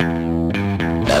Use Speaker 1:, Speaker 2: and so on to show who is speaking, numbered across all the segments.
Speaker 1: Bah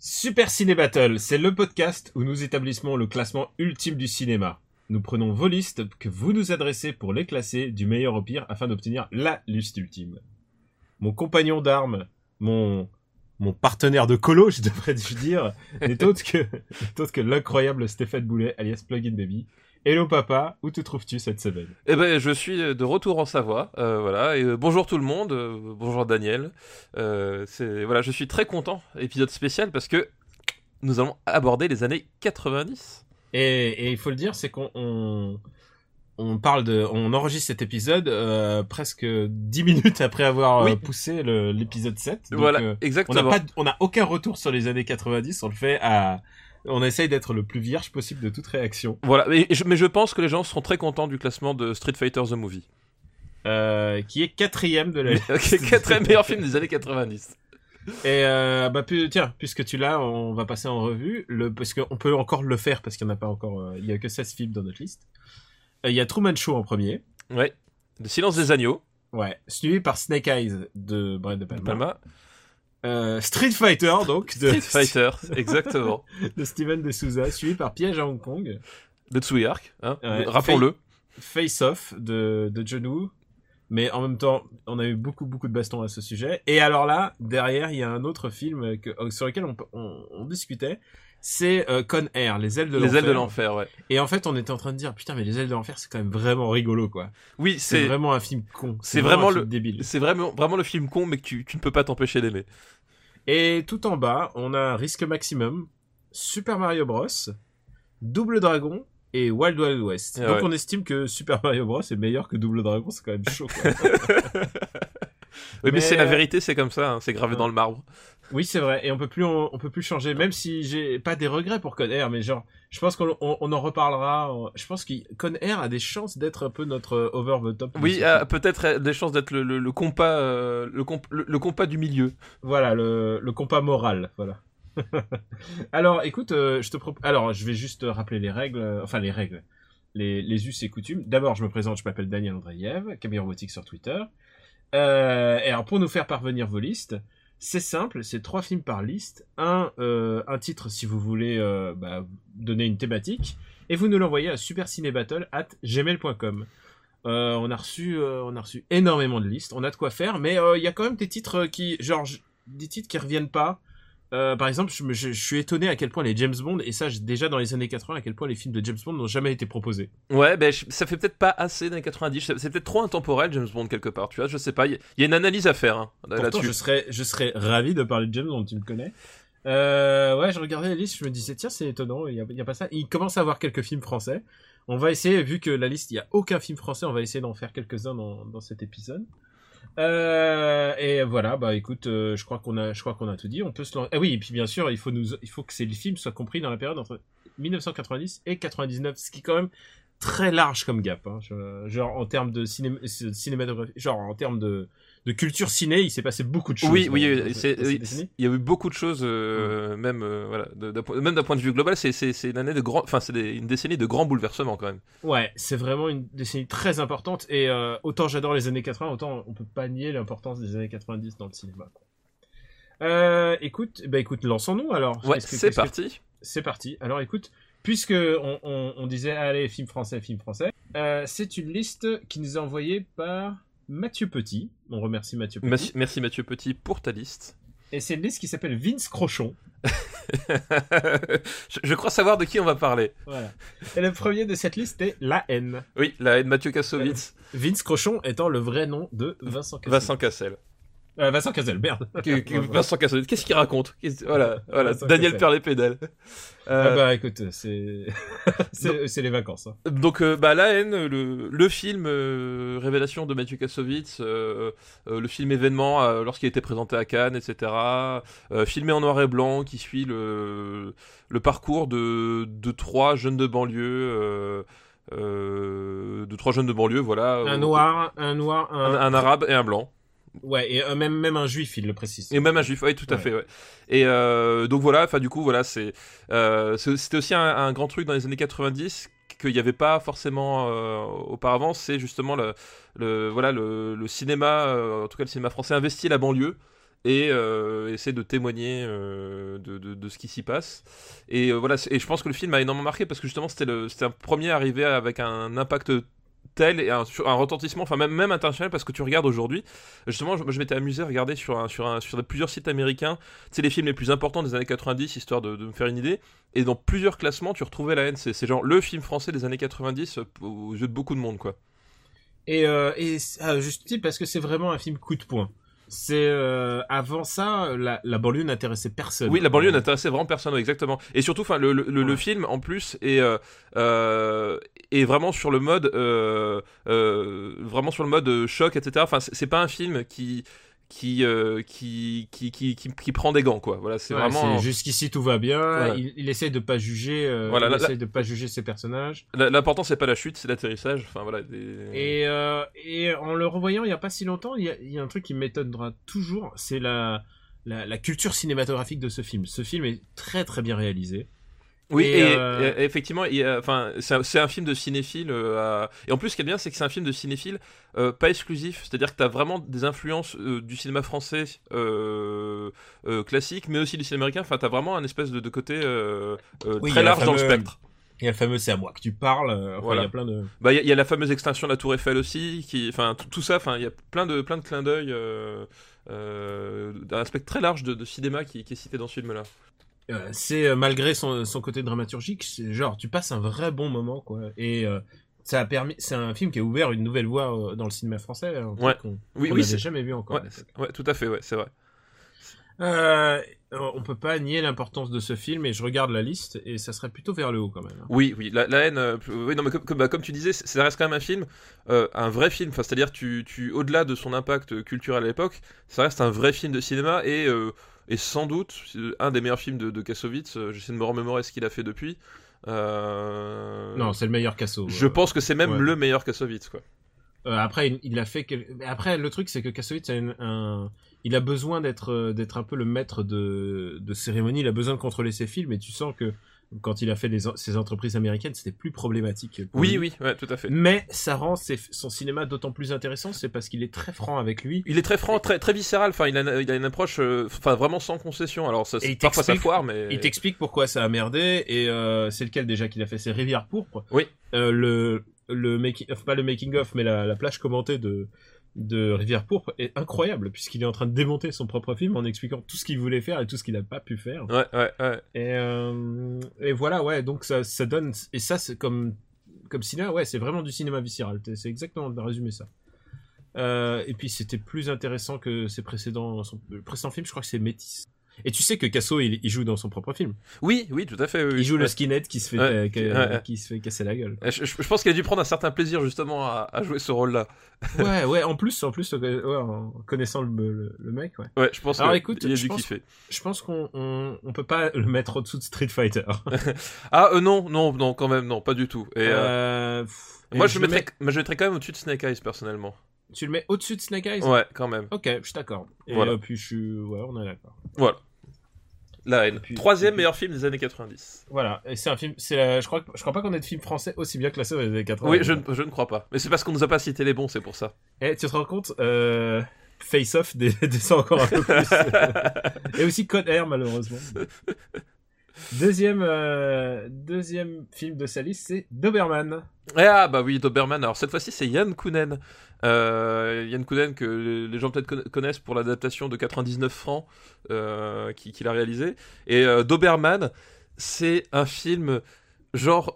Speaker 2: Super Ciné Battle, c'est le podcast où nous établissons le classement ultime du cinéma. Nous prenons vos listes que vous nous adressez pour les classer du meilleur au pire afin d'obtenir la liste ultime. Mon compagnon d'armes, mon mon partenaire de colo, je devrais dire, n'est autre que n'est autre que l'incroyable Stéphane Boulet, alias Plugin Baby. Hello papa, où te trouves-tu cette semaine
Speaker 3: Eh ben, je suis de retour en Savoie, euh, voilà. Et euh, bonjour tout le monde, euh, bonjour Daniel. Euh, c'est voilà, je suis très content. Épisode spécial parce que nous allons aborder les années 90.
Speaker 2: Et, et il faut le dire, c'est qu'on on, on parle de, on enregistre cet épisode euh, presque 10 minutes après avoir euh,
Speaker 3: Oui.
Speaker 2: poussé le- l'épisode 7. Donc,
Speaker 3: voilà,
Speaker 2: euh, on n'a
Speaker 3: exactement.
Speaker 2: pas, on n'a aucun retour sur les années 90. On le fait à, on essaye d'être le plus vierge possible de toute réaction.
Speaker 3: Voilà, mais je, mais je pense que les gens seront très contents du classement de Street Fighter the Movie,
Speaker 2: Euh, qui est quatrième de la liste.
Speaker 3: qui est le quatrième meilleur film des années 90.
Speaker 2: Et euh, bah pu- tiens, puisque tu l'as, on va passer en revue le parce qu'on peut encore le faire parce qu'il n'y en a pas encore, euh, il y a que 16 films dans notre liste. Euh, Il y a Truman Show en premier.
Speaker 3: Ouais. Le silence des agneaux,
Speaker 2: Ouais, suivi par Snake Eyes de Brian De
Speaker 3: de
Speaker 2: Palma.
Speaker 3: Palma.
Speaker 2: Euh, Street Fighter donc Bah, de,
Speaker 3: Street Fighter, exactement.
Speaker 2: de Steven De Souza, suivi par Piège à Hong Kong,
Speaker 3: De Tsui Hark, hein.
Speaker 2: Ouais.
Speaker 3: Rappelons-le.
Speaker 2: Face Off de de John Woo. Mais en même temps, on a eu beaucoup beaucoup de bastons à ce sujet. Et alors là, derrière, il y a un autre film que, euh, sur lequel on, on- on discutait, c'est euh, Con Air, les ailes de
Speaker 3: les ailes de
Speaker 2: l'enfer.
Speaker 3: l'enfer, ouais.
Speaker 2: Et en fait, on était en train de dire putain, mais les ailes de l'enfer, c'est quand même vraiment rigolo, quoi.
Speaker 3: Oui,
Speaker 2: C'est
Speaker 3: c'est
Speaker 2: vraiment un film con.
Speaker 3: c'est vraiment
Speaker 2: un
Speaker 3: le-
Speaker 2: film débile.
Speaker 3: c'est vraiment vraiment le film con mais que tu, tu ne peux pas t'empêcher d'aimer.
Speaker 2: Et tout en bas, on a Risque Maximum, Super Mario Bros, Double Dragon et Wild Wild West.
Speaker 3: Ah
Speaker 2: Donc
Speaker 3: ouais.
Speaker 2: on estime que Super Mario Bros est meilleur que Double Dragon, c'est quand même chaud. Quoi.
Speaker 3: Oui, mais,
Speaker 2: Mais,
Speaker 3: c'est la
Speaker 2: euh,
Speaker 3: vérité, c'est comme ça, hein, c'est gravé
Speaker 2: ouais.
Speaker 3: dans le marbre.
Speaker 2: oui, c'est vrai. Et on peut plus, on, on peut plus changer. Même si j'ai pas des regrets pour Con Air, mais genre, je pense qu'on on- on en reparlera. on- Je pense que Con Air a des chances d'être un peu notre euh, over the top.
Speaker 3: Oui, ah, peut-être euh, des chances d'être le, le, le compas, euh, le, comp- le, le compas du milieu.
Speaker 2: Voilà, le, le compas moral, voilà. Alors, écoute, euh, je te propose... Alors, je vais juste rappeler les règles, euh, enfin les règles, les, les us et coutumes. D'abord, je me présente, je m'appelle Daniel Andreev, Camille Robotique sur Twitter. Euh, et alors, pour nous faire parvenir vos listes, c'est simple, c'est trois films par liste, un, euh, un titre si vous voulez euh, bah, donner une thématique, et vous nous l'envoyez à supercinébattle at gmail.com. Euh, on a reçu, euh, on a reçu énormément de listes. On a de quoi faire, mais euh, il y a quand même des titres euh, qui, genre, j- des titres qui reviennent pas. Euh, par exemple, je, me- je- je suis étonné à quel point les James Bond, et ça j- déjà dans les années 80, à quel point les films de James Bond n'ont jamais été proposés.
Speaker 3: Ouais, ben je- ça fait peut-être pas assez dans les 90, c'est c'est peut-être trop intemporel James Bond quelque part, tu vois, je sais pas, il y, il y a une analyse à faire hein, là-
Speaker 2: Pourtant,
Speaker 3: là-dessus.
Speaker 2: je serais, je serais ravi de parler de James Bond, tu me connais. Euh, ouais, je regardais la liste, je me disais, tiens, c'est étonnant, il n'y a, il y a pas ça. Il commence à avoir quelques films français. On va essayer, vu que la liste, il n'y a aucun film français, on va essayer d'en faire quelques-uns dans, dans cet épisode. Euh, et voilà, bah écoute, euh, je crois qu'on a, je crois qu'on a tout dit. On peut se lancer. Ah oui, et puis bien sûr, il faut nous, il faut que ces films soient compris dans la période entre 1990 et 99, ce qui est quand même très large comme gap. hein. Je- genre en termes de cinéma, euh, cinématographie, genre en termes de, de culture ciné, il s'est passé beaucoup de choses.
Speaker 3: Oui,
Speaker 2: dans-
Speaker 3: oui,
Speaker 2: dans
Speaker 3: euh,
Speaker 2: cette-
Speaker 3: c'est-
Speaker 2: dans cette
Speaker 3: oui,
Speaker 2: décennie.
Speaker 3: il y a eu beaucoup de choses,
Speaker 2: Mm.
Speaker 3: euh, même euh, voilà, de- d'un point- même d'un point de vue global, c'est- c'est c'est une année de grand, enfin c'est des- une décennie de grands bouleversements quand même.
Speaker 2: Ouais, c'est vraiment une décennie très importante et euh, autant j'adore les années 80, autant on peut pas nier l'importance des années 90 dans le cinéma. quoi. Euh, écoute, bah écoute, lançons-nous alors.
Speaker 3: Ouais,
Speaker 2: Qu'est-ce que-
Speaker 3: c'est
Speaker 2: qu'est-ce que-
Speaker 3: parti.
Speaker 2: C'est parti. Alors écoute, puisque on, on- on disait allez film français, film français, euh, c'est une liste qui nous est envoyée par Mathieu Petit. On remercie Mathieu Petit.
Speaker 3: Merci, merci Mathieu Petit pour ta liste.
Speaker 2: Et c'est une liste qui s'appelle Vince Crochon.
Speaker 3: je, je crois savoir de qui on va parler.
Speaker 2: Voilà. Et le premier de cette liste est La haine.
Speaker 3: Oui, la haine Mathieu Kassovitz,
Speaker 2: Vince Crochon étant le vrai nom de Vincent Cassel.
Speaker 3: Vincent Cassel.
Speaker 2: Euh, Vincent Cazel, merde.
Speaker 3: Que- que- Vincent Cassonnet, qu'est-ce qu'il raconte Qu'est-ce- Voilà, voilà.
Speaker 2: Vincent
Speaker 3: Daniel
Speaker 2: Cassel.
Speaker 3: perd les pédales. Euh,
Speaker 2: Ah bah écoute, c'est c'est c'est les vacances. hein.
Speaker 3: Donc euh, bah la haine, le, le film euh, révélation de Mathieu Kassovitz, euh, euh, le film événement euh, lorsqu'il était présenté à Cannes, etc. euh, filmé en noir et blanc qui suit le, le parcours de, de trois jeunes de banlieue, euh, euh, de trois jeunes de banlieue, voilà.
Speaker 2: Un
Speaker 3: Euh,
Speaker 2: noir, hein. un noir,
Speaker 3: un,
Speaker 2: un,
Speaker 3: un arabe et un blanc.
Speaker 2: ouais et euh, même même un juif, il le précise.
Speaker 3: Et même un juif, oui, tout à
Speaker 2: Ouais.
Speaker 3: fait. Ouais. Et euh, donc voilà, enfin du coup voilà, c'est euh, c'est- c'était aussi un, un grand truc dans les années 90 qu'il n'y avait pas forcément euh, auparavant, c'est justement le, le voilà le, le cinéma, euh, en tout cas le cinéma français investit la banlieue et euh, essaie de témoigner euh, de, de- de ce qui s'y passe. Et euh, voilà, c'est- et je pense que le film a énormément marqué parce que justement c'était le c'était un premier arrivé avec un impact tel et un, sur- un retentissement, enfin même, même international parce que tu regardes aujourd'hui Justement, je, je m'étais amusé à regarder sur, un, sur, un, sur plusieurs sites américains, tu sais, les films les plus importants des années 90, histoire de, de me faire une idée. Et dans plusieurs classements, tu retrouvais la haine. C'est c'est genre le film français des années 90 euh, aux yeux de beaucoup de monde, quoi.
Speaker 2: Et, euh, et c'est- ah, juste petit, parce que c'est vraiment un film coup de poing. C'est euh, avant ça, la, la banlieue n'intéressait personne.
Speaker 3: Oui, la banlieue n'intéressait vraiment personne, ouais, exactement. Et surtout, enfin, le, le, le- le film en plus est, euh, euh, est vraiment sur le mode, euh, euh, vraiment sur le mode euh, choc, etc. Enfin, c'est c'est pas un film qui qui, euh, qui, qui, qui, qui- qui prend des gants, quoi. Voilà, c'est
Speaker 2: Ouais,
Speaker 3: vraiment.
Speaker 2: c'est Jusqu'ici tout va bien.
Speaker 3: Voilà.
Speaker 2: Il, il essaye de pas juger. euh,
Speaker 3: Voilà,
Speaker 2: il
Speaker 3: là-
Speaker 2: essaye de pas juger ses personnages.
Speaker 3: La- L'important, c'est pas la chute, c'est l'atterrissage. Enfin voilà. des-
Speaker 2: Et, euh, et en le revoyant il y a pas si longtemps, il y a, il y a un truc qui m'étonnera toujours, c'est la, la la culture cinématographique de ce film. Ce film est très très bien réalisé.
Speaker 3: Oui,
Speaker 2: Et,
Speaker 3: et,
Speaker 2: euh,
Speaker 3: et- et effectivement, il y a- enfin, c'est un- c'est un film de cinéphile. euh, à- Et en plus, ce qui est bien, c'est que c'est un film de cinéphile euh, pas exclusif. C'est-à-dire que tu as vraiment des influences euh, du cinéma français euh, euh, classique, mais aussi du cinéma américain. Enfin, tu as vraiment un espèce de, de côté euh, euh,
Speaker 2: Oui, il y
Speaker 3: très
Speaker 2: a la
Speaker 3: large dans le
Speaker 2: fameuse-
Speaker 3: spectre.
Speaker 2: Il y a le fameux c'est à moi que tu parles. euh, enfin,
Speaker 3: Voilà.
Speaker 2: Il y a plein de.
Speaker 3: Bah, Il y, a- il y a la fameuse extinction de la Tour Eiffel aussi. Qui... Enfin, tout- tout ça, enfin, il y a plein de, plein de clins d'œil. Euh... euh, d'un spectre très large de, de cinéma qui, qui est cité dans ce film-là.
Speaker 2: Euh, c'est euh, malgré son, son côté dramaturgique, c'est genre tu passes un vrai bon moment quoi. Et euh, ça a permis, c'est un film qui a ouvert une nouvelle voie euh, dans le cinéma français. un truc
Speaker 3: Ouais.
Speaker 2: qu'on-
Speaker 3: Oui,
Speaker 2: qu'on
Speaker 3: oui,
Speaker 2: n'avait
Speaker 3: c'est-
Speaker 2: jamais vu encore.
Speaker 3: Ouais, c'est- ouais, tout à fait, ouais, c'est vrai.
Speaker 2: Euh, on peut pas nier l'importance de ce film et je regarde la liste et ça serait plutôt vers le haut quand même. hein.
Speaker 3: Oui, oui, la, la haine. euh, plus- oui, non, mais comme, comme- bah, comme tu disais, c- ça reste quand même un film, euh, un vrai film. Enfin, c'est-à-dire, tu, tu, au-delà de son impact euh, culturel à l'époque, ça reste un vrai film de cinéma et, euh, et sans doute euh, un des meilleurs films de, de Kassovitz. Euh, J'essaie de me remémorer ce qu'il a fait depuis. Euh,
Speaker 2: Non, c'est le meilleur Casso.
Speaker 3: je
Speaker 2: euh.
Speaker 3: pense que c'est même
Speaker 2: ouais.
Speaker 3: le meilleur Kassovitz, quoi.
Speaker 2: Euh, après, il, il a fait. quel- mais Après, le truc c'est que Kassovitz a une- un. Il a besoin d'être euh, d'être un peu le maître de, de cérémonie. Il a besoin de contrôler ses films et tu sens que quand il a fait les en- ses entreprises américaines, c'était plus problématique. pour
Speaker 3: Oui,
Speaker 2: lui.
Speaker 3: oui, ouais, tout à fait.
Speaker 2: Mais ça rend ses- son cinéma d'autant plus intéressant, c'est parce qu'il est très franc avec lui.
Speaker 3: Il est très franc, très, très viscéral. Enfin, il a, il a une approche, euh, enfin, vraiment sans concession. Alors, ça,
Speaker 2: Et il
Speaker 3: c'est- parfois ça
Speaker 2: t'explique-
Speaker 3: foire, mais
Speaker 2: Il t'explique pourquoi ça a merdé, et euh, c'est lequel déjà qu'il a fait, c'est Rivière Pourpre.
Speaker 3: Oui.
Speaker 2: Euh, le, le making, enfin, pas le making of, mais la, la plage commentée de, de Rivière Pourpre est incroyable, puisqu'il est en train de démonter son propre film en expliquant tout ce qu'il voulait faire et tout ce qu'il n'a pas pu faire.
Speaker 3: ouais, ouais, ouais.
Speaker 2: Et, euh, et voilà, ouais, donc ça, ça donne, et ça, c'est comme, comme cinéma, ouais, c'est vraiment du cinéma viscéral. T'es- C'est exactement, on a résumé ça. Euh, et puis c'était plus intéressant que ses précédents, son le précédent film, je crois que c'est Métis. Et tu sais que Casso, il, il joue dans son propre film.
Speaker 3: Oui, oui, tout à fait. oui,
Speaker 2: Il
Speaker 3: oui.
Speaker 2: joue
Speaker 3: Ouais.
Speaker 2: le skinhead qui se fait,
Speaker 3: Ouais,
Speaker 2: euh, qui, euh,
Speaker 3: ouais, ouais.
Speaker 2: qui se fait casser la gueule.
Speaker 3: Euh, Je, je- je pense qu'il a dû prendre un certain plaisir justement à, à jouer ce rôle-là.
Speaker 2: Ouais, ouais. En plus, en plus, euh, ouais, en connaissant le, le- le mec, ouais.
Speaker 3: Ouais, je pense
Speaker 2: Alors,
Speaker 3: que
Speaker 2: écoute,
Speaker 3: il a
Speaker 2: je
Speaker 3: dû
Speaker 2: pense-
Speaker 3: kiffer.
Speaker 2: Je pense qu'on on, on peut pas le mettre au-dessous de Street Fighter.
Speaker 3: Ah euh, non, non, non, quand même, non, pas du tout. Et, euh,
Speaker 2: Euh, pff,
Speaker 3: moi,
Speaker 2: et
Speaker 3: je,
Speaker 2: le
Speaker 3: le mettrais,
Speaker 2: mets-
Speaker 3: moi, je le mettrais quand même au-dessus de Snake Eyes personnellement.
Speaker 2: tu le mets au-dessus de Snake Eyes.
Speaker 3: Ouais, quand même.
Speaker 2: Ok, je suis d'accord. Et
Speaker 3: Voilà.
Speaker 2: euh, puis je suis, ouais, on est d'accord.
Speaker 3: La haine.
Speaker 2: Puis-
Speaker 3: Troisième
Speaker 2: puis-
Speaker 3: meilleur film des années 90.
Speaker 2: Voilà. Et c'est un film. C'est la- je crois, que- je crois pas qu'on ait de film français aussi bien classé dans les années 80.
Speaker 3: Oui, je, ne- je ne crois pas. Mais c'est parce qu'on nous a pas cité les bons, c'est pour ça.
Speaker 2: Eh, tu te rends compte euh, Face Off dé- descend encore un peu plus. Et aussi Code Air, malheureusement. Deuxième, euh, deuxième film de sa liste, c'est Doberman.
Speaker 3: Et ah bah oui, Doberman. Alors cette fois-ci, c'est Yann Kounen. Euh, Yann Kounen que les- les gens peut-être conna- connaissent pour l'adaptation de 99 francs euh, qui- qu'il a réalisé. Et euh, Doberman, c'est un film genre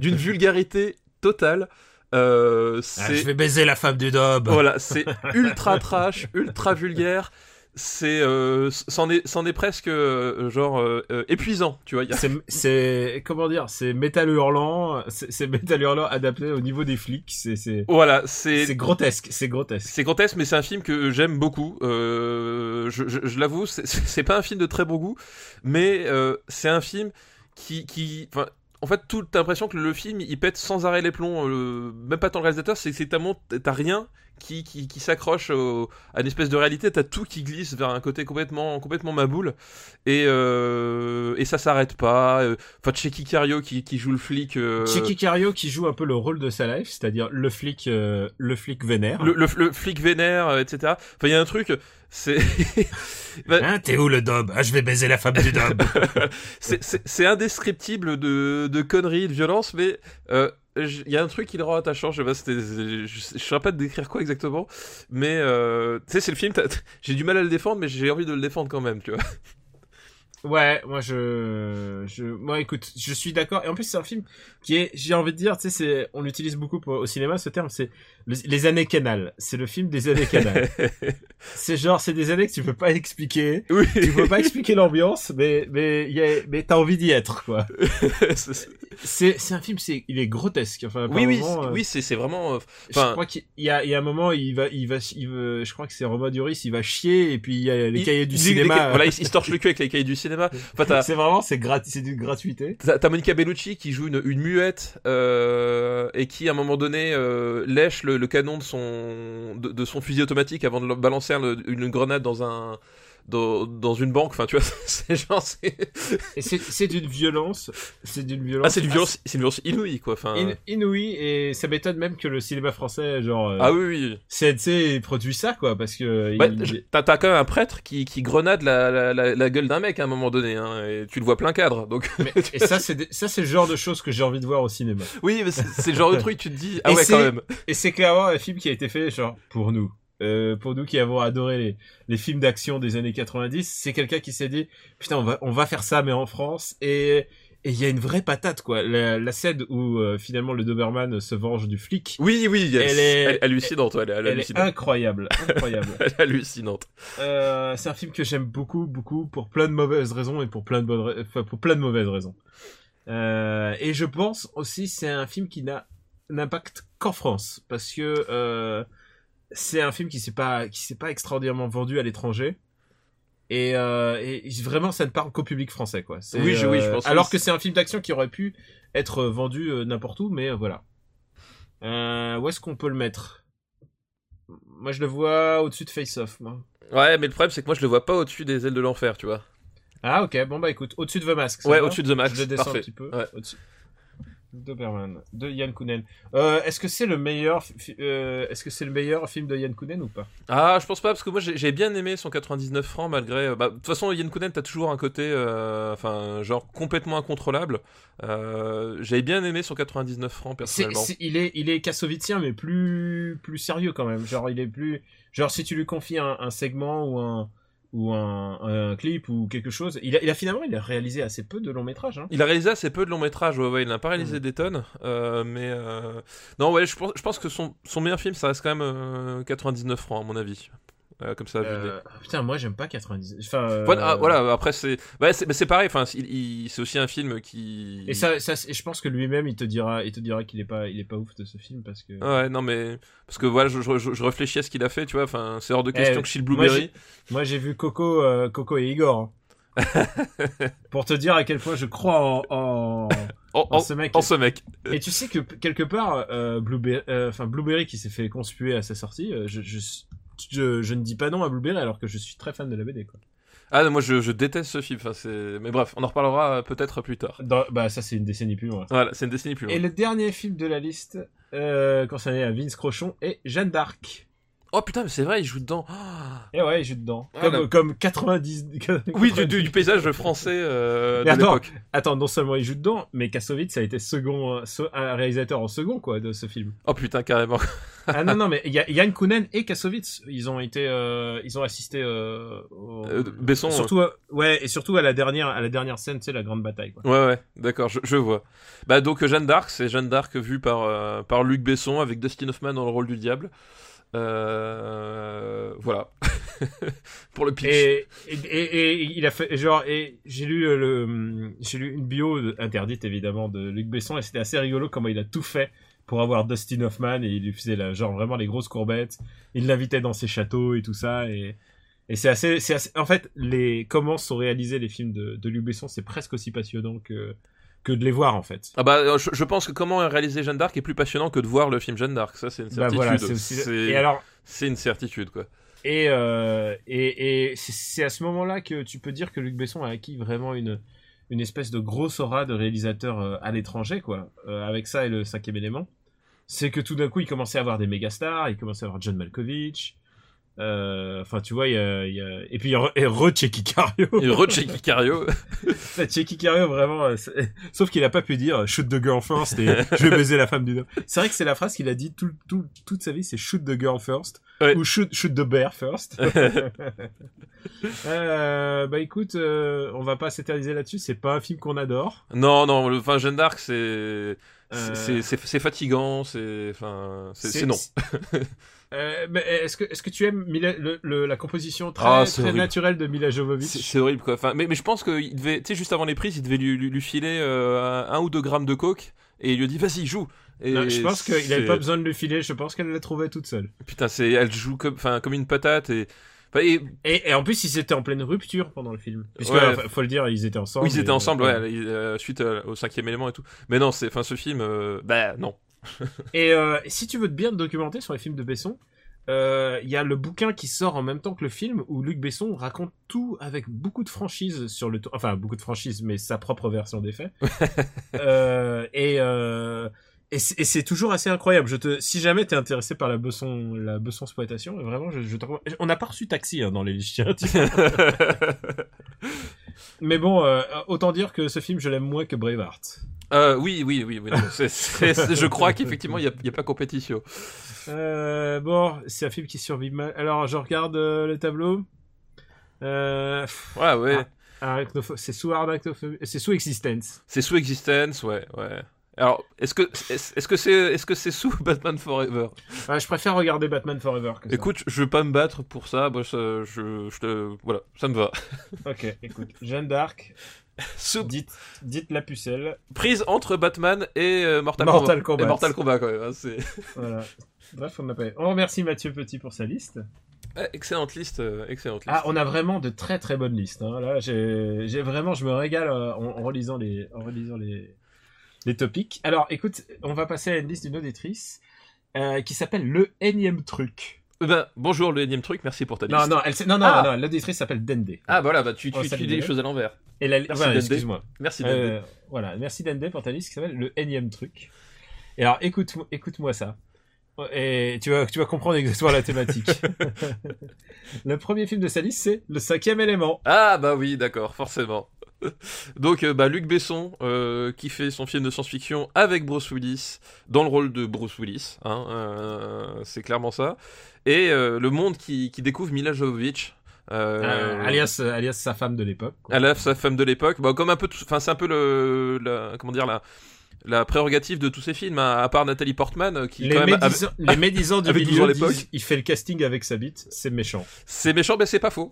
Speaker 3: d'une vulgarité totale. Euh,
Speaker 2: Ah,
Speaker 3: c'est
Speaker 2: je vais baiser la femme du dob.
Speaker 3: voilà, c'est ultra trash, ultra vulgaire. C'est euh, c'en est c'en est presque euh, genre euh, euh, épuisant, tu vois. Il y a-
Speaker 2: C'est- C'est comment dire, c'est métal hurlant, c'est c'est métal hurlant adapté au niveau des flics. C'est c'est
Speaker 3: Voilà, c'est
Speaker 2: c'est grotesque, c'est grotesque.
Speaker 3: C'est grotesque, mais c'est un film que j'aime beaucoup. Euh, je je- je l'avoue, c'est- c'est pas un film de très bon goût, mais euh, c'est un film qui. qui enfin, en fait, tout- t'as l'impression que le film, il pète sans arrêt les plombs, euh, même pas tant le réalisateur, c'est que c'est tellement- t'as rien qui, qui, qui s'accroche au- à une espèce de réalité, t'as tout qui glisse vers un côté complètement, complètement maboule, et, euh, et ça s'arrête pas. Euh, Enfin, Checky Cario qui, qui joue le flic. euh,
Speaker 2: Chiki Cario qui joue un peu le rôle de sa life, c'est-à-dire le flic, euh, le flic vénère.
Speaker 3: le, le- le flic vénère, euh, etc. Enfin, il y a un truc, c'est
Speaker 2: Hein, t'es où le dob Ah, je vais baiser la femme du dob.
Speaker 3: c'est- c'est c'est indescriptible de, de conneries, de violence, mais euh, j- il y a un truc qui le rend attachant. Je sais pas, c'était- je, je saurais pas te décrire quoi exactement, mais euh, tu sais, c'est le film. t'as- J'ai du mal à le défendre, mais j'ai envie de le défendre quand même, tu vois.
Speaker 2: Ouais, moi je, je, moi écoute, je suis d'accord. Et en plus c'est un film qui est, j'ai envie de dire, tu sais, c'est, on l'utilise beaucoup pour- au cinéma ce terme, c'est le- les années canal. C'est le film des années canal. c'est genre, c'est des années que tu peux pas expliquer.
Speaker 3: oui.
Speaker 2: Tu peux pas expliquer l'ambiance, mais mais il y a, mais t'as envie d'y être quoi.
Speaker 3: C'est- c'est-
Speaker 2: C'est c'est un film, c'est, il est grotesque. Enfin, par
Speaker 3: oui, oui,
Speaker 2: moment,
Speaker 3: c'est-
Speaker 2: euh,
Speaker 3: oui, c'est c'est vraiment. euh,
Speaker 2: je
Speaker 3: enfin-
Speaker 2: crois qu'il y a, il y a un moment, il va, il va, il veut, je crois que c'est Romain Duris, il va chier et puis il y a les
Speaker 3: il-
Speaker 2: cahiers du
Speaker 3: il-
Speaker 2: cinéma. euh.
Speaker 3: Voilà, il, il se torche le cul avec les cahiers du cinéma. Enfin, t'as-
Speaker 2: c'est vraiment, c'est grat- c'est d'une gratuité.
Speaker 3: T'as t'as Monica Bellucci qui joue une, une muette euh, et qui à un moment donné euh, lèche le, le canon de son de, de son fusil automatique avant de le balancer un- une grenade dans un dans, dans une banque. Enfin, tu vois, c'est genre c'est
Speaker 2: Et c'est- c'est d'une violence, c'est d'une violence.
Speaker 3: ah c'est une violence c'est une violence inouïe quoi. Enfin
Speaker 2: assez in- inouïe et ça m'étonne même que le cinéma français, genre euh,
Speaker 3: ah oui oui.
Speaker 2: CNC, produit ça quoi, parce que
Speaker 3: Ouais,
Speaker 2: il-
Speaker 3: je- T'as t'as quand même un prêtre qui, qui grenade la, la, la- la gueule d'un mec à un moment donné hein, et tu le vois plein cadre. Donc
Speaker 2: mais- et ça c'est des- ça c'est le genre de choses que j'ai envie de voir au cinéma.
Speaker 3: oui, mais c'est c'est le genre de truc tu te dis ah
Speaker 2: Et
Speaker 3: ouais
Speaker 2: c'est-
Speaker 3: quand même.
Speaker 2: Et c'est clairement un film qui a été fait genre pour nous. Euh, pour nous qui avons adoré les, les films d'action des années 90, c'est quelqu'un qui s'est dit putain on va on va faire ça mais en France et et il y a une vraie patate quoi. La, la scène où euh, finalement le Doberman se venge du flic,
Speaker 3: Oui oui. Elle,
Speaker 2: Elle est-
Speaker 3: est hallucinante. ouais, Elle, est- elle est
Speaker 2: elle est
Speaker 3: hallucinante.
Speaker 2: incroyable, incroyable.
Speaker 3: Elle est hallucinante.
Speaker 2: Euh, c'est un film que j'aime beaucoup, beaucoup, pour plein de mauvaises raisons et pour plein de, bonnes ra- enfin, pour plein de mauvaises raisons. Euh, et je pense aussi c'est un film qui n'a d'impact qu'en France parce que euh, c'est un film qui s'est pas qui s'est pas extraordinairement vendu à l'étranger et, euh, et vraiment ça ne parle qu'au public français quoi. C'est,
Speaker 3: Oui, je- oui, je
Speaker 2: euh,
Speaker 3: pense que
Speaker 2: alors
Speaker 3: c'est-
Speaker 2: que c'est un film d'action qui aurait pu être euh, vendu euh, n'importe où mais euh, voilà. Euh, où est-ce qu'on peut le mettre Moi je le vois au-dessus de Face Off moi.
Speaker 3: Ouais, mais le problème, c'est que moi, je le vois pas au-dessus des ailes de l'enfer, tu vois.
Speaker 2: Ah ok, bon bah écoute, au-dessus de The Mask. ça
Speaker 3: Ouais,
Speaker 2: va
Speaker 3: au-dessus de The Mask.
Speaker 2: Je le descends
Speaker 3: Parfait.
Speaker 2: un petit peu.
Speaker 3: Ouais.
Speaker 2: Au-dessus. Doberman, de Yann Kounen. Euh, est-ce que c'est le meilleur, fi- euh, est-ce que c'est le meilleur film de Yann Kounen ou pas
Speaker 3: Ah, je pense pas, parce que moi, j'ai j'ai bien aimé son 99 francs, malgré. euh, bah, De toute façon, Yen Kunen, t'as toujours un côté, euh, enfin, genre complètement incontrôlable. Euh, J'avais bien aimé son 99 francs,
Speaker 2: C'est-
Speaker 3: personnellement.
Speaker 2: c'est- il est, il est kassovitien, mais plus, plus sérieux quand même. Genre, il est plus, genre si tu lui confies un, un segment ou un, ou un, un clip ou quelque chose, il a, il a finalement, il a réalisé assez peu de longs métrages. Hein.
Speaker 3: Il a réalisé assez peu de longs métrages, ouais, ouais, il n'a pas réalisé
Speaker 2: Mm.
Speaker 3: des tonnes, euh, mais euh, non, ouais, je pense, je pense que son, son meilleur film, ça reste quand même euh, 99 francs, à mon avis. Euh, comme ça, vu le nez.
Speaker 2: Euh, putain, moi j'aime pas 90. Enfin, euh,
Speaker 3: Voilà, ah, voilà, après, c'est ouais, c'est- mais c'est pareil, enfin, il- il- c'est aussi un film qui.
Speaker 2: Et ça, ça, et je pense que lui-même, il te dira, il te dira qu'il est pas, il est pas ouf de ce film parce que.
Speaker 3: Ouais, non, mais. Parce que voilà, je, je- je réfléchis à ce qu'il a fait, tu vois. Enfin, c'est hors de question
Speaker 2: Eh,
Speaker 3: que Shield
Speaker 2: moi,
Speaker 3: Blueberry.
Speaker 2: Moi, j'ai vu Coco, euh, Coco et Igor. hein. Pour te dire à quel point je crois en, en,
Speaker 3: En,
Speaker 2: en
Speaker 3: en-
Speaker 2: ce mec.
Speaker 3: en ce mec.
Speaker 2: Et tu sais que p- quelque part, euh, Blueberry, euh, enfin Blueberry qui s'est fait conspuer à sa sortie, euh, je, je, je, je ne dis pas non à Blueberry alors que je suis très fan de la BD. Quoi.
Speaker 3: Ah, non, moi, je, je déteste ce film. Enfin, c'est. Mais bref, on en reparlera euh, peut-être plus tard.
Speaker 2: Dans- bah ça, c'est une décennie plus loin.
Speaker 3: Voilà, c'est une décennie plus loin.
Speaker 2: Et le dernier film de la liste euh, concerné à Vince Crochon est Jeanne d'Arc.
Speaker 3: Oh putain, mais c'est vrai, il joue dedans. Ah.
Speaker 2: Et ouais, j'ai dedans.
Speaker 3: Ah,
Speaker 2: Comme,
Speaker 3: là.
Speaker 2: comme 90.
Speaker 3: oui, du, du- du paysage français euh,
Speaker 2: Mais
Speaker 3: de
Speaker 2: attends.
Speaker 3: l'époque.
Speaker 2: Attends, non seulement il joue dedans, mais Kassovitz a été second, euh, se- un réalisateur en second, quoi, de ce film.
Speaker 3: Oh putain, carrément.
Speaker 2: Ah non, non, mais il y a Yann Kounen et Kassovitz, ils ont été, euh, ils ont assisté, euh, au-
Speaker 3: Euh, Besson. euh.
Speaker 2: surtout, à- ouais, et surtout à la dernière, à la dernière scène, c'est la grande bataille, quoi.
Speaker 3: Ouais, ouais, d'accord, je, je vois. Bah donc euh, Jeanne d'Arc, c'est Jeanne d'Arc vue par, euh, par Luc Besson avec Dustin Hoffman dans le rôle du diable. Euh, voilà. Pour le pitch.
Speaker 2: Et, et, et- et il a fait genre et j'ai lu euh, le hum, j'ai lu une bio de- interdite évidemment de Luc Besson et c'était assez rigolo comment il a tout fait pour avoir Dustin Hoffman et il lui faisait la, genre vraiment les grosses courbettes il l'invitait dans ses châteaux et tout ça et et c'est assez c'est assez- en fait les comment sont réalisés les films de, de Luc Besson c'est presque aussi passionnant que que de les voir en fait
Speaker 3: Ah bah euh, je, je pense que comment réaliser Jeanne d'Arc est plus passionnant que de voir le film Jeanne d'Arc, ça c'est une
Speaker 2: Bah
Speaker 3: certitude.
Speaker 2: voilà, c'est aussi-
Speaker 3: C'est-
Speaker 2: et alors
Speaker 3: c'est une certitude quoi.
Speaker 2: Et, euh, et, et c'est- c'est à ce moment-là que tu peux dire que Luc Besson a acquis vraiment une, une espèce de grosse aura de réalisateur euh, à l'étranger, quoi. Euh, avec ça et le cinquième élément. C'est que tout d'un coup, il commençait à avoir des méga stars, il commençait à avoir John Malkovich. euh, Enfin, tu vois, il y a, il y a- Et puis, il y a re- et re-Checky Cario.
Speaker 3: Et Roger Kikario.
Speaker 2: La Checky Cario, vraiment. euh, c'est- Sauf qu'il a pas pu dire euh, shoot the girl first et je vais baiser la femme du. C'est vrai que c'est la phrase qu'il a dit tout, tout- toute sa vie, c'est shoot the girl first
Speaker 3: Ouais.
Speaker 2: ou shoot, shoot the bear first. Euh, bah écoute, euh, on va pas s'éterniser là-dessus. C'est pas un film qu'on adore.
Speaker 3: non non, le- enfin Jeanne d'Arc c'est
Speaker 2: Euh,
Speaker 3: c'est- c'est c'est- c'est fatigant, c'est enfin c'est c'est non.
Speaker 2: Euh, mais est-ce que est-ce que tu aimes Mila- le- le- la composition très,
Speaker 3: Ah, c'est
Speaker 2: très
Speaker 3: horrible.
Speaker 2: naturelle de Mila
Speaker 3: C'est
Speaker 2: Jovovich
Speaker 3: c'est horrible quoi. Enfin, mais, mais je pense qu'il devait, tu sais, juste avant les prises, il devait lui, lui- lui filer euh, un un ou deux grammes de coke et il lui a dit vas-y joue. Et
Speaker 2: Non, Je pense qu'il avait
Speaker 3: c'est-
Speaker 2: pas besoin de le filer. Je pense qu'elle l'a trouvé toute seule.
Speaker 3: Putain, c'est elle joue comme, enfin, comme une patate et. enfin, et-
Speaker 2: Et, et en plus, ils étaient en pleine rupture pendant le film. Puisque,
Speaker 3: Ouais.
Speaker 2: enfin, faut le dire, ils étaient ensemble.
Speaker 3: oui, ils étaient
Speaker 2: et-
Speaker 3: ensemble, ouais, ils- euh, suite euh, au cinquième élément et tout. Mais non, c'est, enfin, ce film, euh, bah non.
Speaker 2: Et euh, si tu veux te bien te documenter sur les films de Besson, euh, il y a le bouquin qui sort en même temps que le film où Luc Besson raconte tout avec beaucoup de franchise sur le tour. Enfin, beaucoup de franchise, mais sa propre version des faits. Euh, et euh, et c'est et c'est toujours assez incroyable. Je te, si jamais t'es intéressé par la Besson, la Besson exploitation, vraiment, je, je te recommande- On n'a pas reçu taxi hein, dans les chiens. mais bon, euh, autant dire que ce film, je l'aime moins que Braveheart.
Speaker 3: Euh, oui, oui, oui, oui. non, c'est- c'est- c'est- je crois qu'effectivement, il n'y a, il y a pas compétition.
Speaker 2: Euh, bon, c'est un film qui survit mal. Alors, je regarde euh, le tableau. Euh, pff,
Speaker 3: Ouais, ouais.
Speaker 2: Ah. arachnopho- c'est sous arachnophobie, euh, c'est sous existence.
Speaker 3: C'est sous existence, ouais, ouais. Alors, est-ce que, est-ce est-ce que c'est, est-ce que c'est sous Batman Forever
Speaker 2: Ah, je préfère regarder Batman Forever. Que ça.
Speaker 3: Écoute, je veux pas me battre pour ça. Moi, ça- je, je te- voilà, ça me va.
Speaker 2: ok, écoute, Jeanne d'Arc,
Speaker 3: Sous-
Speaker 2: dites, dites la pucelle.
Speaker 3: prise entre Batman et euh, Mortal,
Speaker 2: Mortal
Speaker 3: Kombat.
Speaker 2: Kombat.
Speaker 3: Et Mortal Kombat quand même. hein, c'est
Speaker 2: Voilà. Bref, on appelle. On remercie Mathieu Petit pour sa liste.
Speaker 3: Ah, excellente liste, euh, excellente liste.
Speaker 2: Ah, on a vraiment de très très bonnes listes. hein. Là, j'ai j'ai vraiment, je me régale euh, en, en relisant les, en relisant les, les topics. Alors, écoute, on va passer à une liste d'une auditrice euh, qui s'appelle le énième truc.
Speaker 3: Eh ben, bonjour le énième truc, merci pour ta liste.
Speaker 2: Non, non, elle, s'est- non, non,
Speaker 3: Ah.
Speaker 2: non, l'auditrice s'appelle Dende.
Speaker 3: Ah voilà, bah tu,
Speaker 2: On
Speaker 3: tu,
Speaker 2: va
Speaker 3: tu dis les
Speaker 2: saluer.
Speaker 3: choses à l'envers.
Speaker 2: Et la, voilà,
Speaker 3: Dende.
Speaker 2: excuse-moi.
Speaker 3: Merci.
Speaker 2: Euh, voilà, merci Dende pour ta liste qui s'appelle le énième truc. Et alors, écoute, écoute-moi ça. Et tu vas, tu vas comprendre exactement la thématique. le premier film de sa liste, c'est Le cinquième élément.
Speaker 3: Ah bah oui, d'accord, forcément. Donc euh, bah, Luc Besson euh, qui fait son film de science-fiction avec Bruce Willis dans le rôle de Bruce Willis, hein, euh, c'est clairement ça. Et euh, le monde qui, qui découvre Mila Jovovich. euh,
Speaker 2: Euh, alias, alias sa femme de l'époque. quoi.
Speaker 3: Elle a sa femme de l'époque, bah, comme un peu, tout- enfin c'est un peu le, la- comment dire la, la prérogative de tous ces films, hein, à part Nathalie Portman euh, qui
Speaker 2: les,
Speaker 3: quand même, avait-
Speaker 2: médisants, les médisants du
Speaker 3: avec
Speaker 2: milieu
Speaker 3: toujours l'époque.
Speaker 2: disent, il fait le casting avec sa bite, c'est méchant.
Speaker 3: c'est méchant, mais c'est pas faux,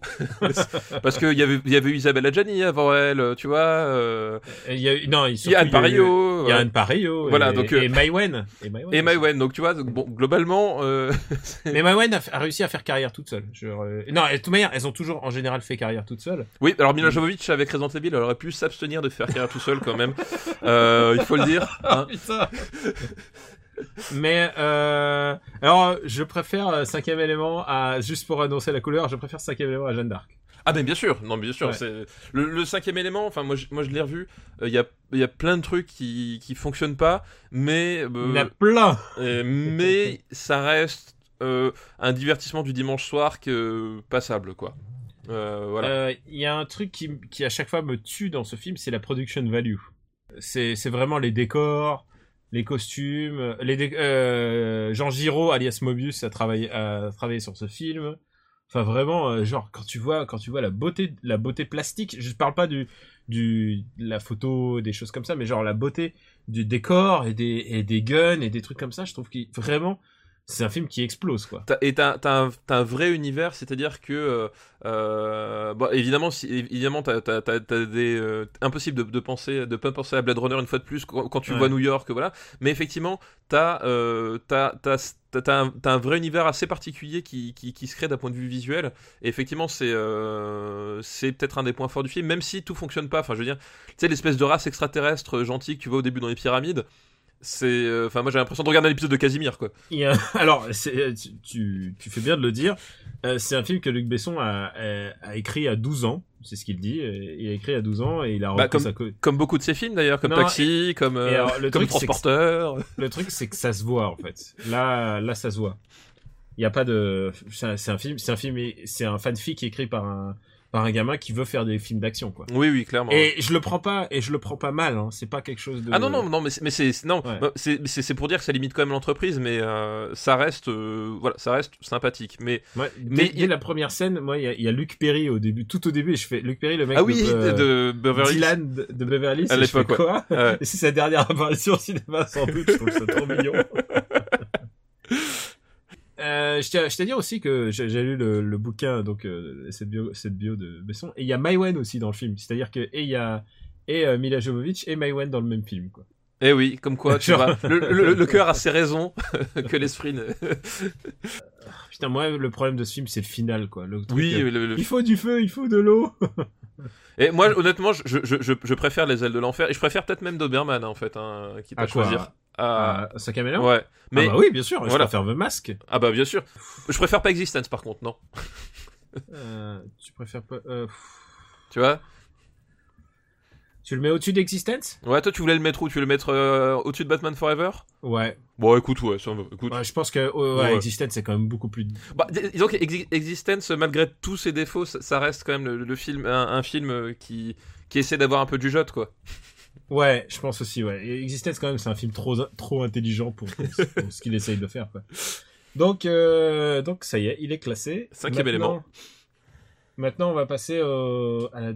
Speaker 3: parce qu'il y avait, il y avait eu Isabelle Adjani avant elle, euh, tu vois, euh,
Speaker 2: Et Il y a, eu- non, il,
Speaker 3: il y a Anne
Speaker 2: surtout, eu-
Speaker 3: Pario,
Speaker 2: Il y a
Speaker 3: ouais,
Speaker 2: Anne Pario.
Speaker 3: Voilà,
Speaker 2: et,
Speaker 3: donc, euh,
Speaker 2: et Maïwen. Et Maïwen,
Speaker 3: et Maïwen, euh, donc tu vois, donc, bon globalement, euh,
Speaker 2: Mais Maïwen a, f- a réussi à faire carrière toute seule. Je, euh, Non, et de toute manière, elles ont toujours en général fait carrière toute seule.
Speaker 3: oui, alors Mila Jovovich avec Resident Evil, elle aurait pu s'abstenir de faire carrière tout seul quand même, Euh, il faut le dire. hein.
Speaker 2: Mais euh, alors, je préfère euh, cinquième élément à juste pour annoncer la couleur, je préfère cinquième élément à Jeanne d'Arc.
Speaker 3: Ah mais bien sûr, non mais bien sûr,
Speaker 2: Ouais.
Speaker 3: c'est le, le cinquième élément. Enfin moi je, moi je l'ai revu. Euh, Il y a il y a plein de trucs qui qui fonctionnent pas, mais euh,
Speaker 2: Il y en a plein.
Speaker 3: euh, mais ça reste euh, un divertissement du dimanche soir que passable, quoi. Euh, voilà.
Speaker 2: Euh, Il y a un truc qui, qui à chaque fois me tue dans ce film, c'est la production value. C'est c'est vraiment les décors, les costumes. Les dé- euh, Jean Giraud, alias Mobius, a travaillé, a travaillé sur ce film. Enfin vraiment, euh, genre quand tu vois, quand tu vois la beauté, la beauté plastique. Je parle pas du, du, de la photo, des choses comme ça, mais genre la beauté du décor et des, et des guns et des trucs comme ça. Je trouve que vraiment, c'est un film qui explose quoi.
Speaker 3: T'as- Et t'as, t'as un, t'as un vrai univers, c'est-à-dire que, euh, euh, bon, évidemment, si, évidemment, t'as, t'as- t'as- t'as des, euh, impossible de, de penser, de pas penser à Blade Runner une fois de plus quand, quand tu
Speaker 2: Ouais.
Speaker 3: vois New York, voilà. Mais effectivement, t'as, euh, t'as, t'as, t'as- t'as un, t'as un vrai univers assez particulier qui, qui, qui se crée d'un point de vue visuel. Et effectivement, c'est, euh, c'est peut-être un des points forts du film, même si tout fonctionne pas. Enfin, je veux dire, tu sais, l'espèce de race extraterrestre euh, gentille que tu vois au début dans les pyramides. C'est, euh, enfin, moi j'ai l'impression de regarder l'épisode de Casimir, quoi.
Speaker 2: Il y a- euh, alors, c'est- tu, tu, tu fais bien de le dire. Euh, c'est un film que Luc Besson a, a- a écrit à 12 ans. C'est ce qu'il dit. Euh, Il a écrit à 12 ans et il a repris
Speaker 3: Bah, comme-
Speaker 2: sa co-
Speaker 3: Comme beaucoup de ses films d'ailleurs, comme
Speaker 2: Non,
Speaker 3: Taxi, comme, euh,
Speaker 2: et alors, le
Speaker 3: comme
Speaker 2: truc, c'est que-
Speaker 3: Transporteur.
Speaker 2: Le truc, c'est que ça se voit en fait. Là, là, ça se voit. Il n'y a pas de. C'est un, c'est un film. C'est un film. C'est un fanfic écrit par un par un gamin qui veut faire des films d'action quoi.
Speaker 3: Oui, oui, clairement.
Speaker 2: Et je le prends pas. Et je le prends pas mal. Hein. C'est pas quelque chose de.
Speaker 3: Ah non, non, non, mais c'est- mais c'est non,
Speaker 2: Ouais.
Speaker 3: bah, c'est- c'est c'est pour dire que ça limite quand même l'entreprise, mais euh, ça reste, euh, voilà, ça reste sympathique. Mais
Speaker 2: Moi, dès-
Speaker 3: Mais
Speaker 2: dès
Speaker 3: il-
Speaker 2: la première scène, moi, il y a- il y, a Luc Perry au début, tout au début, et je fais Luc Perry, le mec
Speaker 3: ah oui,
Speaker 2: de,
Speaker 3: de,
Speaker 2: euh,
Speaker 3: de Beverly. Hills.
Speaker 2: Dylan de, de Beverly Hills.
Speaker 3: À
Speaker 2: et je fais
Speaker 3: l'époque,
Speaker 2: quoi
Speaker 3: Ouais.
Speaker 2: Et C'est sa dernière apparition au cinéma, sans doute. Je trouve ça trop mignon. Euh, je tiens- je tiens à dire aussi que j'ai j'ai lu le, le bouquin, donc euh, cette, bio, cette bio de Besson, et il y a Maïwen aussi dans le film, c'est-à-dire que et il y a et euh, Mila Jovovich et Maïwen dans le même film. Quoi.
Speaker 3: Eh oui, comme quoi, tu
Speaker 2: Genre-
Speaker 3: vois, le, le- le cœur a ses raisons que l'esprit. ne-
Speaker 2: Putain, moi le problème de ce film c'est le final, quoi. Le truc,
Speaker 3: oui,
Speaker 2: euh,
Speaker 3: le- le-
Speaker 2: il faut du feu, il faut de l'eau.
Speaker 3: et moi, honnêtement, je, je, je, je préfère les ailes de l'enfer et je préfère peut-être même Doberman hein, en fait, hein, quitte à,
Speaker 2: À quoi
Speaker 3: choisir. À-
Speaker 2: Ah, ça caméléon
Speaker 3: ouais, mais
Speaker 2: Ah bah oui, bien sûr.
Speaker 3: Voilà.
Speaker 2: Je préfère The Mask.
Speaker 3: ah bah bien sûr. Je préfère pas Existence par contre, non.
Speaker 2: Euh, tu préfères pas euh, pff.
Speaker 3: Tu vois.
Speaker 2: Tu le mets au-dessus d'Existence
Speaker 3: Ouais, toi, tu voulais le mettre où Tu voulais le mettre euh, au-dessus de Batman Forever
Speaker 2: Ouais.
Speaker 3: Bon, écoute, ouais, ça me- écoute.
Speaker 2: Ouais, Je pense que oh, ouais,
Speaker 3: Ouais.
Speaker 2: Existence c'est quand même beaucoup plus
Speaker 3: Bah, dis- disons que Exi- Existence, malgré tous ses défauts, ça, ça reste quand même le, le film, un, un film euh, qui, qui essaie d'avoir un peu du jote, quoi.
Speaker 2: Ouais, je pense aussi, ouais. Et Existence, quand même, c'est un film trop, trop intelligent pour, pour ce- pour ce qu'il essaye de faire, quoi. Donc, euh, donc, ça y est, il est classé.
Speaker 3: Cinquième
Speaker 2: Maintenant-
Speaker 3: élément.
Speaker 2: Maintenant, on va passer au, à la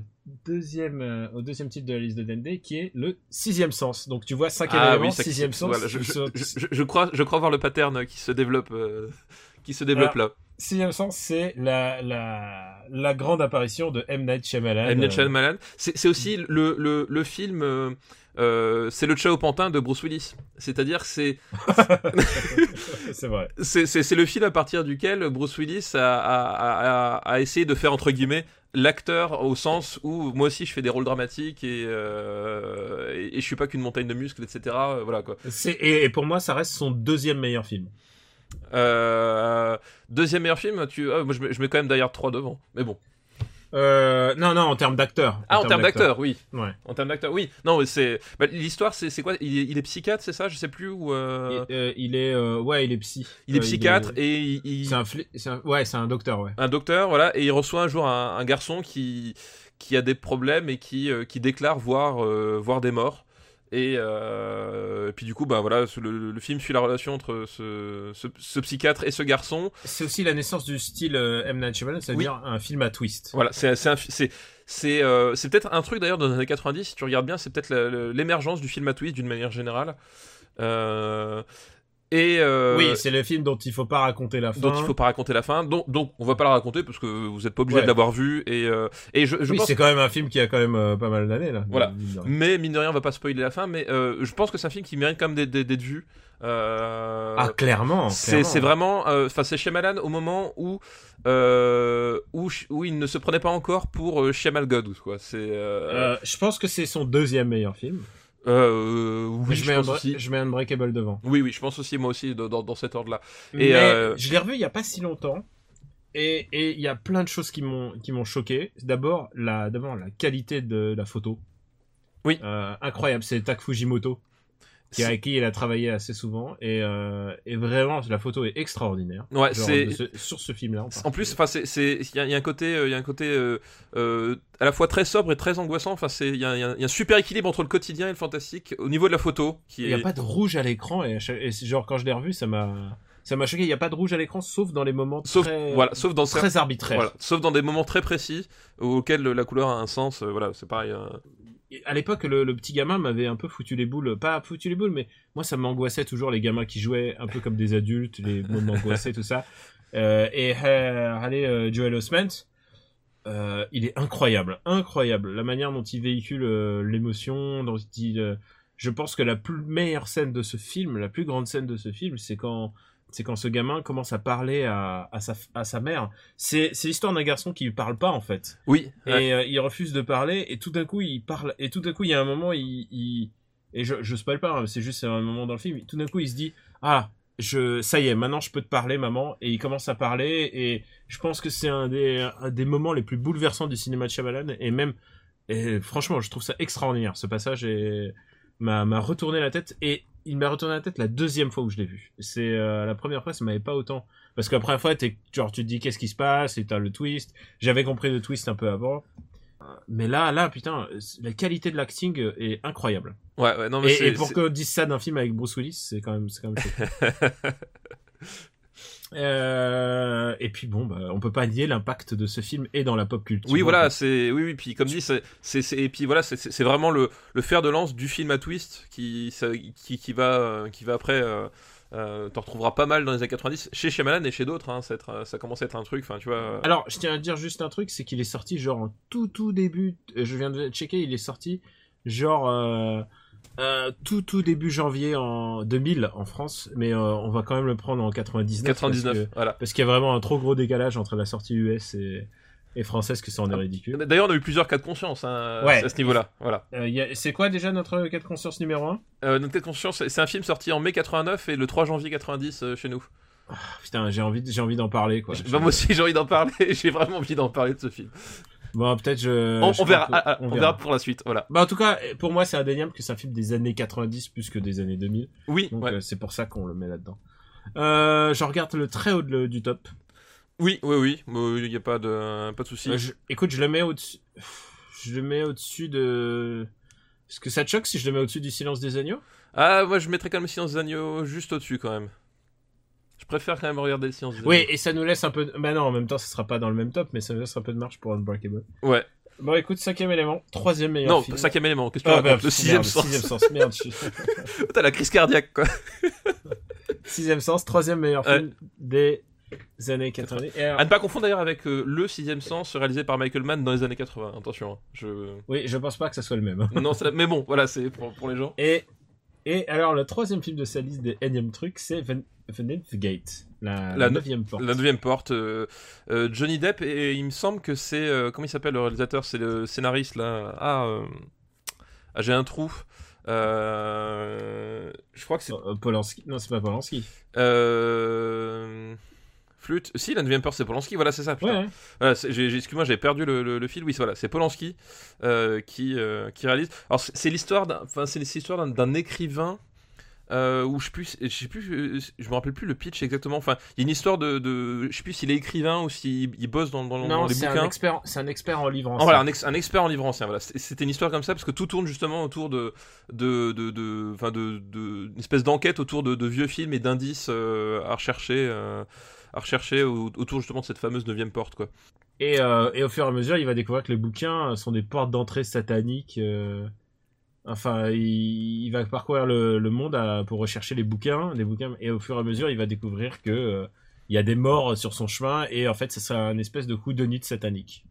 Speaker 2: deuxième, euh, au deuxième titre de la liste de Dende, qui est le sixième sens. Donc, tu vois, cinquième élément,
Speaker 3: ça-
Speaker 2: sixième sens.
Speaker 3: voilà, je,
Speaker 2: ils
Speaker 3: je-
Speaker 2: sont-
Speaker 3: je- je- je crois, je crois voir le pattern qui se développe, euh, qui se développe
Speaker 2: Sixième sens, c'est la, la, la grande apparition de M. Night Shyamalan.
Speaker 3: là. M. Night
Speaker 2: Euh,
Speaker 3: Shyamalan. C'est c'est aussi le, le, le film, euh, euh, c'est le Chao Pantin de Bruce Willis. C'est-à-dire, c'est
Speaker 2: c'est vrai.
Speaker 3: C'est- C'est c'est le film à partir duquel Bruce Willis a, a- a- a- a essayé de faire entre guillemets l'acteur au sens où moi aussi je fais des rôles dramatiques et, euh, et, et je suis pas qu'une montagne de muscles, etc. euh, Voilà quoi.
Speaker 2: C'est- Et, et pour moi, ça reste son deuxième meilleur film.
Speaker 3: Euh, deuxième meilleur film, tu, ah, moi je mets, je mets quand même d'ailleurs 3 devant, mais bon.
Speaker 2: Euh, non, non, en termes d'acteur.
Speaker 3: Ah, en termes d'acteur, oui.
Speaker 2: Ouais.
Speaker 3: En termes d'acteur, oui. Non, mais c'est bah, l'histoire, c'est c'est quoi il est, il est psychiatre, c'est ça Je sais plus où. euh,
Speaker 2: Il, euh, il est, euh, ouais, il est psy.
Speaker 3: Il est
Speaker 2: Euh,
Speaker 3: psychiatre
Speaker 2: est-
Speaker 3: et il- il,
Speaker 2: C'est un, fli- c'est un- ouais, c'est un docteur, ouais.
Speaker 3: un docteur, voilà, et il reçoit un jour un, un garçon qui, qui a des problèmes et qui, euh, qui déclare voir, euh, voir des morts. Et, euh, et puis du coup, bah, voilà, ce- le, le film suit la relation entre ce, ce- ce psychiatre et ce garçon.
Speaker 2: C'est aussi la naissance du style euh, M Night Shyamalan, c'est-à-dire un film à twist.
Speaker 3: Voilà, c'est c'est un fi- c'est c'est euh, c'est peut-être un truc d'ailleurs dans les années 90, si tu regardes bien, c'est peut-être la- le- l'émergence du film à twist d'une manière générale. Euh, et euh,
Speaker 2: oui, c'est le film dont il faut pas raconter la fin.
Speaker 3: dont il faut pas raconter la fin. Donc, donc on va pas la raconter parce que vous n'êtes pas obligé
Speaker 2: Ouais.
Speaker 3: de l'avoir vu. Et, euh, et je, je
Speaker 2: oui,
Speaker 3: pense
Speaker 2: c'est quand même un film qui a quand même euh, pas mal d'années là.
Speaker 3: Voilà.
Speaker 2: Mine de rien.
Speaker 3: Mais mine de rien, on va pas spoiler la fin, mais euh, je pense que c'est un film qui mérite quand même d'être- d'être d'être vu. Euh,
Speaker 2: Ah, clairement.
Speaker 3: c'est
Speaker 2: clairement.
Speaker 3: c'est vraiment, euh, enfin c'est Shyamalan au moment où euh, où ch- où il ne se prenait pas encore pour euh, Shyamalan God quoi. C'est euh,
Speaker 2: Euh, je pense que c'est son deuxième meilleur film.
Speaker 3: euh,
Speaker 2: Mais
Speaker 3: oui,
Speaker 2: je,
Speaker 3: je,
Speaker 2: mets
Speaker 3: pense
Speaker 2: un
Speaker 3: aussi.
Speaker 2: je mets Unbreakable devant.
Speaker 3: Oui oui, je pense aussi moi aussi dans, dans- dans cet ordre là. Et,
Speaker 2: Mais
Speaker 3: euh,
Speaker 2: je l'ai revu il y a pas si longtemps. Et et il y a plein de choses qui m'ont qui m'ont choqué. D'abord la d'abord la qualité de la photo.
Speaker 3: Oui.
Speaker 2: Euh, incroyable, c'est Tak Fujimoto. qui, avec qui il a travaillé assez souvent. Et, euh, et vraiment, la photo est extraordinaire.
Speaker 3: Ouais,
Speaker 2: Genre,
Speaker 3: c'est-
Speaker 2: de ce- sur ce film-là.
Speaker 3: C'est- En
Speaker 2: particulier.
Speaker 3: plus, enfin, c'est, c'est, il y, a- il y a un côté, euh, il y a un côté euh, euh, à la fois très sobre et très angoissant. Enfin, c'est, il y, a un- il y a un il y a un super équilibre entre le quotidien et le fantastique au niveau de la photo, qui
Speaker 2: il n'y
Speaker 3: est.
Speaker 2: a pas de rouge à l'écran. Et, à chaque- et c'est genre, quand je l'ai revu, ça m'a ça m'a choqué. Il n'y a pas de rouge à l'écran, sauf dans les moments
Speaker 3: Sauf,
Speaker 2: très,
Speaker 3: voilà, sauf dans cer-
Speaker 2: très arbitraires.
Speaker 3: voilà, sauf dans des moments très précis auxquels la couleur a un sens. euh, voilà, c'est pareil. euh,
Speaker 2: Et à l'époque, le, le petit gamin m'avait un peu foutu les boules. Pas foutu les boules, mais moi, ça m'angoissait toujours les gamins qui jouaient un peu comme des adultes, les mots m'angoissaient, tout ça. Euh, et euh, allez, euh, Joel Osment, euh, il est incroyable, incroyable. La manière dont il véhicule euh, l'émotion, dont il. euh, je pense que la plus meilleure scène de ce film, la plus grande scène de ce film, c'est quand. C'est quand ce gamin commence à parler à, à sa, à sa mère. C'est c'est l'histoire d'un garçon qui ne parle pas en fait.
Speaker 3: Oui.
Speaker 2: Et
Speaker 3: ouais.
Speaker 2: euh, il refuse de parler, et tout d'un coup il parle, et tout d'un coup il y a un moment, il. il- Et je, je spoil pas, hein, c'est juste un moment dans le film, tout d'un coup il se dit Ah, je, ça y est, maintenant je peux te parler, maman, et il commence à parler, et je pense que c'est un des, un des moments les plus bouleversants du cinéma de Shyamalan, et même. Et franchement, je trouve ça extraordinaire, ce passage est- m'a m'a retourné la tête, et il m'a retourné la tête la deuxième fois où je l'ai vu. C'est euh, la première fois, ça m'avait pas autant. Parce que la première fois, t'es- genre, tu te dis qu'est-ce qui se passe, et t'as le twist. J'avais compris le twist un peu avant. Mais là, là, putain, la qualité de l'acting est incroyable.
Speaker 3: Ouais, ouais, non, mais
Speaker 2: Et,
Speaker 3: c'est-
Speaker 2: et pour
Speaker 3: c'est-
Speaker 2: qu'on dise ça d'un film avec Bruce Willis, c'est quand même, c'est quand même chaud. Euh, et puis bon, bah, on peut pas nier l'impact de ce film et dans la pop culture.
Speaker 3: Oui, voilà, c'est oui, oui. Puis comme dit, c'est, c'est, c'est- et puis voilà, c'est, c'est- c'est vraiment le, le fer de lance du film à twist qui, ça- qui, qui va, euh, qui va après. Euh, euh, t'en retrouveras pas mal dans les années 90 chez Shyamalan et chez d'autres. hein, ça, être, euh, ça commence à être un truc. Enfin, tu vois. euh,
Speaker 2: Alors, je tiens à dire juste un truc, c'est qu'il est sorti genre en tout tout début. euh, Je viens de checker, il est sorti genre euh, euh, tout tout début janvier en 2000 en France, mais euh, on va quand même le prendre en 99. parce
Speaker 3: 99.
Speaker 2: que-
Speaker 3: Voilà.
Speaker 2: Parce qu'il y a vraiment un trop gros décalage entre la sortie US et, et française, que ça en est
Speaker 3: Ah,
Speaker 2: ridicule.
Speaker 3: D'ailleurs, on a eu plusieurs cas de conscience hein,
Speaker 2: Ouais.
Speaker 3: à ce niveau-là. Voilà.
Speaker 2: Euh, y a- c'est quoi déjà notre cas de conscience numéro 1
Speaker 3: Euh, donc, cas de conscience, c'est- c'est un film sorti en mai 89 et le 3 janvier 90 euh, chez nous.
Speaker 2: Ah, Putain, j'ai envie, de- j'ai envie d'en parler quoi.
Speaker 3: Je- bah, moi aussi, j'ai envie d'en parler. j'ai vraiment envie d'en parler de ce film.
Speaker 2: Bon, peut-être je.
Speaker 3: on,
Speaker 2: Euh, je
Speaker 3: on verra,
Speaker 2: crois que-
Speaker 3: ah, ah, on verra pour la suite. Voilà.
Speaker 2: Bah, en tout cas, pour moi, c'est indéniable que c'est un film des années 90 plus que des années 2000.
Speaker 3: Oui.
Speaker 2: Donc
Speaker 3: ouais.
Speaker 2: euh, c'est pour ça qu'on le met là-dedans. Euh, je regarde le très haut de- du top.
Speaker 3: Oui, oui, oui, Bon, il n'y a pas de, pas de souci.
Speaker 2: Euh, je- écoute, je le mets au-dessus. Je le mets au-dessus de. Est-ce que ça te choque si je le mets au-dessus du silence des agneaux
Speaker 3: Ah, moi je mettrais quand même le silence des agneaux juste au-dessus quand même. Je préfère quand même regarder le silence des
Speaker 2: Oui, et ça nous laisse un peu. Bah non, en même temps, ce sera pas dans le même top, mais ça nous laisse un peu de marche pour Unbreakable.
Speaker 3: agneaux. Ouais.
Speaker 2: Bon, écoute, cinquième élément, troisième meilleur
Speaker 3: Non,
Speaker 2: film.
Speaker 3: cinquième élément, qu'est-ce que tu
Speaker 2: Ah, bah,
Speaker 3: racontes Le
Speaker 2: merde,
Speaker 3: sixième sens.
Speaker 2: Sixième sens, merde. je-
Speaker 3: T'as la crise cardiaque quoi.
Speaker 2: sixième sens, troisième meilleur
Speaker 3: Ouais.
Speaker 2: film des années 80. Et alors-
Speaker 3: À ne pas confondre d'ailleurs avec euh, le sixième sens réalisé par Michael Mann dans les années 80. Attention, hein. je.
Speaker 2: Oui, je pense pas que ça soit le même. hein.
Speaker 3: Non, c'est la- mais bon, voilà, c'est pour, pour les gens.
Speaker 2: Et, et alors, le troisième film de sa liste des énième trucs, c'est The The Ninth Gate, la, la
Speaker 3: no-
Speaker 2: neuvième porte.
Speaker 3: La deuxième porte, euh, euh, Johnny Depp, et, il me semble que c'est. euh, comment il s'appelle le réalisateur C'est le scénariste là. Ah, euh, ah, j'ai un trou. Euh, je crois que c'est.
Speaker 2: Euh, Polanski. Non, c'est pas Polanski.
Speaker 3: Euh... Flûte. Si, la neuvième peur, c'est Polanski. Voilà, c'est ça.
Speaker 2: Ouais, hein.
Speaker 3: putain.
Speaker 2: ouais.
Speaker 3: Voilà, Euh, c'est- j'ai- j'ai- Excuse-moi, j'ai perdu le, le, le fil. Oui, c'est- voilà, c'est Polanski euh, qui, euh, qui réalise. Alors, c'est c'est l'histoire d'un enfin, c'est l'histoire d'un- d'un écrivain. euh, où je puisse, je sais plus, euh, je me rappelle plus le pitch exactement. Enfin, il y a une histoire de, de je sais plus s'il est écrivain ou s'il il bosse dans, dans- dans
Speaker 2: Non,
Speaker 3: les
Speaker 2: c'est
Speaker 3: bouquins.
Speaker 2: un, expert- c'est un expert en livre
Speaker 3: Ah,
Speaker 2: ancien.
Speaker 3: voilà, un, ex- un expert en livre ancien. Voilà, C'est- c'était une histoire comme ça parce que tout tourne justement autour de, de, de, de- enfin de, de- une espèce d'enquête autour de, de vieux films et d'indices euh, à rechercher, euh, à rechercher au- autour justement de cette fameuse neuvième porte, quoi.
Speaker 2: Et, euh, et au fur et à mesure, il va découvrir que les bouquins euh, sont des portes d'entrée sataniques. euh, Enfin, il, il va parcourir le, le monde à- pour rechercher les bouquins, les bouquins. Et au fur et à mesure, il va découvrir que euh, il y a des morts sur son chemin. Et en fait, c'est un espèce de coup de nid satanique.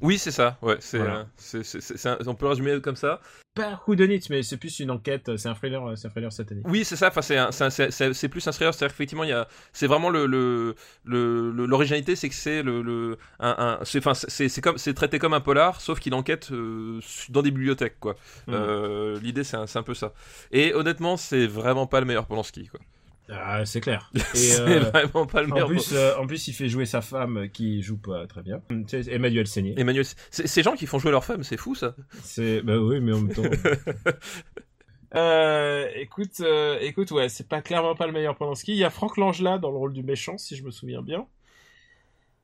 Speaker 3: Oui, c'est ça. Ouais, c'est,
Speaker 2: Voilà.
Speaker 3: euh, c'est, c'est- c'est- c'est un- on peut le résumer comme ça.
Speaker 2: Pas coup de nid, mais c'est plus une enquête. C'est un thriller, euh, c'est un thriller satanique.
Speaker 3: Oui, c'est ça. Enfin, c'est, un- c'est, un- c'est- c'est- c'est plus un thriller. C'est-à-dire qu'effectivement, il y a, c'est vraiment le, le, le- le- l'originalité, c'est que c'est le, le- un, un- c'est, enfin, c'est, c'est comme, c'est traité comme un polar, sauf qu'il enquête euh, dans des bibliothèques, quoi.
Speaker 2: Mmh.
Speaker 3: Euh, L'idée, c'est un, c'est un peu ça. Et honnêtement, c'est vraiment pas le meilleur Polanski, quoi.
Speaker 2: Ah, c'est clair. Et,
Speaker 3: c'est
Speaker 2: euh,
Speaker 3: vraiment pas le
Speaker 2: en
Speaker 3: meilleur.
Speaker 2: plus, euh, en plus, il fait jouer sa femme euh, qui joue pas très bien. Tu sais, Emmanuel Seigné.
Speaker 3: Emmanuel, c'est- ces gens qui font jouer leurs femmes, c'est fou ça.
Speaker 2: C'est bah oui, mais en même temps. Euh, écoute, euh, écoute, ouais, c'est pas clairement pas le meilleur Polanski. Il y a Franck Langela dans le rôle du méchant, si je me souviens bien.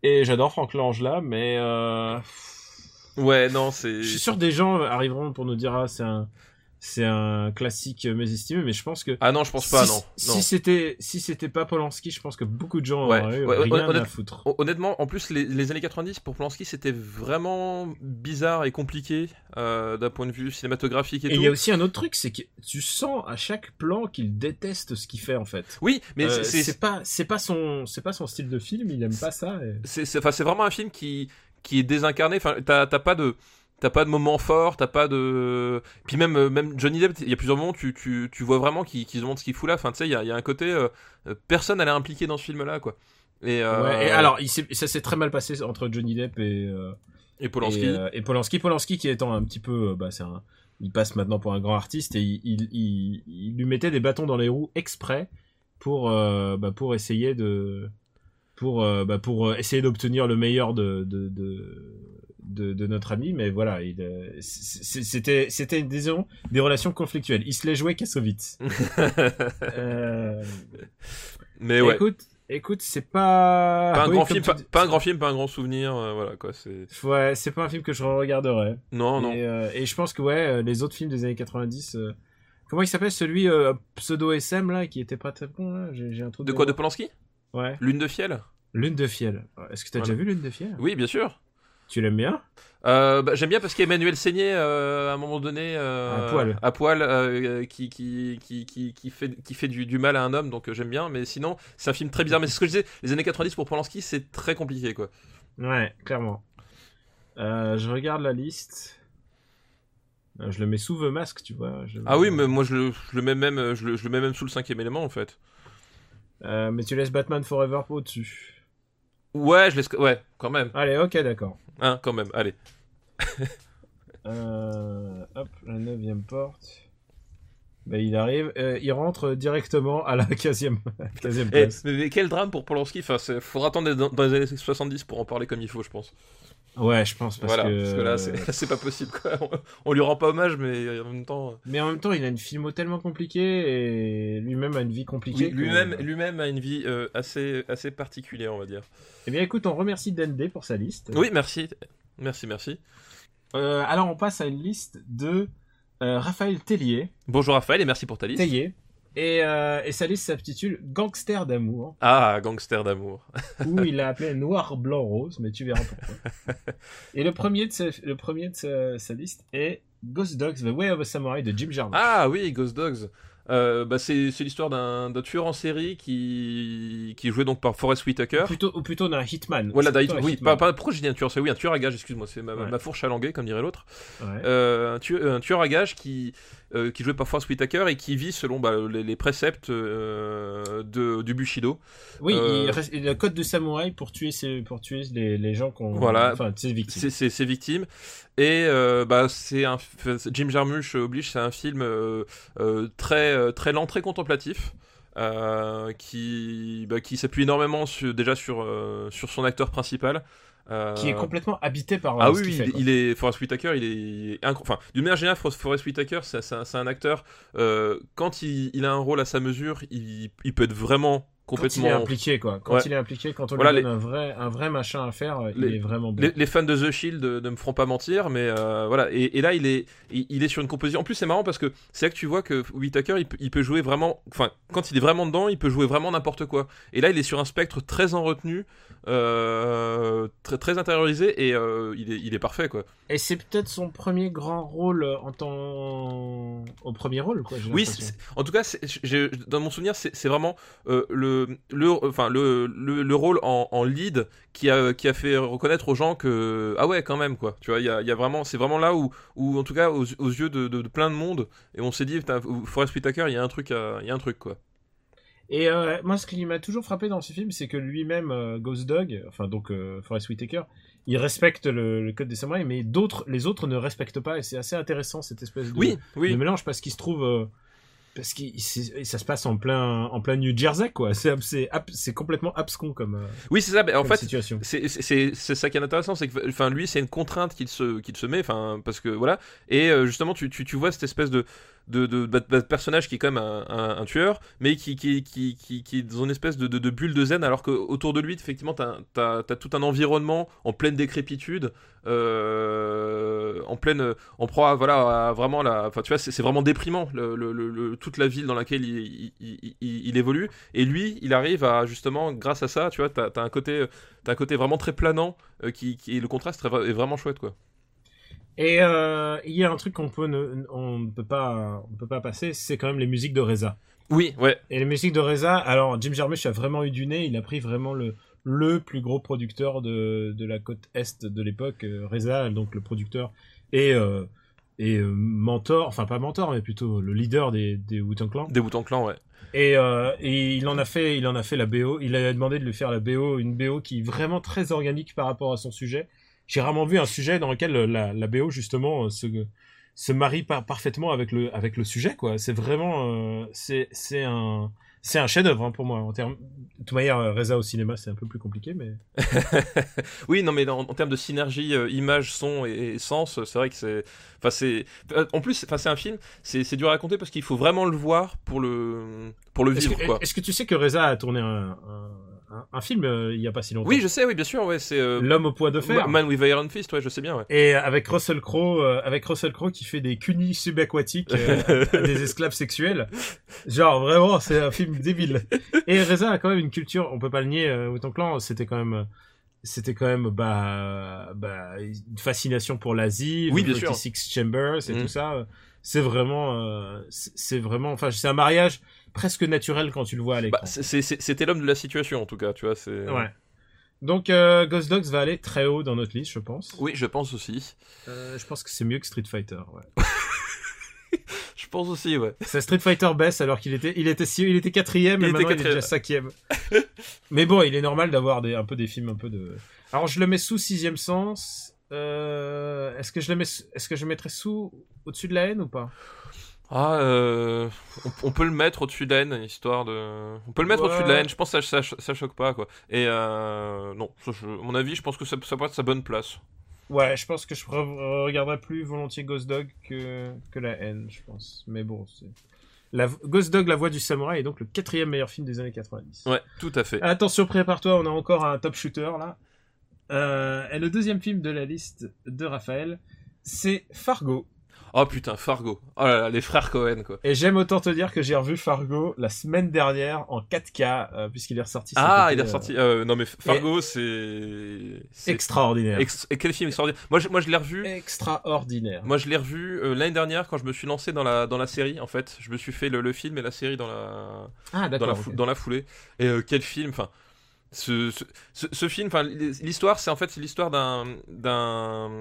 Speaker 2: Et j'adore Franck Langela, mais euh,
Speaker 3: Ouais, non, c'est.
Speaker 2: je suis sûr que des gens arriveront pour nous dire ah c'est un c'est un classique euh, mésestimé, mais je pense que
Speaker 3: Ah non, je pense pas,
Speaker 2: si,
Speaker 3: non. non.
Speaker 2: Si c'était si c'était pas Polanski, je pense que beaucoup de gens
Speaker 3: Ouais,
Speaker 2: auraient eu
Speaker 3: ouais, ouais,
Speaker 2: rien
Speaker 3: honnête-
Speaker 2: à foutre.
Speaker 3: Hon- Honnêtement, en plus, les, les années 90 pour Polanski, c'était vraiment bizarre et compliqué euh, d'un point de vue cinématographique et,
Speaker 2: Et
Speaker 3: tout.
Speaker 2: il y a aussi un autre truc, c'est que tu sens à chaque plan qu'il déteste ce qu'il fait en fait.
Speaker 3: Oui, mais
Speaker 2: Euh,
Speaker 3: c'est-
Speaker 2: c'est pas c'est pas son c'est pas son style de film, il aime pas ça. et-
Speaker 3: c'est c'est- enfin, c'est vraiment un film qui qui est désincarné enfin t'as t'as pas de t'as pas de moment fort t'as pas de puis même euh, même Johnny Depp il y a plusieurs moments tu tu, tu vois vraiment qu'ils qu'ils montrent ce qu'il fout là enfin tu sais il y a, il y a un côté euh, euh, personne à l'air impliqué dans ce film là quoi et, euh,
Speaker 2: Ouais, et alors, il s'est- ça s'est très mal passé entre Johnny Depp et, euh,
Speaker 3: et Polanski
Speaker 2: et, euh, et Polanski. Polanski qui étant un petit peu, euh, bah, c'est un, il passe maintenant pour un grand artiste et il, il, il- il lui mettait des bâtons dans les roues exprès pour, euh, bah, pour essayer de, pour, euh, bah, pour euh, essayer d'obtenir le meilleur de, de, de, de, de notre ami. Mais voilà, il, euh, c- c- c'était, c'était disons, des relations conflictuelles. Il se les jouait Kassovitz. euh,
Speaker 3: mais Eh ouais
Speaker 2: Écoute, écoute, c'est pas,
Speaker 3: pas un
Speaker 2: oui,
Speaker 3: grand
Speaker 2: comme
Speaker 3: film
Speaker 2: tu
Speaker 3: pas,
Speaker 2: dis-
Speaker 3: pas un grand film pas un grand souvenir euh, voilà quoi c'est
Speaker 2: Ouais, c'est pas un film que je regarderai.
Speaker 3: Oh non non
Speaker 2: Et, euh, et je pense que ouais, euh, les autres films des années 90. euh, Comment il s'appelle celui euh, pseudo SM là qui était pas très bon là J'ai j'ai un truc
Speaker 3: de quoi de Polanski
Speaker 2: Ouais.
Speaker 3: Lune de fiel
Speaker 2: Lune de fiel. Est-ce que t'as
Speaker 3: Voilà.
Speaker 2: déjà vu Lune de fiel
Speaker 3: oui bien sûr
Speaker 2: Tu l'aimes bien
Speaker 3: Euh, bah, j'aime bien parce qu'Emmanuel Seigné euh, à un moment donné euh,
Speaker 2: À poil.
Speaker 3: à poil, euh, qui, qui, qui, qui, qui fait, qui fait du, du mal à un homme donc euh, j'aime bien mais sinon c'est un film très bizarre mais c'est ce que je disais les années 90 pour Polanski c'est très compliqué quoi
Speaker 2: Ouais, clairement. Euh, je regarde la liste. Euh, je le mets sous The Mask, tu vois. je-
Speaker 3: ah oui mais moi je le, je le mets même euh, je le, je le mets même sous le cinquième élément en fait
Speaker 2: Euh, mais tu laisses Batman Forever au-dessus.
Speaker 3: ouais je laisse ouais quand même
Speaker 2: Allez, ok, d'accord.
Speaker 3: hein quand même allez
Speaker 2: Euh, hop, la neuvième porte. Bah, il arrive, euh, il rentre directement à la 15e, 15e
Speaker 3: Eh,
Speaker 2: place.
Speaker 3: mais, mais quel drame pour Polanski enfin c'est- faudra attendre dans, dans les années 70 pour en parler comme il faut je pense
Speaker 2: Ouais, je pense parce
Speaker 3: voilà
Speaker 2: que.
Speaker 3: parce que là c'est là, c'est pas possible quoi on, on lui rend pas hommage mais en même temps
Speaker 2: Mais en même temps, il a une filmo tellement compliquée et lui-même a une vie compliquée.
Speaker 3: Oui,
Speaker 2: que-
Speaker 3: lui-même, lui-même a une vie euh, assez, assez particulière, on va dire.
Speaker 2: Eh bien, écoute, on remercie Dende pour sa liste.
Speaker 3: Oui, merci. Merci, merci.
Speaker 2: Euh, alors, on passe à une liste de euh, Raphaël Tellier.
Speaker 3: Bonjour Raphaël et merci pour ta liste.
Speaker 2: Tellier. Et, euh, et sa liste s'intitule Gangster d'amour,
Speaker 3: Ah, gangster d'amour.
Speaker 2: où il l'a appelé Noir, Blanc, Rose, mais tu verras pourquoi. Et le premier de, sa- le premier de sa, sa liste est Ghost Dogs, The Way of a Samurai de Jim Jarmusch.
Speaker 3: Ah oui, Ghost Dogs. Euh, bah, c'est, c'est l'histoire d'un, d'un tueur en série qui, qui est joué donc par Forrest Whitaker.
Speaker 2: Ou plutôt, ou plutôt d'un Hitman.
Speaker 3: Voilà,
Speaker 2: C'est
Speaker 3: d'un-
Speaker 2: plutôt un
Speaker 3: oui,
Speaker 2: Hitman.
Speaker 3: pas, pas- pourquoi j'ai dit un tueur, c'est oui, un tueur à gage, excuse-moi, c'est ma, ma-
Speaker 2: Ouais.
Speaker 3: ma fourche à languer, comme dirait l'autre.
Speaker 2: Ouais.
Speaker 3: Euh, un, tue- un tueur à gage qui, euh, qui jouait par Forrest Whitaker et qui vit selon bah, les, les préceptes euh, de, du Bushido.
Speaker 2: Oui,
Speaker 3: Euh,
Speaker 2: il reste- le code de samouraï pour tuer, ses- pour tuer les, les gens qu'on.
Speaker 3: Voilà.
Speaker 2: Enfin, ses victimes.
Speaker 3: C'est- c'est- ses victimes et euh, bah c'est un f- Jim Jarmusch euh, oblige c'est un film euh, euh, très euh, très lent très contemplatif euh, qui bah, qui s'appuie énormément sur- déjà sur euh, sur son acteur principal euh,
Speaker 2: Qui est complètement habité par. euh,
Speaker 3: ah
Speaker 2: ce
Speaker 3: oui,
Speaker 2: qu'il
Speaker 3: oui,
Speaker 2: fait,
Speaker 3: il,
Speaker 2: quoi.
Speaker 3: il est Forrest Whitaker, il est, il est incro- enfin d'une manière générale, For- Forrest Whitaker, c'est c'est un, c'est un acteur euh, quand il, il a un rôle à sa mesure, il, il peut être vraiment
Speaker 2: Quand il est
Speaker 3: complètement
Speaker 2: impliqué, quoi. Quand
Speaker 3: Ouais.
Speaker 2: il est impliqué, quand on
Speaker 3: Voilà,
Speaker 2: lui
Speaker 3: les-
Speaker 2: donne un, vrai, un vrai machin à faire, euh, il
Speaker 3: Les-
Speaker 2: est vraiment bon.
Speaker 3: Les, les fans de The Shield euh, ne me feront pas mentir, mais euh, voilà. Et, et là, il est, il, il est sur une composition. En plus, c'est marrant parce que c'est là que tu vois que Whittaker, il, peut- il peut jouer vraiment. Enfin, quand il est vraiment dedans, il peut jouer vraiment n'importe quoi. Et là, il est sur un spectre très en retenue, euh, très, très intériorisé, et euh, il, est, il est parfait, quoi.
Speaker 2: Et c'est peut-être son premier grand rôle euh, en tant. Au premier rôle, quoi. j'ai
Speaker 3: Oui,
Speaker 2: l'impression.
Speaker 3: c'est- c'est- en tout cas, c'est- j'ai- dans mon souvenir, c'est c'est vraiment euh, le, le, enfin, le, le, le rôle en, en lead qui a, qui a fait reconnaître aux gens que ah ouais, quand même quoi. Tu vois, il y a, il y a vraiment, c'est vraiment là où, où, en tout cas, aux, aux yeux de, de- de plein de monde, et on s'est dit, putain, Forrest Whitaker, il y a un truc, à- il y a un truc quoi.
Speaker 2: Et euh, moi, ce qui m'a toujours frappé dans ce film, c'est que lui-même, euh, Ghost Dog, enfin donc euh, Forrest Whitaker, il respecte le, le code des samouraïs, mais d'autres, les autres ne respectent pas. Et c'est assez intéressant cette espèce de,
Speaker 3: Oui,
Speaker 2: de
Speaker 3: oui.
Speaker 2: mélange parce qu'il se trouve, euh, parce que ça se passe en plein, en plein New Jersey, quoi. C'est ab- c'est ab- c'est complètement abscon comme, euh,
Speaker 3: Oui, c'est ça. mais en
Speaker 2: comme
Speaker 3: fait,
Speaker 2: situation.
Speaker 3: C'est- C'est c'est- c'est ça qui est intéressant, c'est que enfin, lui, c'est une contrainte qu'il se, qu'il se met, enfin, parce que voilà. Et euh, justement, tu, tu, tu vois cette espèce de, de, de- bah, bah, personnage qui est quand même un, un- un tueur, mais qui, qui, qui, qui, qui est dans une espèce de, de- de bulle de zen, alors qu'autour de lui, effectivement, t'as as, tout un environnement en pleine décrépitude, euh, en pleine, en proie, à, voilà, à vraiment la, enfin, tu vois, c'est c'est vraiment déprimant le- le- le- le- toute la ville dans laquelle il, il- il- il- il évolue. Et lui, il arrive à justement, grâce à ça, tu vois, t'as as un côté, t'as un côté vraiment très planant, euh, qui, qui- et le contraste est vra- est vraiment chouette, quoi.
Speaker 2: Et euh, il y a un truc qu'on peut ne, on ne peut pas on peut pas passer, c'est quand même les musiques de Reza.
Speaker 3: Oui, ouais.
Speaker 2: Et les musiques de Reza, alors Jim Jarmusch a vraiment eu du nez, il a pris vraiment le le plus gros producteur de, de la côte est de l'époque, euh, Reza, donc le producteur et euh, et euh, mentor, enfin pas mentor mais plutôt le leader des des Wu-Tang Clan.
Speaker 3: Des boutons clan, ouais.
Speaker 2: Et, euh, et il en a fait, il en a fait la BO. Il a demandé de lui faire la BO, une BO qui est vraiment très organique par rapport à son sujet. J'ai rarement vu un sujet dans lequel la, la BO justement euh, se, se marie par- parfaitement avec le avec le sujet quoi. C'est vraiment euh, c'est c'est un c'est un chef-d'œuvre hein, pour moi. En termes, de toute manière, euh, Reza au cinéma c'est un peu plus compliqué, mais
Speaker 3: oui, non, mais en, en termes de synergie euh, image, son et, et sens, euh, c'est vrai que c'est. Enfin, c'est. euh, En plus, c'est- enfin, c'est un film, c'est c'est dur à raconter parce qu'il faut vraiment le voir pour le, pour le
Speaker 2: est-ce
Speaker 3: vivre, quoi.
Speaker 2: que, est-ce que tu sais que Reza a tourné un, un, un- un film euh, il y a pas si longtemps
Speaker 3: Oui, je sais, oui, bien sûr, ouais, c'est. euh,
Speaker 2: L'homme au poids de fer.
Speaker 3: Ma- Man with Iron Fist, ouais, je sais bien, ouais.
Speaker 2: Et avec Russell Crowe, euh, avec Russell Crowe qui fait des cunis subaquatiques euh, à des esclaves sexuels. Genre vraiment, c'est un film débile. Et Reza a quand même une culture, on peut pas le nier. Euh, Wu-Tang Clan, c'était quand même, c'était quand même bah, bah, une fascination pour l'Asie,
Speaker 3: Oui,
Speaker 2: le
Speaker 3: bien sûr.
Speaker 2: 36 Chambers et
Speaker 3: Mhm.
Speaker 2: tout ça. C'est vraiment, euh, c'est c'est vraiment, enfin, c'est un mariage presque naturel quand tu le vois à l'écran.
Speaker 3: Bah, c'est- euh, c'est- c'est- c'était l'homme de la situation, en tout cas, tu vois, c'est.
Speaker 2: ouais. Donc euh, Ghost Dogs va aller très haut dans notre liste, je pense.
Speaker 3: Oui, je pense aussi.
Speaker 2: Euh, je pense que c'est mieux que Street Fighter. Ouais.
Speaker 3: Je pense aussi, ouais.
Speaker 2: Sa Street Fighter baisse alors qu'il était, il était, si- il était quatrième
Speaker 3: Il
Speaker 2: et
Speaker 3: était
Speaker 2: maintenant il est
Speaker 3: quatrième.
Speaker 2: déjà cinquième. Mais bon, il est normal d'avoir des, un peu des films un peu de. Alors je le mets sous sixième sens. Euh, est-ce que je le mets, sous- est-ce que je mettrais sous au-dessus de la haine ou pas
Speaker 3: Ah, euh, on, on peut le mettre au-dessus de la haine, histoire de. On peut le mettre
Speaker 2: Ouais.
Speaker 3: au-dessus de la haine, je pense que ça, ça, ça choque pas, quoi. Et euh, non, ça, je- à mon avis, je pense que ça, ça peut être sa bonne place.
Speaker 2: Ouais, je pense que je re- regarderais plus volontiers Ghost Dog que, que la haine, je pense. Mais bon, c'est. La, Ghost Dog, la voix du samouraï est donc le quatrième meilleur film des années 90.
Speaker 3: Ouais, tout à fait.
Speaker 2: Attention, prépare-toi, on a encore un top shooter là. Euh, et le deuxième film de la liste de Raphaël, c'est Fargo.
Speaker 3: Oh putain, Fargo. Oh là là, les frères Cohen, quoi.
Speaker 2: Et j'aime autant te dire que j'ai revu Fargo la semaine dernière en 4K, euh, puisqu'il est ressorti. cet
Speaker 3: Ah,
Speaker 2: été,
Speaker 3: il est
Speaker 2: euh,
Speaker 3: ressorti. euh, non, mais Fargo, c'est. c'est
Speaker 2: Extraordinaire.
Speaker 3: ex- et Quel film extraordinaire. Moi, je, moi, je l'ai revu.
Speaker 2: Extraordinaire.
Speaker 3: Moi, je l'ai revu euh, l'année dernière quand je me suis lancé dans la, dans la série, en fait. Je me suis fait le, le film et la série dans la,
Speaker 2: Ah,
Speaker 3: dans
Speaker 2: d'accord.
Speaker 3: la, fou-
Speaker 2: ok.
Speaker 3: dans la foulée. Et euh, quel film, enfin. Ce, ce, ce- ce film, enfin, l'histoire, c'est en fait c'est l'histoire d'un d'un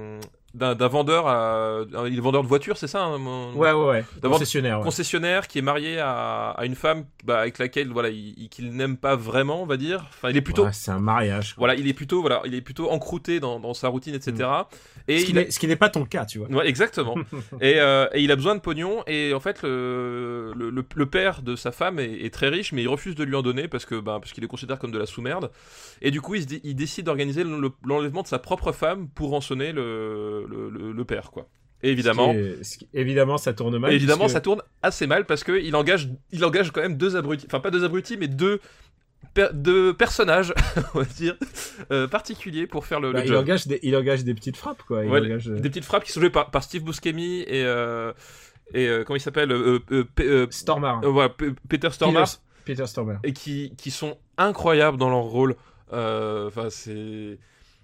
Speaker 3: d'un d'un vendeur, à, il est vendeur de voitures, c'est ça hein, mon-
Speaker 2: Ouais, ouais, ouais.
Speaker 3: D'abord-
Speaker 2: Concessionnaire. ouais.
Speaker 3: concessionnaire qui est marié à, à une femme bah, avec laquelle voilà il, il- qu'il n'aime pas vraiment on va dire enfin il est plutôt
Speaker 2: Ouais, c'est un mariage. quoi.
Speaker 3: voilà il est plutôt voilà il est plutôt encrouté dans, dans sa routine etc et
Speaker 2: Mm. ce, qui
Speaker 3: il a-
Speaker 2: n'est- ce qui n'est pas ton cas, tu vois.
Speaker 3: Ouais, exactement. et, euh, et il a besoin de pognon. Et en fait, le, le, le- le père de sa femme est, est très riche, mais il refuse de lui en donner parce que ben, parce qu'il le considère comme de la sous-merde. Et du coup, il, se dit- il décide d'organiser le- l'enlèvement de sa propre femme pour rançonner le, le, le- le père, quoi. Et évidemment,
Speaker 2: Ce qui est- ce qui- évidemment, ça tourne mal.
Speaker 3: et évidemment,
Speaker 2: puisque-
Speaker 3: ça tourne assez mal parce que il engage, il engage quand même deux abrutis, enfin pas deux abrutis, mais deux, per- deux personnages, on va dire, euh, particuliers pour faire le,
Speaker 2: bah,
Speaker 3: le
Speaker 2: il
Speaker 3: job.
Speaker 2: engage des, il engage des petites frappes, quoi. Il
Speaker 3: Ouais,
Speaker 2: engage, euh,
Speaker 3: Des petites frappes qui sont jouées par, par Steve Buscemi et euh, et euh, comment il s'appelle, euh, euh, P- euh,
Speaker 2: Stormare.
Speaker 3: euh, ouais, P- Peter Stormare,
Speaker 2: Peter- Peter Stormare.
Speaker 3: et qui qui sont incroyables dans leur rôle. Euh, Enfin c'est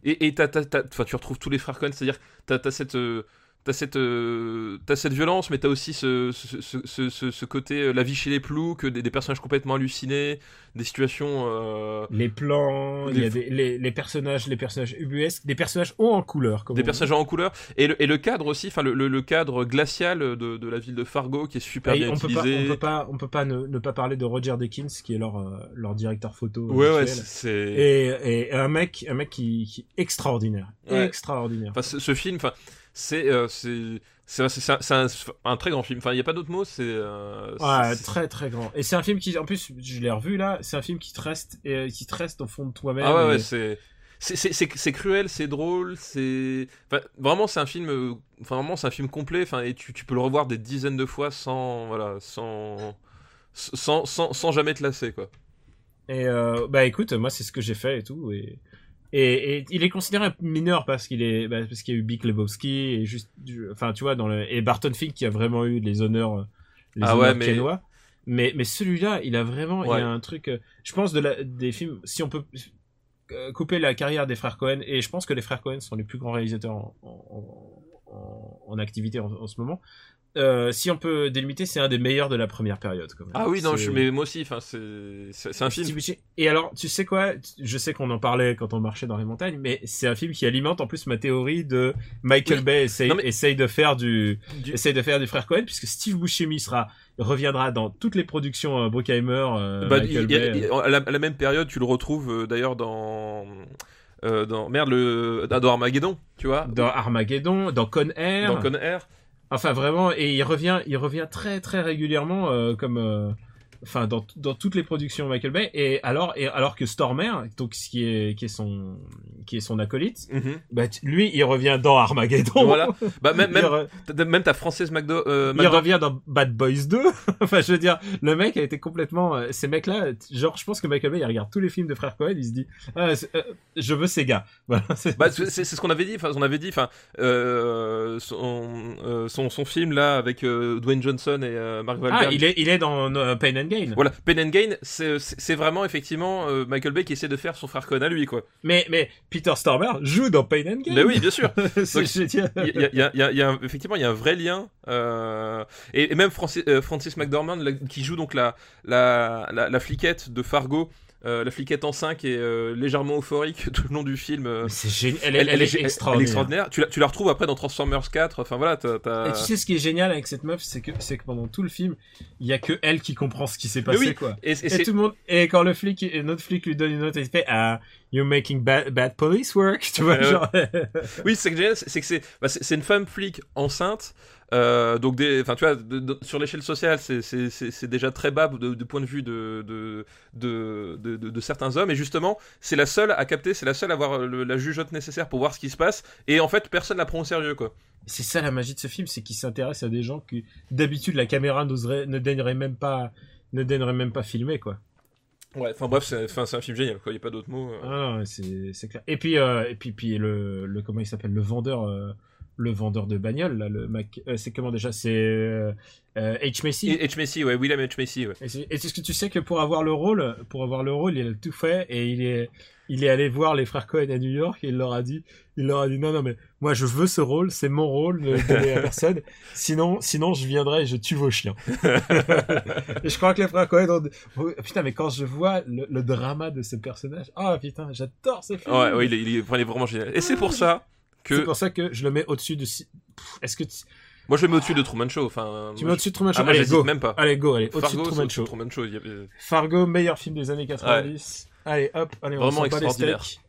Speaker 3: et et t'as- t'as- t'as- enfin, tu retrouves tous les frères Coen, c'est-à-dire t'as t'as cette euh, T'as cette, euh, t'as cette violence, mais t'as aussi ce, ce, ce- ce- ce- ce côté euh, la vie chez les ploucs, des, des personnages complètement hallucinés, des situations. euh,
Speaker 2: les plans,
Speaker 3: Des
Speaker 2: il y a
Speaker 3: fou-
Speaker 2: des, les, les personnages, les personnages ubuesques, des personnages hauts en couleur. Comme
Speaker 3: des
Speaker 2: on
Speaker 3: personnages en couleur et le, et le cadre aussi enfin le, le- le cadre glacial de, de la ville de Fargo qui est super
Speaker 2: dit. Et
Speaker 3: bien
Speaker 2: Bah, on peut pas,
Speaker 3: utilisé
Speaker 2: on peut pas, on peut pas ne, ne pas parler de Roger Deakins qui est leur euh, leur directeur photo. euh,
Speaker 3: ouais ouais
Speaker 2: actuel.
Speaker 3: c'est
Speaker 2: Et, et un mec, un mec qui, qui est extraordinaire,
Speaker 3: Ouais.
Speaker 2: extraordinaire.
Speaker 3: enfin, ce, ce film enfin c'est euh, c'est c'est c'est- c'est un, c'est un- un très grand film enfin il y a pas d'autre mot c'est euh,
Speaker 2: Ouais,
Speaker 3: c'est-
Speaker 2: Ah, très très grand. Et c'est un film qui, en plus, je l'ai revu là. C'est un film qui te reste, et, qui te reste au fond de toi-même.
Speaker 3: ah ouais, ouais
Speaker 2: et-
Speaker 3: c'est c'est- c'est- c'est c'est cruel, c'est drôle, c'est enfin, vraiment c'est un film, euh, enfin vraiment c'est un film complet, enfin et tu, tu peux le revoir des dizaines de fois sans voilà sans sans, sans, sans jamais te lasser quoi.
Speaker 2: Et euh, bah écoute, moi c'est ce que j'ai fait et tout. Et, et, et il est considéré mineur parce qu'il est bah, parce qu'il y a eu Big Lebowski et juste, du- enfin tu vois dans le et Barton Fink qui a vraiment eu les honneurs, euh, les
Speaker 3: Ah
Speaker 2: honneurs
Speaker 3: ouais, mais-
Speaker 2: pianois. Mais mais celui-là, il a vraiment,
Speaker 3: Ouais.
Speaker 2: il a un truc. euh, Je pense de la, des films, si on peut euh, couper la carrière des frères Cohen et je pense que les frères Cohen sont les plus grands réalisateurs en, en, en- en activité en, en ce moment. Euh, si on peut délimiter, c'est un des meilleurs de la première période. Quand même.
Speaker 3: Ah oui non,
Speaker 2: C'est-
Speaker 3: je, mais moi aussi, enfin c'est c'est c'est un
Speaker 2: Steve
Speaker 3: film.
Speaker 2: Buscemi. Et alors, tu sais quoi Je sais qu'on en parlait quand on marchait dans les montagnes, mais c'est un film qui alimente en plus ma théorie de Michael
Speaker 3: Oui.
Speaker 2: Bay essaye,
Speaker 3: Non, mais-
Speaker 2: essaye de faire du
Speaker 3: du-
Speaker 2: essaye de faire du frère Cohen puisque Steve Buscemi sera reviendra dans toutes les productions euh, Bruckheimer. euh,
Speaker 3: Bah,
Speaker 2: Michael
Speaker 3: il- il-
Speaker 2: Bay, euh.
Speaker 3: il- à, la, à la même période, tu le retrouves euh, d'ailleurs dans euh, dans merde le dans Armageddon, tu vois,
Speaker 2: dans Armageddon, dans Con Air,
Speaker 3: dans Con Air.
Speaker 2: enfin vraiment, et il revient, il revient très très régulièrement euh, comme, euh, enfin dans, dans toutes les productions Michael Bay, et alors et alors que Stormer, donc ce qui est qui est son qui est son acolyte,
Speaker 3: Mhm.
Speaker 2: bah tu- lui il revient dans Armageddon,
Speaker 3: Voilà. Bah même
Speaker 2: Oh. Il
Speaker 3: même,
Speaker 2: re-
Speaker 3: t'as- même ta française McDo, euh,
Speaker 2: il
Speaker 3: McDo-
Speaker 2: revient dans Bad Boys 2. enfin, je veux dire, le mec a été complètement. euh, Ces mecs-là, t- genre, je pense que Michael Bay, il regarde tous les films de Frères Cohen, il se dit Ah, c'est- euh, Je veux ces gars. Voilà, c'est-
Speaker 3: Bah, c'est c'est ce qu'on avait dit. Enfin, on avait dit. Enfin, euh, son, euh, son son film là avec euh, Dwayne Johnson et euh, Mark Wahlberg.
Speaker 2: ah, il est, il est dans euh, Pain and Gain.
Speaker 3: Voilà, Pain and Gain, c'est c'est- c'est vraiment effectivement euh, Michael Bay qui essaie de faire son frère Cohen à lui, quoi.
Speaker 2: Mais, mais Peter Stormer joue dans Pain and Gain.
Speaker 3: Mais oui, bien sûr.
Speaker 2: C'est
Speaker 3: Donc,
Speaker 2: génial.
Speaker 3: Il y a- il y a- il y a- il y a un- effectivement, il y a un vrai lien. euh, et, et même Francis, euh, Francis McDormand, la- qui joue donc la, la, la, la fliquette de Fargo, euh, la fliquette en 5 est euh, légèrement euphorique tout le long du film. euh,
Speaker 2: C'est génial. Elle, est- elle est extraordinaire.
Speaker 3: Tu, la, tu la retrouves après dans Transformers 4. Enfin voilà, t'as. t'as-
Speaker 2: Et tu sais ce qui est génial avec cette meuf, c'est que, c'est que pendant tout le film, il y a que elle qui comprend ce qui s'est passé,
Speaker 3: oui.
Speaker 2: quoi.
Speaker 3: Et- et
Speaker 2: Et
Speaker 3: c'est-
Speaker 2: tout le monde, et quand le flic, et notre flic lui donne une note, il fait, ah, you're making bad, bad police work, tu vois,
Speaker 3: Euh, Ouais, ouais.
Speaker 2: genre.
Speaker 3: Oui, c'est que génial, c'est c'est que c'est bah, c'est- c'est une femme flic enceinte. euh, donc, des, enfin, tu vois, de- de- sur l'échelle sociale, c'est- c'est c'est- c'est déjà très bas de- du point de vue de, de, de, de- de- de certains hommes. Et justement, c'est la seule à capter, c'est la seule à avoir le- la jugeote nécessaire pour voir ce qui se passe. Et en fait, personne la prend au sérieux, quoi.
Speaker 2: c'est ça la magie de ce film, c'est qu'il s'intéresse à des gens que, d'habitude, la caméra n'oserait, ne daignerait même pas, ne daignerait même pas filmer, quoi.
Speaker 3: Ouais, enfin bref, c'est enfin, c'est un film génial, quoi. Il n'y a pas d'autre mot. euh.
Speaker 2: Ah, non, mais c'est, c'est clair. Et puis, euh, et puis, puis le, le, comment il s'appelle, le vendeur, euh, le vendeur de bagnole, là, le Mac, euh, c'est comment déjà, c'est, euh, euh, H. Macy.
Speaker 3: Et- H. Macy, ouais, William H. Macy, ouais.
Speaker 2: Et c'est- et c'est ce que tu sais que pour avoir le rôle, pour avoir le rôle, il a tout fait et il est, il est allé voir les frères Cohen à New York et il leur a dit, il leur a dit non non mais moi je veux ce rôle, c'est mon rôle, ne le donnez à personne. Sinon, sinon je viendrai et je tue vos chiens. et je crois que les frères Cohen ont, oh, putain mais quand je vois le, le drama de ce personnage, ah putain j'adore ce film.
Speaker 3: Ouais, ouais, il est, il est- enfin, il est vraiment génial. Et c'est pour ça
Speaker 2: C'est
Speaker 3: que.
Speaker 2: pour ça que je le mets au-dessus de. si- Pff, Est-ce que tu,
Speaker 3: Moi, je le mets au-dessus de Truman Show. Enfin,
Speaker 2: tu
Speaker 3: moi,
Speaker 2: mets
Speaker 3: je-
Speaker 2: au-dessus de Truman Show
Speaker 3: Ah, moi,
Speaker 2: Allez
Speaker 3: j'hésite
Speaker 2: go,
Speaker 3: même pas.
Speaker 2: allez go, allez au-dessus de
Speaker 3: Fargo,
Speaker 2: Truman
Speaker 3: c'est-
Speaker 2: Show.
Speaker 3: Truman Show, il y a-
Speaker 2: Fargo, meilleur film des années 90. Allez, hop, allez, on
Speaker 3: Vraiment
Speaker 2: s'en bat les
Speaker 3: extraordinaire.
Speaker 2: steaks.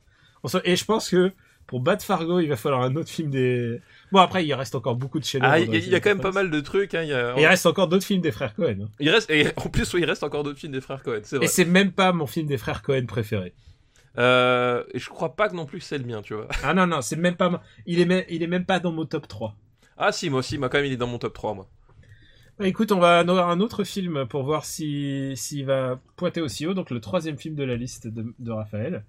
Speaker 2: On s'en- Et je pense que pour battre Fargo, il va falloir un autre film des. Bon, après, il reste encore beaucoup de chaînes.
Speaker 3: Ah, il y, a- il y a quand même pas mal de trucs. Hein, il, y a-
Speaker 2: Et il reste encore d'autres films des frères Cohen. hein.
Speaker 3: il reste, et en plus, oui, il reste encore d'autres films des frères Cohen. C'est vrai.
Speaker 2: Et c'est même pas mon film des frères Cohen préféré.
Speaker 3: Euh, et je crois pas que non plus c'est le mien, tu vois.
Speaker 2: Ah non, non, c'est même pas. mon- Il est même, il est même pas dans mon top 3.
Speaker 3: Ah si, moi aussi, moi quand même, il est dans mon top 3, moi.
Speaker 2: Bah, Écoute, on va avoir un autre film pour voir si s'il va pointer aussi haut. Donc le troisième film de la liste de, de Raphaël,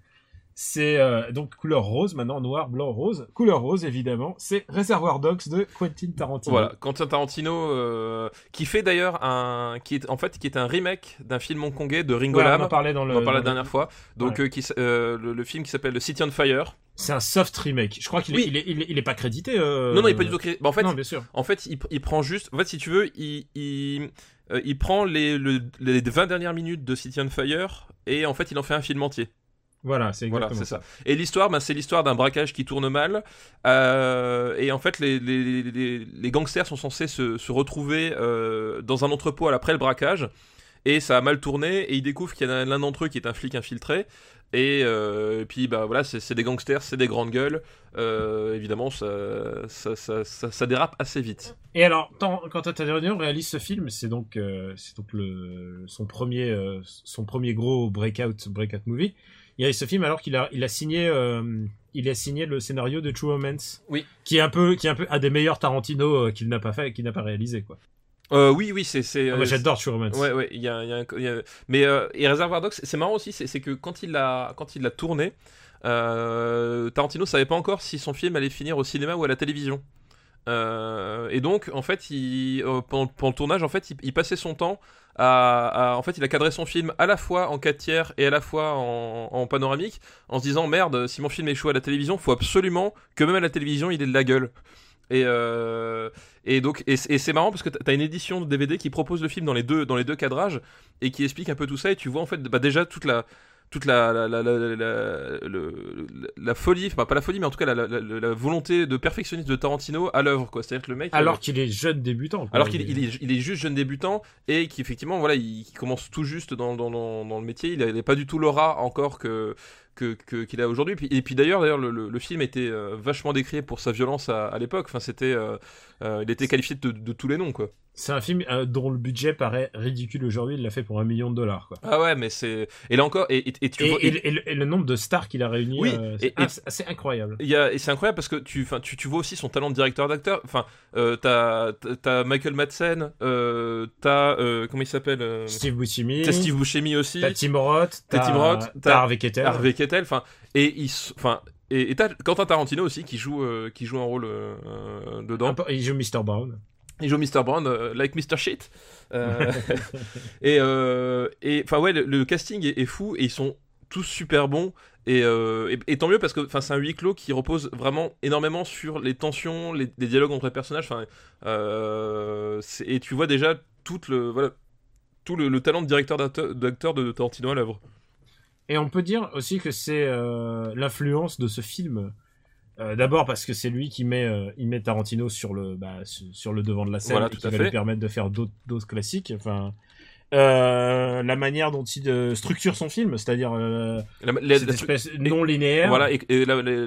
Speaker 2: c'est euh, donc couleur rose maintenant noir, blanc, rose. Couleur rose évidemment, c'est Reservoir Dogs de Quentin Tarantino.
Speaker 3: Voilà, Quentin Tarantino, euh, qui fait d'ailleurs un, qui est en fait, qui est un remake d'un film hongkongais de Ringo
Speaker 2: Voilà, on en
Speaker 3: Lam.
Speaker 2: parlait dans le.
Speaker 3: On en parlait la
Speaker 2: dans le-
Speaker 3: dernière fois. Donc, euh, qui s- euh, le, le film qui s'appelle City on Fire.
Speaker 2: C'est un soft remake. Je crois qu'il est,
Speaker 3: Oui.
Speaker 2: il est, il est, il est pas crédité. euh,
Speaker 3: Non, non, il est pas du tout. créé. Bah, en fait,
Speaker 2: non, bien sûr.
Speaker 3: En fait, il, il prend juste. En fait, si tu veux, il, il, euh, il prend les, le- les 20 dernières minutes de City on Fire et en fait, il en fait un film entier.
Speaker 2: Voilà, c'est exactement
Speaker 3: Voilà, c'est ça. Et l'histoire, bah, c'est l'histoire d'un braquage qui tourne mal. euh, et en fait, les, les, les- les gangsters sont censés se, se retrouver euh, dans un entrepôt à l'après le braquage. Et ça a mal tourné. Et ils découvrent qu'il y en a l'un d'entre eux qui est un flic infiltré. Et, euh, et puis, bah voilà, c'est c'est des gangsters, c'est des grandes gueules. Euh, évidemment, ça, ça, ça, ça- ça dérape assez vite.
Speaker 2: Et alors, tant, quand Tarantino réalise ce film, c'est donc, euh, c'est donc le, son, premier, euh, son premier gros breakout, breakout movie. Il y a eu ce film alors qu'il a, il a signé, euh, il a signé le scénario de True Romance.
Speaker 3: Oui.
Speaker 2: Qui est un peu, qui est un peu un des meilleurs Tarantino euh, qu'il n'a pas fait, et qu'il n'a pas réalisé quoi.
Speaker 3: Euh, oui, oui, c'est. c'est,
Speaker 2: Ah,
Speaker 3: euh,
Speaker 2: moi, j'adore True Romance.
Speaker 3: Ouais, ouais, il y a, il y a un co- il y a- Mais euh, et Reservoir Dogs, c'est marrant aussi, c'est c'est que quand il l'a, quand il l'a tourné, euh, Tarantino savait pas encore si son film allait finir au cinéma ou à la télévision. Euh, et donc, en fait, il, euh, pendant, pendant le tournage, en fait, il, il passait son temps à, à- en fait, il a cadré son film à la fois en 4 tiers et à la fois en, en panoramique, en se disant merde, si mon film échoue à la télévision, faut absolument que même à la télévision, il ait de la gueule. Et, euh, et donc, et, c'est- et c'est marrant parce que t'as t'as une édition de DVD qui propose le film dans les deux, dans les deux cadrages et qui explique un peu tout ça. Et tu vois en fait, bah déjà toute la, toute la, la, la, la, la- la- le- la folie, enfin pas la folie, mais en tout cas la, la- la- la volonté de perfectionniste de Tarantino à l'œuvre, quoi. C'est-à-dire que le mec,
Speaker 2: Alors qu'il est jeune débutant. quoi.
Speaker 3: alors qu'il il est, il est juste jeune débutant et qui effectivement voilà il, il commence tout juste dans, dans, dans, dans le métier il n'est pas du tout l'aura encore que que- que- qu'il a aujourd'hui Puis- et puis d'ailleurs d'ailleurs le, le- le film était euh, vachement décrié pour sa violence à, à l'époque enfin c'était euh, euh, il était qualifié de, de tous les noms quoi
Speaker 2: C'est un film euh, dont le budget paraît ridicule aujourd'hui. Il l'a fait pour un million de dollars quoi.
Speaker 3: ah ouais mais c'est et là encore et, et, et tu
Speaker 2: Et,
Speaker 3: vois-
Speaker 2: et le- et le, et le nombre de stars qu'il a réunis,
Speaker 3: Oui,
Speaker 2: euh,
Speaker 3: et-
Speaker 2: c'est
Speaker 3: et-
Speaker 2: inc- c'est incroyable.
Speaker 3: Il y a- et c'est incroyable parce que tu, enfin, tu, tu vois aussi son talent de directeur d'acteur. Enfin, euh, t'as t'as Michael Madsen, euh, t'as euh, comment il s'appelle, euh,
Speaker 2: Steve Buscemi,
Speaker 3: t'as Steve Buscemi aussi,
Speaker 2: t'as Tim Roth,
Speaker 3: t'as
Speaker 2: t'as
Speaker 3: Tim Roth,
Speaker 2: t'as
Speaker 3: t'as
Speaker 2: Harvey Keitel.
Speaker 3: Harvey Keitel, enfin, et il, s- enfin, et, et t'as Quentin Tarantino aussi qui joue, euh, qui joue un rôle euh, euh, dedans.
Speaker 2: Un peu- Il joue Mr. Brown.
Speaker 3: Il joue Mr Brown, euh, like Mr Shit. Euh, et euh, et enfin ouais, le, le casting est, est fou et ils sont tous super bons. Et, euh, et- et tant mieux parce que enfin c'est un huis clos qui repose vraiment énormément sur les tensions, les, les dialogues entre les personnages. Enfin, euh, c'est- et tu vois déjà tout le voilà tout le, le talent de directeur d'acteur d'acteur de Tarantino à l'œuvre.
Speaker 2: Et on peut dire aussi que c'est euh, l'influence de ce film. Euh, D'abord parce que c'est lui qui met, euh, il met Tarantino sur le, bah, su- sur le devant de la scène,
Speaker 3: Voilà,
Speaker 2: et
Speaker 3: tout
Speaker 2: qui
Speaker 3: à
Speaker 2: va
Speaker 3: fait.
Speaker 2: lui permettre de faire d'autres d'autres classiques. Enfin, euh, la manière dont il euh, structure son film, c'est-à-dire euh,
Speaker 3: La- la- la
Speaker 2: cette
Speaker 3: stru-
Speaker 2: espèce non linéaire.
Speaker 3: Voilà, et, et la, la-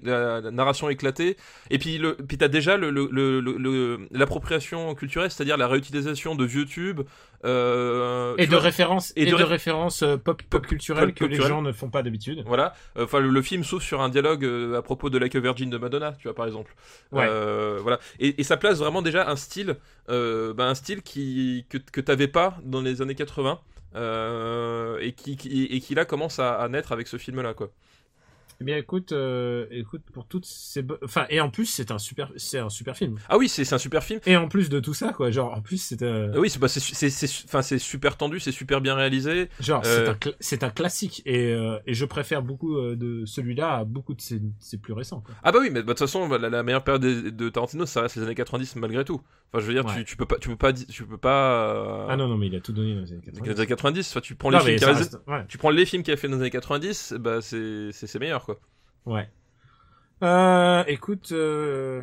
Speaker 3: la- la narration éclatée. Et puis, le, puis t'as déjà le- le- le- le- le- l'appropriation culturelle, c'est-à-dire la réutilisation de vieux tubes. euh,
Speaker 2: Et
Speaker 3: tu
Speaker 2: de
Speaker 3: vois,
Speaker 2: références,
Speaker 3: et
Speaker 2: et,
Speaker 3: de
Speaker 2: de
Speaker 3: ré-
Speaker 2: références euh, pop, pop culturelles que les
Speaker 3: culturelles.
Speaker 2: gens ne font pas d'habitude.
Speaker 3: Voilà, enfin le, le film s'ouvre sur un dialogue euh, à propos de Like a Virgin de Madonna, tu vois par exemple.
Speaker 2: Ouais.
Speaker 3: Euh, voilà, et, et ça place vraiment déjà un style, euh, bah, un style qui que, que t'avais pas dans les années 80 euh, et qui, qui- et qui là commence à, à naître avec ce film-là quoi.
Speaker 2: Eh bien, écoute, euh, écoute, pour toutes ces, bo- enfin, et en plus, c'est un super, c'est un super film.
Speaker 3: Ah oui, c'est c'est un super film.
Speaker 2: Et en plus de tout ça, quoi, genre, en plus, c'est, euh,
Speaker 3: Ah Oui, c'est bah, c'est- c'est- c'est- enfin, c'est super tendu, c'est super bien réalisé.
Speaker 2: genre,
Speaker 3: Euh.
Speaker 2: c'est un, cla- c'est un classique. Et, euh, et je préfère beaucoup euh, de celui-là à beaucoup de ses, ses plus récents. Quoi.
Speaker 3: Ah bah oui, mais bah, de toute façon, bah, la, la meilleure période des- de, Tarantino, ça reste les années 90 malgré tout. Enfin, je veux dire,
Speaker 2: Ouais.
Speaker 3: tu, tu peux pas, tu peux pas, di- tu peux pas. euh,
Speaker 2: Ah non, non, mais il a tout donné dans les années
Speaker 3: Les
Speaker 2: 90.
Speaker 3: années 90, soit tu prends les
Speaker 2: Non,
Speaker 3: films
Speaker 2: mais
Speaker 3: qu'il
Speaker 2: ça
Speaker 3: a réalisés-
Speaker 2: reste- ouais,
Speaker 3: tu prends les films qu'il a fait dans les années 90, bah c'est c'est c'est meilleur quoi.
Speaker 2: ouais. Euh, écoute, euh,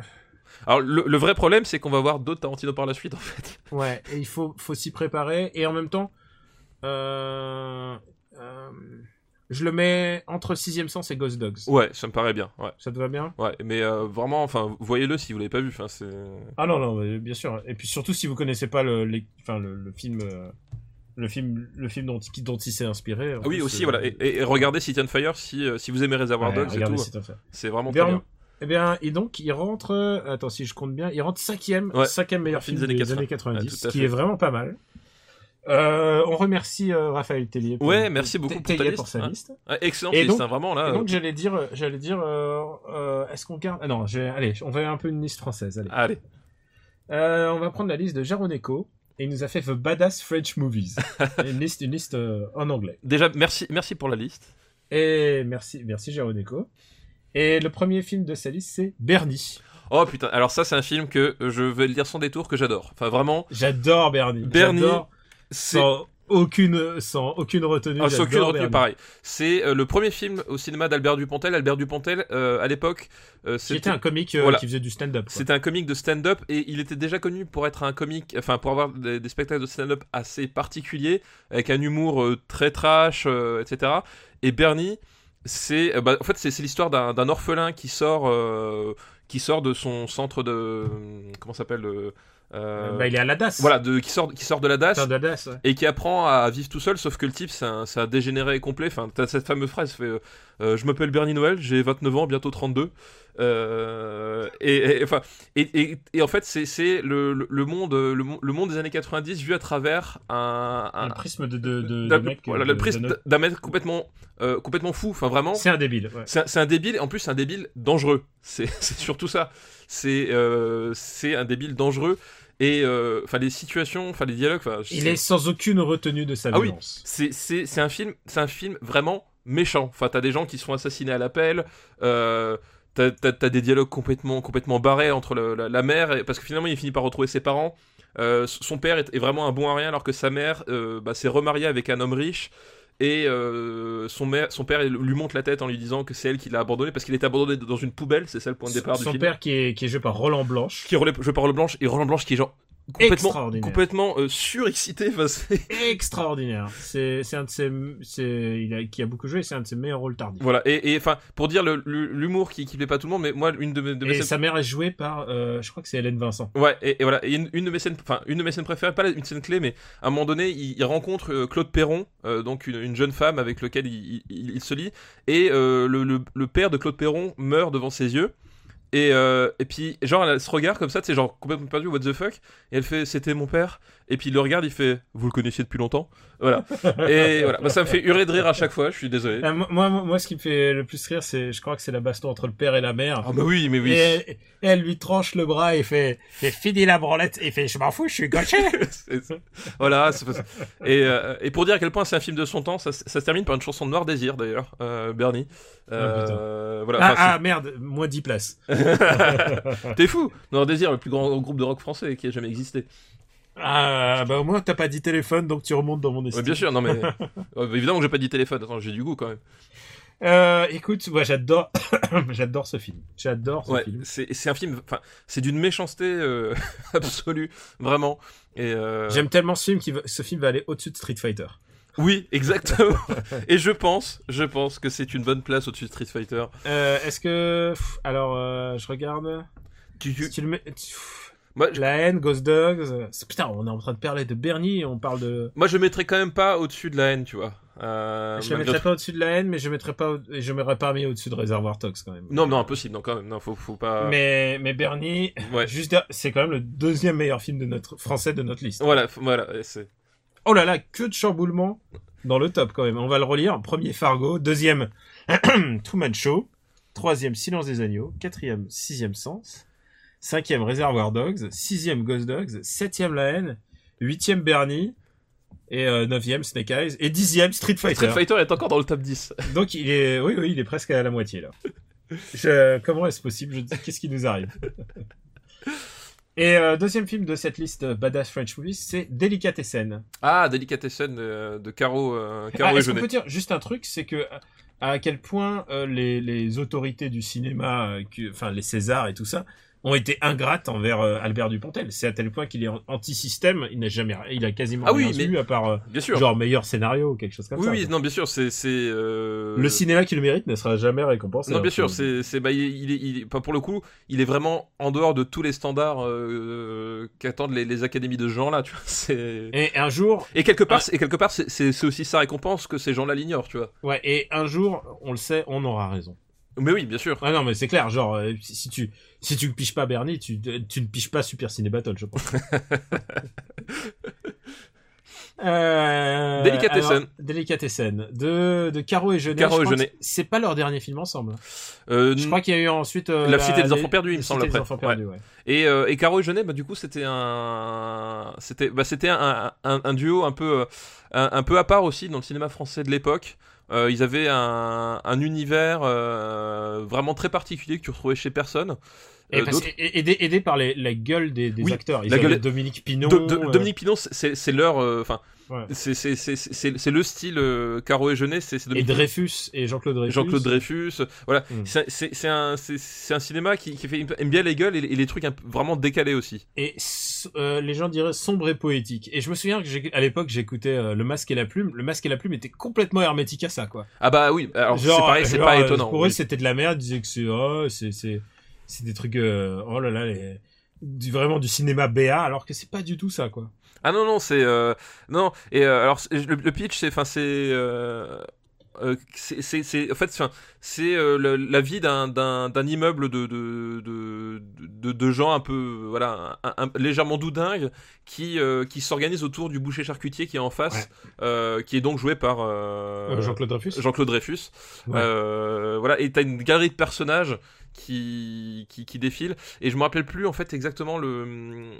Speaker 3: Alors le, le vrai problème, c'est qu'on va voir d'autres Tarantino par la suite en fait.
Speaker 2: Ouais, et il faut, faut s'y préparer. Et en même temps, euh, euh, je le mets entre Sixième Sens et Ghost Dogs.
Speaker 3: Ouais, ça me paraît bien. Ouais,
Speaker 2: Ça te va bien
Speaker 3: ouais, mais euh, vraiment, enfin, voyez-le si vous l'avez pas vu. Enfin, c'est
Speaker 2: Ah non, non, mais bien sûr. Et puis surtout si vous connaissez pas le, les- enfin, le, le film, euh, le film, le film dont, qui- dont il s'est inspiré. en
Speaker 3: Ah oui
Speaker 2: plus,
Speaker 3: aussi
Speaker 2: euh,
Speaker 3: voilà. Et, et- et regardez City on Fire si euh, si vous aimez Reservoir
Speaker 2: ouais,
Speaker 3: Dogs et
Speaker 2: regardez
Speaker 3: tout. hein.
Speaker 2: cet affaire.
Speaker 3: C'est vraiment
Speaker 2: Bien,
Speaker 3: très bien.
Speaker 2: Eh bien, et donc, il rentre, euh, attends, si je compte bien, il rentre cinquième,
Speaker 3: Ouais.
Speaker 2: cinquième meilleur
Speaker 3: Film
Speaker 2: film
Speaker 3: des
Speaker 2: des
Speaker 3: années
Speaker 2: années
Speaker 3: 80.
Speaker 2: 90,
Speaker 3: Ah, tout à
Speaker 2: qui
Speaker 3: fait.
Speaker 2: est vraiment pas mal. Euh, on remercie euh, Raphaël Tellier. pour-
Speaker 3: Ouais, merci beaucoup pour ta
Speaker 2: Tellier
Speaker 3: liste,
Speaker 2: pour sa
Speaker 3: hein.
Speaker 2: liste.
Speaker 3: Ah, excellent,
Speaker 2: Et
Speaker 3: c'est
Speaker 2: donc-
Speaker 3: c'est vraiment là.
Speaker 2: Et
Speaker 3: euh,
Speaker 2: donc j'allais dire, euh, j'allais dire, euh, euh, est-ce qu'on garde Ah non, j'ai- allez, on va un peu une liste française. Allez,
Speaker 3: Allez.
Speaker 2: Euh, on va prendre la liste de Jaroneco et il nous a fait The Badass French Movies, une liste, une liste euh, en anglais.
Speaker 3: Déjà, merci, merci pour la liste.
Speaker 2: Et merci, merci Jaroneco. Et le premier film de sa liste c'est Bernie.
Speaker 3: Oh putain, alors ça, c'est un film que euh, je vais le dire sans détour, que j'adore. Enfin, vraiment,
Speaker 2: J'adore Bernie.
Speaker 3: Bernie,
Speaker 2: J'adore
Speaker 3: c'est.
Speaker 2: sans aucune, sans aucune retenue.
Speaker 3: Ah, sans aucune
Speaker 2: Oh, j'adore
Speaker 3: retenue,
Speaker 2: Bernie.
Speaker 3: pareil. C'est euh, le premier film au cinéma d'Albert Dupontel. Albert Dupontel, euh, à l'époque, euh,
Speaker 2: Qui était
Speaker 3: c'était
Speaker 2: un comique euh,
Speaker 3: Voilà.
Speaker 2: qui faisait du stand-up. quoi.
Speaker 3: c'était un comique de stand-up et il était déjà connu pour être un comique, enfin pour avoir des, des spectacles de stand-up assez particuliers, avec un humour euh, très trash, euh, etc. Et Bernie, c'est, euh, bah, en fait, c'est c'est l'histoire d'un d'un orphelin qui sort, euh, qui sort de son centre de, comment ça s'appelle, euh, euh,
Speaker 2: Bah, il est à la DAS.
Speaker 3: voilà, de, qui, sort, qui sort de la DAS
Speaker 2: C'est un DAS. ouais.
Speaker 3: et qui apprend à vivre tout seul, sauf que le type, c'est un, c'est un dégénéré complet. Enfin, t'as cette fameuse phrase fait, euh, euh, Je m'appelle Bernie Noël, j'ai 29 ans, bientôt 32. Euh, et, et- enfin, et, et- et en fait, c'est- c'est le, le- le monde, le, mo- le monde des années 90 vu à travers un. un-
Speaker 2: Le prisme de, de, de,
Speaker 3: Ah. d'un-
Speaker 2: de mec.
Speaker 3: voilà,
Speaker 2: euh,
Speaker 3: le
Speaker 2: de-
Speaker 3: prisme
Speaker 2: de-
Speaker 3: d'un mec complètement, euh, complètement fou. Enfin, vraiment.
Speaker 2: C'est un débile. ouais.
Speaker 3: C'est un- c'est un débile, et en plus c'est un débile dangereux. C'est c'est surtout ça. C'est euh, c'est un débile dangereux. Et euh, enfin les situations, enfin les dialogues, enfin,
Speaker 2: Il
Speaker 3: c'est-
Speaker 2: est sans aucune retenue de sa
Speaker 3: Ah oui.
Speaker 2: violence.
Speaker 3: c'est c'est c'est un film, c'est un film vraiment méchant. Enfin t'as des gens qui sont assassinés à l'appel. Euh, t'as t'as- t'as des dialogues complètement complètement barrés entre le- la, la mère et- parce que finalement il finit par retrouver ses parents. Euh, s- son père est, est vraiment un bon à rien alors que sa mère euh, bah, s'est remariée avec un homme riche et euh, son, mère- son père il lui monte la tête en lui disant que c'est elle qui l'a abandonné parce qu'il est abandonné dans une poubelle, c'est ça le point de départ
Speaker 2: Son
Speaker 3: du film.
Speaker 2: père qui est, qui est joué par Roland Blanche.
Speaker 3: Qui relève, je parle Blanche et Roland Blanche qui est genre complètement,
Speaker 2: Extraordinaire.
Speaker 3: complètement euh, surexcité. Enfin, c'est-
Speaker 2: Extraordinaire. C'est c'est un de ses. c'est- Il a, qui a beaucoup joué, c'est un de ses meilleurs rôles tardifs.
Speaker 3: voilà, et et, enfin, pour dire le- le- l'humour qui, qui plaît pas à tout le monde, mais moi, une de mes, de mes
Speaker 2: Et
Speaker 3: scènes-
Speaker 2: sa mère est jouée par. euh, je crois que c'est Hélène Vincent.
Speaker 3: Ouais, et, et voilà, et une, une de mes scènes, enfin une de mes scènes préférées, pas la- une scène clé, mais à un moment donné, il, il rencontre euh, Claude Perron, euh, donc une, une jeune femme avec laquelle il, il- il se lie, et euh, le, le- le père de Claude Perron meurt devant ses yeux, et, euh, et puis genre elle a ce regard comme ça, c'est genre complètement perdu, what the fuck, et elle fait c'était mon père, et puis il le regarde, il fait vous le connaissiez depuis longtemps, voilà, et voilà, Bah, ça me fait hurler de rire à chaque fois, je suis désolé.
Speaker 2: Euh, moi, moi, moi, ce qui me fait le plus rire, c'est. Je crois que c'est la baston entre le père et la mère.
Speaker 3: Ah bah oui, mais oui.
Speaker 2: Et elle, et elle lui tranche le bras et fait, fait fini la branlette et fait je m'en fous, je suis gaucher.
Speaker 3: C'est ça. voilà. c'est pas- Et, euh, et pour dire à quel point c'est un film de son temps, ça, se- ça se termine par une chanson de Noir Désir d'ailleurs, euh, Bernie. Euh, voilà.
Speaker 2: ah, ah,
Speaker 3: enfin,
Speaker 2: merde, moins 10 places.
Speaker 3: c'est- T'es fou. Noir Désir, le plus grand groupe de rock français qui a jamais existé.
Speaker 2: Ah bah au moins t'as pas dit téléphone donc tu remontes dans mon
Speaker 3: Ouais,
Speaker 2: esprit.
Speaker 3: bien sûr. Non mais Euh, évidemment que j'ai pas dit téléphone. Attends, j'ai du goût quand même.
Speaker 2: Euh, écoute, moi j'adore, j'adore ce film. J'adore ce
Speaker 3: Ouais.
Speaker 2: film.
Speaker 3: C'est c'est un film. Enfin, c'est d'une méchanceté euh, absolue, vraiment. Et euh,
Speaker 2: J'aime tellement ce film qu'il va- ce film va aller au-dessus de Street Fighter.
Speaker 3: oui, exactement. et je pense, je pense que c'est une bonne place au-dessus de Street Fighter.
Speaker 2: Euh, Est-ce que pff, alors euh, je regarde.
Speaker 3: Tu, tu-
Speaker 2: Si tu le mets- pff,
Speaker 3: Moi, je-
Speaker 2: La haine, Ghost Dogs. euh, c'est- Putain, on est en train de parler de Bernie et on parle de.
Speaker 3: Moi, je mettrais quand même pas au-dessus de la haine, tu vois. Euh,
Speaker 2: je le
Speaker 3: malgré
Speaker 2: mettrais
Speaker 3: tout.
Speaker 2: pas au-dessus de la haine, mais je mettrais pas, au- et je m'aurais pas mis au-dessus de Reservoir Dogs quand même.
Speaker 3: Non, non, impossible, non, quand même. Non, faut, faut pas.
Speaker 2: Mais mais Bernie,
Speaker 3: Ouais.
Speaker 2: juste derrière- c'est quand même le deuxième meilleur film de notre français de notre liste.
Speaker 3: Voilà, faut- voilà. et c'est-
Speaker 2: Oh là là, que de chamboulement dans le top quand même. On va le relire. Premier Fargo, deuxième Truman Show, troisième Silence des agneaux, quatrième Sixième Sens, cinquième Reservoir Dogs, sixième Ghost Dogs, septième La haine, huitième Bernie et euh, neuvième Snake Eyes et dixième Street Fighter.
Speaker 3: Street Fighter est encore dans le top 10.
Speaker 2: Donc il est, oui oui, il est presque à la moitié là. Je- Comment est-ce possible Je- Qu'est-ce qui nous arrive Et euh, deuxième film de cette liste euh, Badass French Movies, c'est Délicatessen.
Speaker 3: Ah, Delicatessen de, de Caro, euh, Caro
Speaker 2: Ah,
Speaker 3: et
Speaker 2: est-ce qu'on peut
Speaker 3: Jeunet.
Speaker 2: dire juste un truc, c'est que à- à quel point euh, les, les autorités du cinéma, euh, qui- enfin les Césars et tout ça, ont été ingrates envers euh, Albert Dupontel. C'est à tel point qu'il est en- anti-système, il n'a jamais, il a quasiment
Speaker 3: Ah oui,
Speaker 2: rien
Speaker 3: mais-
Speaker 2: eu à part euh,
Speaker 3: Bien sûr.
Speaker 2: genre meilleur scénario ou quelque chose comme
Speaker 3: oui,
Speaker 2: ça.
Speaker 3: oui, non, bien sûr, c'est. c'est, euh,
Speaker 2: Le cinéma qui le mérite ne sera jamais récompensé. hein,
Speaker 3: Non, bien
Speaker 2: Alors,
Speaker 3: sûr, c'est, c'est, bah, il, est- il est, il est- pas pour le coup, il est vraiment en dehors de tous les standards euh, qu'attendent les, les académies de ce genre-là, tu vois. C'est...
Speaker 2: Et Ah. un jour,
Speaker 3: Et quelque part, c'est- et quelque part, c'est, c'est- c'est aussi sa récompense que ces gens-là l'ignorent, tu vois.
Speaker 2: ouais, et un jour, on le sait, on aura raison.
Speaker 3: Mais oui, bien sûr.
Speaker 2: Ah non, mais c'est clair, genre euh, si si tu si tu ne piges pas Bernie, tu euh, tu ne piges pas Super Ciné Battle, je pense. euh,
Speaker 3: Délicatessen.
Speaker 2: alors, Délicatessen de de Caro et Jeunet.
Speaker 3: Caro
Speaker 2: je
Speaker 3: et
Speaker 2: crois
Speaker 3: Jeunet.
Speaker 2: que C'est pas leur dernier film ensemble.
Speaker 3: Euh,
Speaker 2: Je crois qu'il y a eu ensuite euh,
Speaker 3: La Cité des
Speaker 2: les-
Speaker 3: Enfants Perdus, il me
Speaker 2: La
Speaker 3: semble,
Speaker 2: Cité des
Speaker 3: après.
Speaker 2: Enfants Perdus, ouais.
Speaker 3: Et, euh, et Caro et Jeunet, bah, du coup, c'était un, c'était, bah, c'était un, un, un duo un peu, euh, un, un peu à part aussi dans le cinéma français de l'époque. Euh, ils avaient un, un univers euh, vraiment très particulier que tu retrouvais chez personne.
Speaker 2: Et
Speaker 3: Euh,
Speaker 2: parce-
Speaker 3: d'autres-
Speaker 2: et- et- aidé, aidé par les, la gueule des, des
Speaker 3: Oui,
Speaker 2: acteurs. Ils
Speaker 3: la
Speaker 2: avaient
Speaker 3: gueule-
Speaker 2: Dominique Pinon.
Speaker 3: Do- Do-
Speaker 2: euh,
Speaker 3: Dominique Pinon, c'est- c'est c'est leur, euh, enfin,
Speaker 2: Ouais.
Speaker 3: c'est- c'est- c'est c'est- c'est le style euh, Caro et Jeunet, c'est c'est
Speaker 2: et
Speaker 3: Dominique
Speaker 2: Dreyfus et Jean-Claude Dreyfus.
Speaker 3: Jean-Claude Dreyfus, euh, voilà,
Speaker 2: Mm.
Speaker 3: C'est- c'est c'est un, c'est- c'est un cinéma qui, qui fait, aime bien les gueules et, et les trucs un peu- vraiment décalés aussi.
Speaker 2: et s- euh, les gens diraient sombre et poétique. Et je me souviens que j'ai- à l'époque j'écoutais euh, Le Masque et la Plume. Le Masque et la Plume était complètement hermétique à ça, quoi.
Speaker 3: Ah bah oui, alors c'est
Speaker 2: Genre,
Speaker 3: pareil, c'est
Speaker 2: genre,
Speaker 3: pas
Speaker 2: euh,
Speaker 3: étonnant.
Speaker 2: Pour eux
Speaker 3: oui.
Speaker 2: c'était de la merde, ils disaient que c'est oh, c'est c'est c'est des trucs euh, oh là là les du- vraiment du cinéma BA, alors que c'est pas du tout ça, quoi.
Speaker 3: Ah non non c'est euh, non et euh, alors c'est- le, le pitch c'est enfin c'est euh, euh, c'est c'est- c'est- en fait c'est- c'est euh, le- la vie d'un d'un d'un immeuble de de, de de de gens un peu voilà un- un- légèrement doudingues qui euh, qui s'organisent autour du boucher charcutier qui est en face euh, qui est donc joué par euh,
Speaker 2: Euh, Jean-Claude Dreyfus.
Speaker 3: Jean-Claude Dreyfus.
Speaker 2: Ouais.
Speaker 3: Euh, voilà, et t'as une galerie de personnages qui, qui, qui défilent. Et je me rappelle plus en fait exactement le.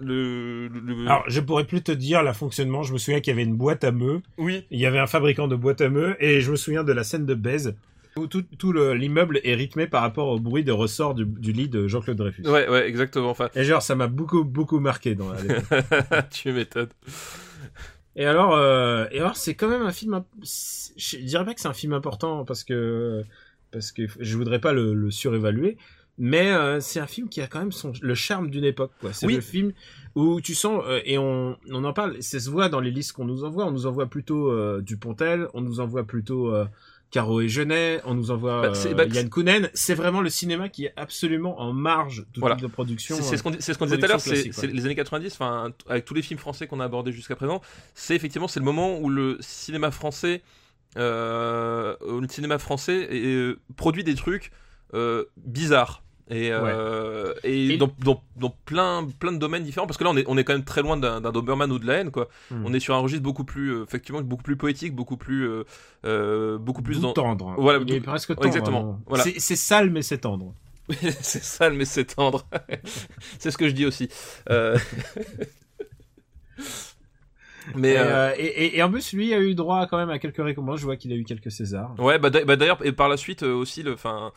Speaker 3: le, le-
Speaker 2: Alors, je pourrais plus te dire la fonctionnement. Je me souviens qu'il y avait une boîte à meux.
Speaker 3: oui.
Speaker 2: Il y avait un fabricant de boîtes à meux. Et je me souviens de la scène de baise où tout, tout le- l'immeuble est rythmé par rapport au bruit de ressort du, du lit de Jean-Claude Dreyfus.
Speaker 3: Ouais, ouais, exactement. Enfin,
Speaker 2: Et genre, ça m'a beaucoup, beaucoup marqué dans la
Speaker 3: tu m'étonnes.
Speaker 2: Et alors, euh, et alors c'est quand même un film. imp- c'est- Je dirais pas que c'est un film important parce que parce que je voudrais pas le, le surévaluer, mais euh, c'est un film qui a quand même son le charme d'une époque. quoi. C'est
Speaker 3: Oui.
Speaker 2: le film où tu sens euh, et on on en parle. Ça se voit dans les listes qu'on nous envoie. On nous envoie plutôt euh, Dupontel, on nous envoie plutôt euh, Caro et Genet, on nous envoie
Speaker 3: Bah, c'est-
Speaker 2: euh,
Speaker 3: bah,
Speaker 2: Yann Kounen. C'est vraiment le cinéma qui est absolument en marge de
Speaker 3: Voilà.
Speaker 2: toute de production. euh,
Speaker 3: C'est c'est ce qu'on dit- c'est ce qu'on disait tout à
Speaker 2: production
Speaker 3: l'heure, c'est
Speaker 2: classique,
Speaker 3: c'est
Speaker 2: ouais.
Speaker 3: les années 90, enfin, t- avec tous les films français qu'on a abordés jusqu'à présent, c'est effectivement c'est le moment où le cinéma français, euh, où le cinéma français euh, produit des trucs euh, bizarres. Et, euh, et,
Speaker 2: Et-
Speaker 3: dans, dans- dans plein, plein de domaines différents, parce que là on est, on est quand même très loin d'un d'un Doberman ou de la haine, quoi.
Speaker 2: Hmm.
Speaker 3: On est sur un registre beaucoup plus, euh, effectivement, beaucoup plus poétique, beaucoup plus, euh, euh, beaucoup plus
Speaker 2: Doux
Speaker 3: dans,
Speaker 2: tendre.
Speaker 3: Voilà,
Speaker 2: Il est
Speaker 3: doux-
Speaker 2: presque tendre.
Speaker 3: exactement.
Speaker 2: hein.
Speaker 3: Voilà.
Speaker 2: C'est- C'est sale mais c'est tendre.
Speaker 3: Oui, c'est sale, mais c'est tendre. c'est ce que je dis aussi. Euh, mais
Speaker 2: Et,
Speaker 3: euh,
Speaker 2: euh, et, et- et en plus, lui a eu droit quand même à quelques récompenses. Je vois qu'il a eu quelques Césars.
Speaker 3: ouais, bah, d'a- bah, d'ailleurs et par la suite euh, aussi le, enfin,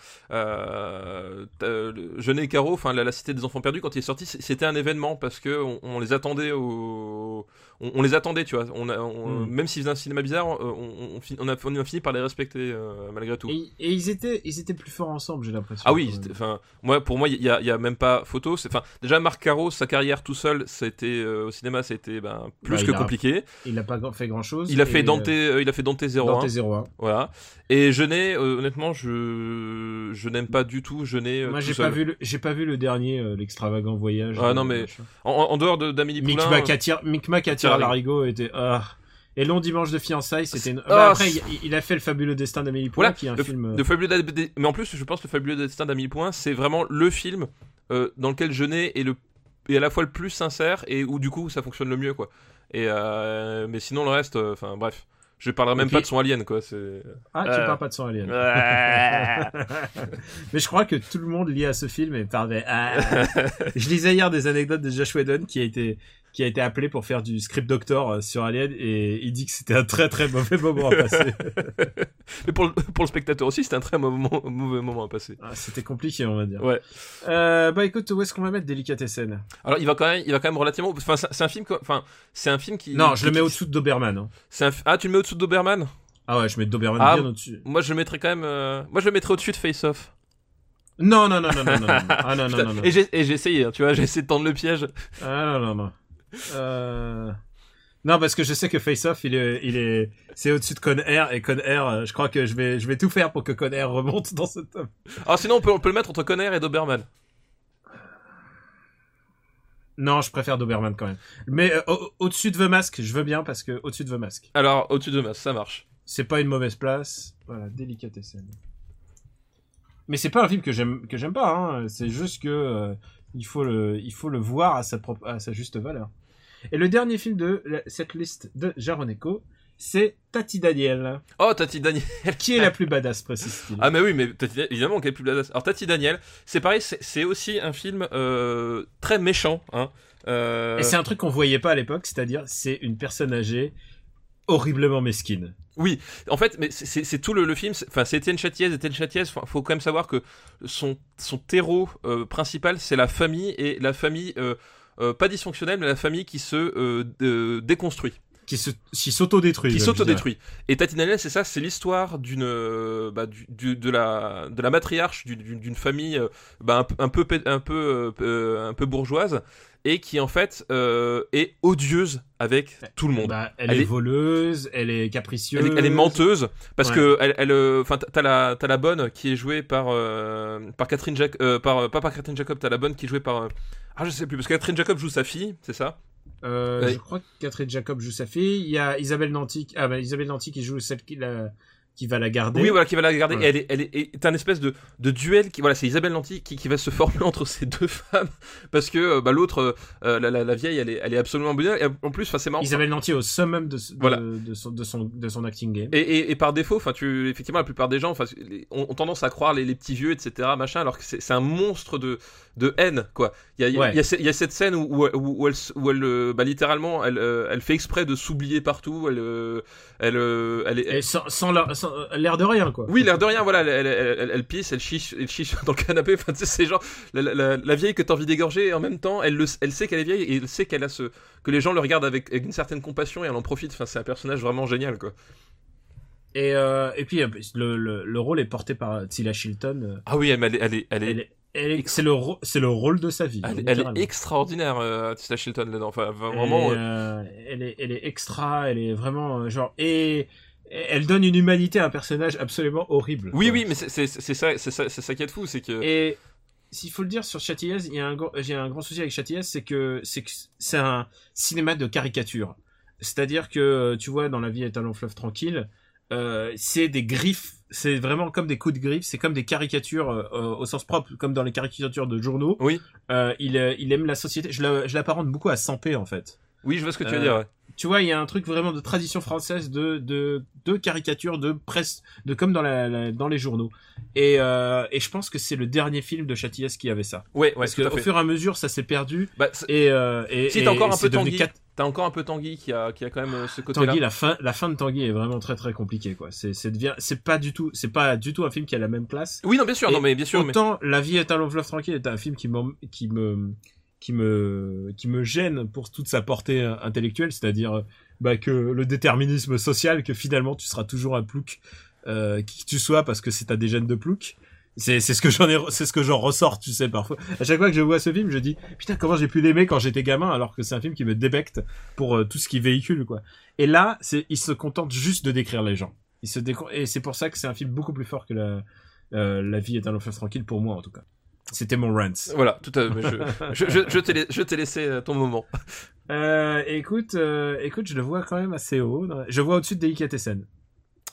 Speaker 3: euh, t'as, euh, le- Jeunet et Caro, enfin la, la Cité des Enfants Perdus quand il est sorti, c- c'était un événement parce que on, on les attendait au, on, on les attendait, tu vois. On, a- on-
Speaker 2: Hmm.
Speaker 3: même s'ils faisaient un cinéma bizarre, on, on, on fin- on a, on a fini par les respecter euh, malgré tout.
Speaker 2: Et, et ils étaient, ils étaient plus forts ensemble, j'ai l'impression.
Speaker 3: Ah oui,
Speaker 2: quand même.
Speaker 3: c'était- enfin, moi, pour moi, il y a, il y a même pas photo. C'est, enfin, déjà, Marc Caro, sa carrière tout seul, c'était euh, au cinéma, c'était ben, plus
Speaker 2: Bah,
Speaker 3: que
Speaker 2: il a-
Speaker 3: compliqué.
Speaker 2: il a pas grand- fait grand chose.
Speaker 3: Il a fait Dante, euh, il a fait Dante 01,
Speaker 2: Dante 01.
Speaker 3: voilà. Et Jeunet, euh, honnêtement, je, je n'aime pas du tout Jeunet euh,
Speaker 2: Moi,
Speaker 3: tout
Speaker 2: j'ai
Speaker 3: seul.
Speaker 2: pas vu, le- j'ai pas vu le dernier, euh, l'extravagant voyage.
Speaker 3: Ah,
Speaker 2: euh,
Speaker 3: non, mais-
Speaker 2: machin.
Speaker 3: En, en- en dehors de d'Amélie
Speaker 2: Mick
Speaker 3: Poulain, euh,
Speaker 2: McAteer, Mick McAteer à Larigot était. ah. Et long dimanche de fiançailles, c'était. Une... bah,
Speaker 3: Ah,
Speaker 2: après,
Speaker 3: c'est-
Speaker 2: il, il a fait le fabuleux destin d'Amélie Poulain,
Speaker 3: voilà,
Speaker 2: qui est un
Speaker 3: le,
Speaker 2: film. euh,
Speaker 3: le fabuleux Dad- mais en plus, je pense que le fabuleux destin d'Amélie Poulain, c'est vraiment le film euh, dans lequel Jeunet est le est à la fois le plus sincère et où du coup ça fonctionne le mieux quoi. Et euh, mais sinon le reste, euh, enfin bref, je parlerai même
Speaker 2: Et
Speaker 3: pas
Speaker 2: puis-
Speaker 3: de son Alien quoi. C'est
Speaker 2: Ah, tu
Speaker 3: euh,
Speaker 2: parles pas de son alien.
Speaker 3: Ouais.
Speaker 2: Mais je crois que tout le monde lié à ce film est par des. Ah. je lisais hier des anecdotes de Josh Whedon qui a été qui a été appelé pour faire du script doctor euh, sur Alien et il dit que c'était un très très mauvais moment à passer.
Speaker 3: Mais pour le, pour le spectateur aussi, c'est un très mauvais, moment- mauvais moment à passer.
Speaker 2: Ah, c'était compliqué on va dire.
Speaker 3: Ouais.
Speaker 2: Euh, bah écoute, où est-ce qu'on va mettre Délicatessen
Speaker 3: Alors il va quand même, il va quand même relativement. Enfin, c'est c'est un film. que- Enfin, c'est un film qui.
Speaker 2: Non, je le
Speaker 3: qui-
Speaker 2: mets au-dessous de Doberman. hein.
Speaker 3: c'est un fi- ah, tu le mets au-dessous de Doberman.
Speaker 2: Ah ouais, je mets Doberman
Speaker 3: Ah.
Speaker 2: bien au-dessus.
Speaker 3: Moi, je le mettrais quand même. euh, Moi, je le mettrais au-dessus de Face Off.
Speaker 2: Non, non, non, non, non, non. non. Ah non, non,
Speaker 3: Putain.
Speaker 2: non, non.
Speaker 3: Et j'ai et j'ai essayé. hein, Tu vois, j'ai essayé de tendre le piège.
Speaker 2: Ah non, non, non. Euh... Non, parce que je sais que Face Off, il est, il est, c'est au-dessus de Con Air et Con Air, euh, je crois que je vais, je vais tout faire pour que Con Air remonte dans ce top.
Speaker 3: Alors Ah, sinon, on peut, on peut le mettre entre Conner et Doberman.
Speaker 2: Non, je préfère Doberman quand même. Mais euh, au- au-dessus de The Mask, je veux bien parce que au-dessus de The Mask,
Speaker 3: Alors au-dessus de Mas, ça marche.
Speaker 2: c'est pas une mauvaise place. Voilà, délicate scène. Mais c'est pas un film que j'aime, que j'aime pas. Hein. C'est juste que euh, il faut le, il faut le voir à sa propre, à sa juste valeur. Et le dernier film de la- cette liste de Jaroneko, c'est Tati Daniel.
Speaker 3: Oh, Tati Daniel.
Speaker 2: Qui est la plus badass, précise-t-il
Speaker 3: Ah mais oui, mais Tati, évidemment qu'elle est plus badass. Alors Tati Daniel, c'est pareil, c'est c'est aussi un film euh, très méchant. Hein. Euh,
Speaker 2: Et c'est un truc qu'on voyait pas à l'époque, c'est-à-dire c'est une personne âgée horriblement mesquine.
Speaker 3: En fait, mais c'est- c'est c'est tout le, le film. c'est- Enfin, c'est Étienne Châtiez. Étienne Châtiez. Faut, faut quand même savoir que son son terreau euh, principal, c'est la famille et la famille euh, euh, pas dysfonctionnelle, mais la famille qui se euh, d- euh, déconstruit,
Speaker 2: Qui se- qui s'autodétruit.
Speaker 3: qui
Speaker 2: même,
Speaker 3: s'autodétruit. Et Tatinanel, c'est ça, c'est l'histoire d'une euh, bah, du- du- de la de la matriarche d'une- d'une d'une famille euh, bah, un, peu- un peu pé- un peu euh, un peu bourgeoise et qui en fait euh, est odieuse avec tout le
Speaker 2: je dirais.
Speaker 3: monde.
Speaker 2: Bah, elle,
Speaker 3: Elle
Speaker 2: est,
Speaker 3: est-
Speaker 2: voleuse, elle est capricieuse.
Speaker 3: Elle est, elle est menteuse parce
Speaker 2: Ouais.
Speaker 3: que elle, elle, euh, enfin, t'as- t'as la, t'as la bonne qui est jouée par euh, par Catherine Jac, euh, par euh, pas par Catherine Jacob, t'as la bonne qui est jouée par euh, Ah, je sais plus, parce que Catherine Jacob joue sa fille, c'est ça
Speaker 2: Euh,
Speaker 3: Oui.
Speaker 2: Je crois que Catherine Jacob joue sa fille. Il y a Isabelle Nanty. qui- Ah bah Isabelle Nanty qui joue celle qui, la- qui va la garder.
Speaker 3: Oui, voilà, qui va la regarder.
Speaker 2: Voilà.
Speaker 3: Elle est, elle est, et t'as un espèce de, de duel qui, voilà, c'est Isabelle Lanty qui, qui va se former entre ces deux femmes parce que euh, bah, l'autre, euh, la, la- la vieille, elle est, elle est absolument bonne. Et en plus, enfin, c'est marrant.
Speaker 2: Isabelle Nanty au summum de, de-
Speaker 3: Voilà.
Speaker 2: de son, de, son, de son acting game.
Speaker 3: Et, et- et par défaut, enfin, tu, effectivement, la plupart des gens, enfin, les- ont, ont tendance à croire les, les petits vieux, etc., machin, alors que c'est c'est un monstre de, de haine, quoi. Il y a, il y a-
Speaker 2: Ouais.
Speaker 3: il y a ce- il y a cette scène où, où, où elle, s- où elle, euh, bah, littéralement, elle, euh, elle fait exprès de s'oublier partout. Elle, euh, elle, euh, elle, est-
Speaker 2: Et sans, sans la- sans- euh, l'air de rien, quoi.
Speaker 3: Oui, l'air de rien, voilà, elle, elle, elle- elle- elle pisse, elle chiche, elle chiche dans le canapé. Enfin, tu sais, c'est genre la, la- la- la vieille que t'as envie d'égorger. et En même temps, elle, le, elle sait qu'elle est vieille et elle sait qu'elle a ce que les gens le regardent avec, avec une certaine compassion et elle en profite. Enfin, c'est un personnage vraiment génial, quoi.
Speaker 2: Et, euh, et puis, euh, le, le, le rôle est porté par Tila Shilton. euh,
Speaker 3: Ah oui, elle, elle, elle, est- elle est,
Speaker 2: Elle est- elle est- C'est le, ro- c'est le rôle de sa vie.
Speaker 3: elle, est- elle
Speaker 2: littéralement.
Speaker 3: est extraordinaire, euh, Tessa Shilton là-dedans. Enfin,
Speaker 2: Elle
Speaker 3: vraiment.
Speaker 2: est,
Speaker 3: euh,
Speaker 2: euh, elle, est, elle est extra, elle est vraiment euh, genre. Et elle donne une humanité à un personnage absolument horrible.
Speaker 3: Oui,
Speaker 2: quoi.
Speaker 3: oui, mais c'est c'est- c'est ça, c'est ça, c'est ça qui est fou, c'est euh, que.
Speaker 2: Et s'il faut le dire sur Châtillès, il y a un gros- j'ai un grand souci avec Châtillès, c'est que c'est que c'est un cinéma de caricature. C'est-à-dire que tu vois dans La vie est un long fleuve tranquille, euh, c'est des griffes, c'est vraiment comme des coups de griffes, c'est comme des caricatures euh, euh, au sens propre, comme dans les caricatures de journaux.
Speaker 3: Oui.
Speaker 2: Euh, il, euh, il aime la société. Je la- je l'apparente beaucoup à Sampé en fait.
Speaker 3: Oui, je vois ce que tu
Speaker 2: euh,
Speaker 3: veux dire. ouais.
Speaker 2: Tu vois, il y a un truc vraiment de tradition française de de, de caricature, de presse, de comme dans la, la- dans les journaux. Et euh, et je pense que c'est le dernier film de Châtillès qui avait ça.
Speaker 3: Ouais, ouais,
Speaker 2: Parce
Speaker 3: tout
Speaker 2: que
Speaker 3: à
Speaker 2: au
Speaker 3: fait.
Speaker 2: fur et à mesure, ça s'est perdu.
Speaker 3: Bah, c'est-
Speaker 2: Et euh, et
Speaker 3: Si,
Speaker 2: et-
Speaker 3: t'as encore
Speaker 2: et
Speaker 3: un peu
Speaker 2: c'est devenu
Speaker 3: Tanguy.
Speaker 2: quatre-
Speaker 3: T'as encore un peu Tanguy qui a, qui a quand même euh, ce côté-là.
Speaker 2: Tanguy, la fin la fin de Tanguy est vraiment très très compliquée quoi. C'est c'est devient c'est pas du tout c'est pas du tout un film qui a la même classe.
Speaker 3: Oui, non, bien sûr,
Speaker 2: Et
Speaker 3: non, mais bien sûr, mais-
Speaker 2: Autant La vie est un long fleuve tranquille est un film qui, m'em- qui me qui me qui me gêne pour toute sa portée euh, intellectuelle, c'est-à-dire euh, bah, que le déterminisme social, que finalement tu seras toujours un plouc, euh, qui que tu sois, parce que c'est t'as des gènes de plouc. C'est c'est ce que j'en ai, re- c'est ce que j'en ressors, tu sais parfois. À chaque fois que je vois ce film, je dis putain comment j'ai pu l'aimer quand j'étais gamin, alors que c'est un film qui me débecte pour euh, tout ce qui véhicule quoi. Et là, c'est il se contente juste de décrire les gens. Il se déco- et c'est pour ça que c'est un film beaucoup plus fort que la euh, La vie est un long fleuve tranquille pour moi en tout cas. C'était mon rant.
Speaker 3: Voilà, tout à fait. Je, je, je, je t'ai, la- je t'ai laissé euh, ton moment.
Speaker 2: Euh, écoute, euh, écoute, je le vois quand même assez haut. Je vois au-dessus de Délicatessen.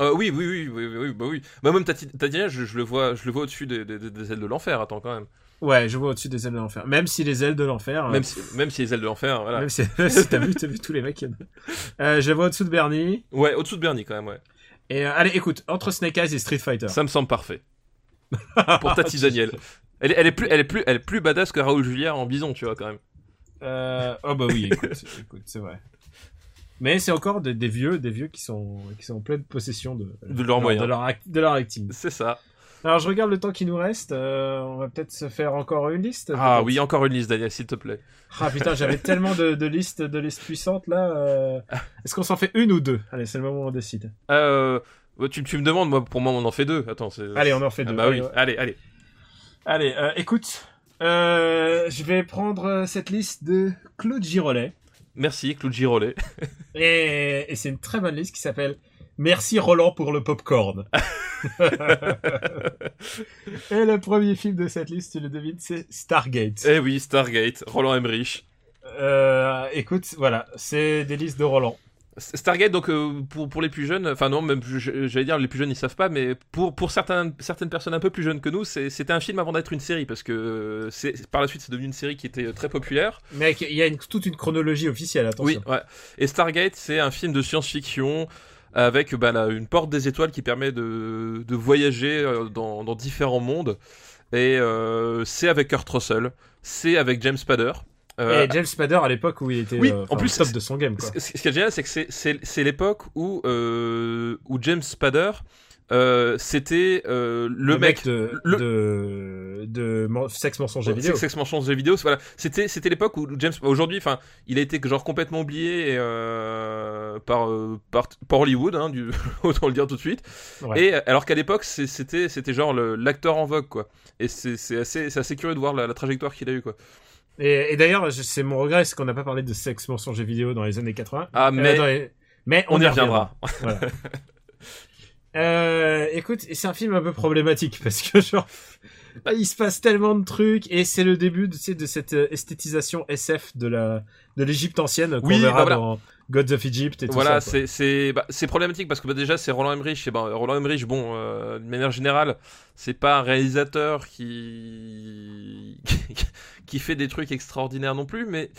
Speaker 3: Euh, oui, oui, oui, oui, oui, oui, bah oui. Bah même Tati- Tatiana, je, je le vois, je le vois au-dessus des, des, des- des ailes de l'enfer. Attends quand même.
Speaker 2: Ouais, je vois au-dessus des ailes de l'enfer. Même si les ailes de l'enfer. euh,
Speaker 3: Même si, même si les ailes de l'enfer, voilà.
Speaker 2: même si, si t'as vu, t'as vu tous les mecs. qu'il y en a. Euh, je le vois au-dessous de Bernie.
Speaker 3: Ouais, au-dessous de Bernie quand même. Ouais.
Speaker 2: Et euh, allez, écoute, entre Snake Eyes et Street Fighter.
Speaker 3: Ça me semble parfait pour Tati Daniel. Elle, est- elle est plus, elle est plus, elle est plus badass que Raoul Juliard en bison, tu vois quand même.
Speaker 2: Euh, oh bah oui, écoute, écoute, c'est vrai. Mais c'est encore des, des vieux, des vieux qui sont qui sont en pleine possession de
Speaker 3: De leurs moyens.
Speaker 2: de leur, act- de leur acting.
Speaker 3: C'est ça.
Speaker 2: Alors je regarde le temps qui nous reste. euh, on va peut-être se faire encore une liste.
Speaker 3: Ah
Speaker 2: peut-être.
Speaker 3: oui, encore une liste Daniel, s'il te plaît.
Speaker 2: Ah putain, j'avais tellement de, de listes de listes puissantes là. euh, Est-ce qu'on s'en fait une ou deux Allez, c'est le moment où on décide.
Speaker 3: Euh, tu, tu me demandes, moi, pour moi, on en fait deux. Attends, c'est.
Speaker 2: Allez, on en fait deux.
Speaker 3: Ah bah
Speaker 2: Allez,
Speaker 3: oui.
Speaker 2: ouais.
Speaker 3: Allez, allez.
Speaker 2: Allez, euh, écoute, euh, je vais prendre euh, cette liste de Claude Girolet.
Speaker 3: Merci, Claude Girolet.
Speaker 2: Et, et c'est une très bonne liste qui s'appelle Merci Roland pour le popcorn. et le premier film de cette liste, tu le devines, c'est Stargate.
Speaker 3: eh oui, Stargate, Roland Emmerich.
Speaker 2: Euh, écoute, voilà, c'est des listes de Roland.
Speaker 3: Stargate, donc euh, pour, pour les plus jeunes, enfin non, même je- j'allais dire les plus jeunes ils savent pas, mais pour, pour certains, certaines personnes un peu plus jeunes que nous, c'est- c'était un film avant d'être une série parce que euh, c'est par la suite c'est devenu une série qui était euh, très populaire.
Speaker 2: Mec, il y a une- toute une chronologie officielle, attention.
Speaker 3: Oui, ouais. Et Stargate, c'est un film de science-fiction avec bah, là, une porte des étoiles qui permet de, de voyager euh, dans, dans différents mondes. Et euh, c'est avec Kurt Russell, c'est avec James Spader. Euh,
Speaker 2: Et James Spader à l'époque où il était
Speaker 3: Oui,
Speaker 2: euh,
Speaker 3: en
Speaker 2: enfin,
Speaker 3: plus,
Speaker 2: au top
Speaker 3: c'est-
Speaker 2: de son game. Quoi.
Speaker 3: Ce ce qui est génial, c'est que c'est- c'est c'est l'époque où, euh, où James Spader, euh, c'était euh, le, mec.
Speaker 2: de,
Speaker 3: le-
Speaker 2: de, de man- sexe mensonger vidéo.
Speaker 3: Sex, sex Mentions de vidéo, c'est- voilà. C'était, c'était l'époque où James. Aujourd'hui, enfin, il a été genre complètement oublié euh, par, euh, par, par Hollywood, hein, du- autant le dire tout de suite.
Speaker 2: Ouais.
Speaker 3: Et euh, alors qu'à l'époque, c'est- c'était, c'était genre le- l'acteur en vogue, quoi. Et c'est, c'est assez, c'est assez curieux de voir la, la trajectoire qu'il a eu, quoi.
Speaker 2: Et, et d'ailleurs, je- c'est mon regret, c'est qu'on n'a pas parlé de sexe mensonger vidéo dans les années 80.
Speaker 3: Ah,
Speaker 2: Euh,
Speaker 3: mais
Speaker 2: dans les- mais
Speaker 3: on, y reviendra.
Speaker 2: Euh, écoute, et c'est un film un peu problématique parce que genre, Il se passe tellement de trucs et c'est le début de, tu sais, de cette euh, esthétisation SF de la de l'Égypte ancienne qu'on
Speaker 3: Oui,
Speaker 2: verra
Speaker 3: bah voilà.
Speaker 2: dans Gods of Egypt et tout
Speaker 3: voilà,
Speaker 2: ça. quoi.
Speaker 3: c'est c'est bah, c'est problématique parce que bah, déjà c'est Roland Emmerich. Et ben Roland Emmerich, bon, euh, de manière générale, c'est pas un réalisateur qui qui fait des trucs extraordinaires non plus, mais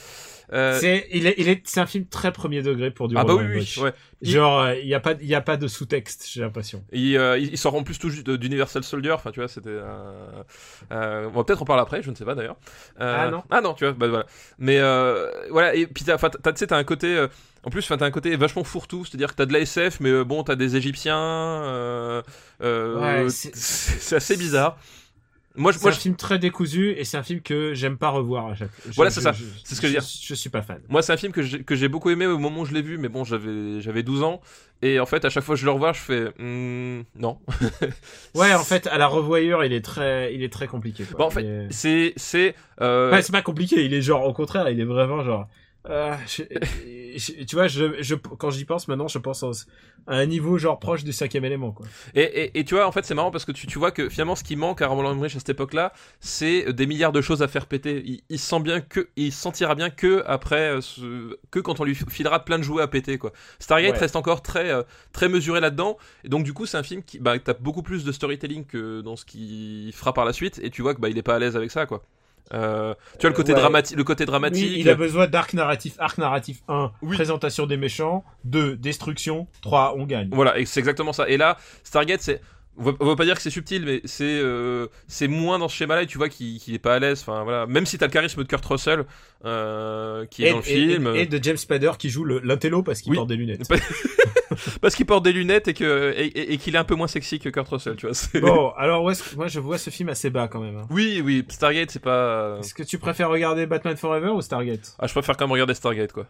Speaker 3: euh,
Speaker 2: C'est il est il est c'est un film très premier degré pour du
Speaker 3: ah bah
Speaker 2: Roland
Speaker 3: oui, oui,
Speaker 2: Emmerich.
Speaker 3: ouais. Il-
Speaker 2: Genre euh, il y a pas il y a pas de sous-texte, j'ai l'impression.
Speaker 3: Il, euh, il- il sort en plus tout juste d'Universal Soldier. Enfin, tu vois, c'était. un- euh, on va peut-être en parler après. Je ne sais pas d'ailleurs. Euh,
Speaker 2: Ah, non.
Speaker 3: Ah non, tu vois. Bah, voilà. Mais euh, voilà. Et puis t'as, enfin, t'as- tu sais, t'as un côté. euh, en plus, enfin, t'as un côté vachement fourre-tout. C'est-à-dire que t'as de la SF, mais euh, bon, t'as des Égyptiens. euh, euh,
Speaker 2: Ouais,
Speaker 3: c'est,
Speaker 2: c'est-
Speaker 3: c'est assez bizarre. Moi, je,
Speaker 2: C'est
Speaker 3: moi,
Speaker 2: un
Speaker 3: je-
Speaker 2: film très décousu et c'est un film que j'aime pas revoir à chaque. je-
Speaker 3: Voilà, c'est
Speaker 2: je-
Speaker 3: ça.
Speaker 2: je-
Speaker 3: C'est ce que je veux dire.
Speaker 2: Je suis pas fan.
Speaker 3: Moi, c'est un film que j'ai, que j'ai beaucoup aimé au moment où je l'ai vu, mais bon, j'avais, j'avais 12 ans. Et en fait, à chaque fois que je le revois, je fais. Hmm, non.
Speaker 2: Ouais, en fait, à la revoyure, il est très, il est très compliqué. Quoi.
Speaker 3: Bon, Bah, en fait,
Speaker 2: Il est-
Speaker 3: C'est. c'est euh,
Speaker 2: Ouais, c'est pas compliqué, il est genre, au contraire, il est vraiment genre. euh, je- je- tu vois, je, je, quand j'y pense maintenant, je pense au- à un niveau genre proche du cinquième élément. Quoi.
Speaker 3: Et, et- et tu vois, en fait, c'est marrant parce que tu, tu vois que finalement, ce qui manque à Roland Emmerich à cette époque-là, c'est euh, des milliards de choses à faire péter. Il, il sent bien que, il se sentira bien que après, euh, ce- que quand on lui filera plein de jouets à péter, quoi. Stargate
Speaker 2: Ouais.
Speaker 3: reste encore très, euh, très mesuré là-dedans. Et donc, du coup, c'est un film qui, bah, t'as beaucoup plus de storytelling que dans ce qu'il fera par la suite. Et tu vois que, bah, il est pas à l'aise avec ça, quoi. Euh, tu vois le côté
Speaker 2: Ouais.
Speaker 3: dramatique, le côté dramatique.
Speaker 2: Oui, il a besoin d'arc narratif. Arc narratif 1,
Speaker 3: Oui.
Speaker 2: présentation des méchants. 2, destruction. 3, on gagne.
Speaker 3: Voilà, et c'est exactement ça. Et là, Stargate, c'est. On va, on va pas dire que c'est subtil, mais c'est euh, c'est moins dans ce schéma-là. Et tu vois qu'il qu'il est pas à l'aise. Enfin voilà, même si t'as le charisme de Kurt Russell euh, qui est dans le film, euh,
Speaker 2: et de James Spader qui joue le- l'intello parce qu'il
Speaker 3: Oui.
Speaker 2: porte des lunettes.
Speaker 3: parce qu'il porte des lunettes et que et, et- et qu'il est un peu moins sexy que Kurt Russell, tu vois. c'est-
Speaker 2: Bon, alors où est-ce que- moi je vois ce film assez bas quand même. hein.
Speaker 3: Oui, oui, Stargate, c'est pas. euh,
Speaker 2: Est-ce que tu préfères regarder Batman Forever ou Stargate
Speaker 3: Ah, je préfère quand même regarder Stargate, quoi.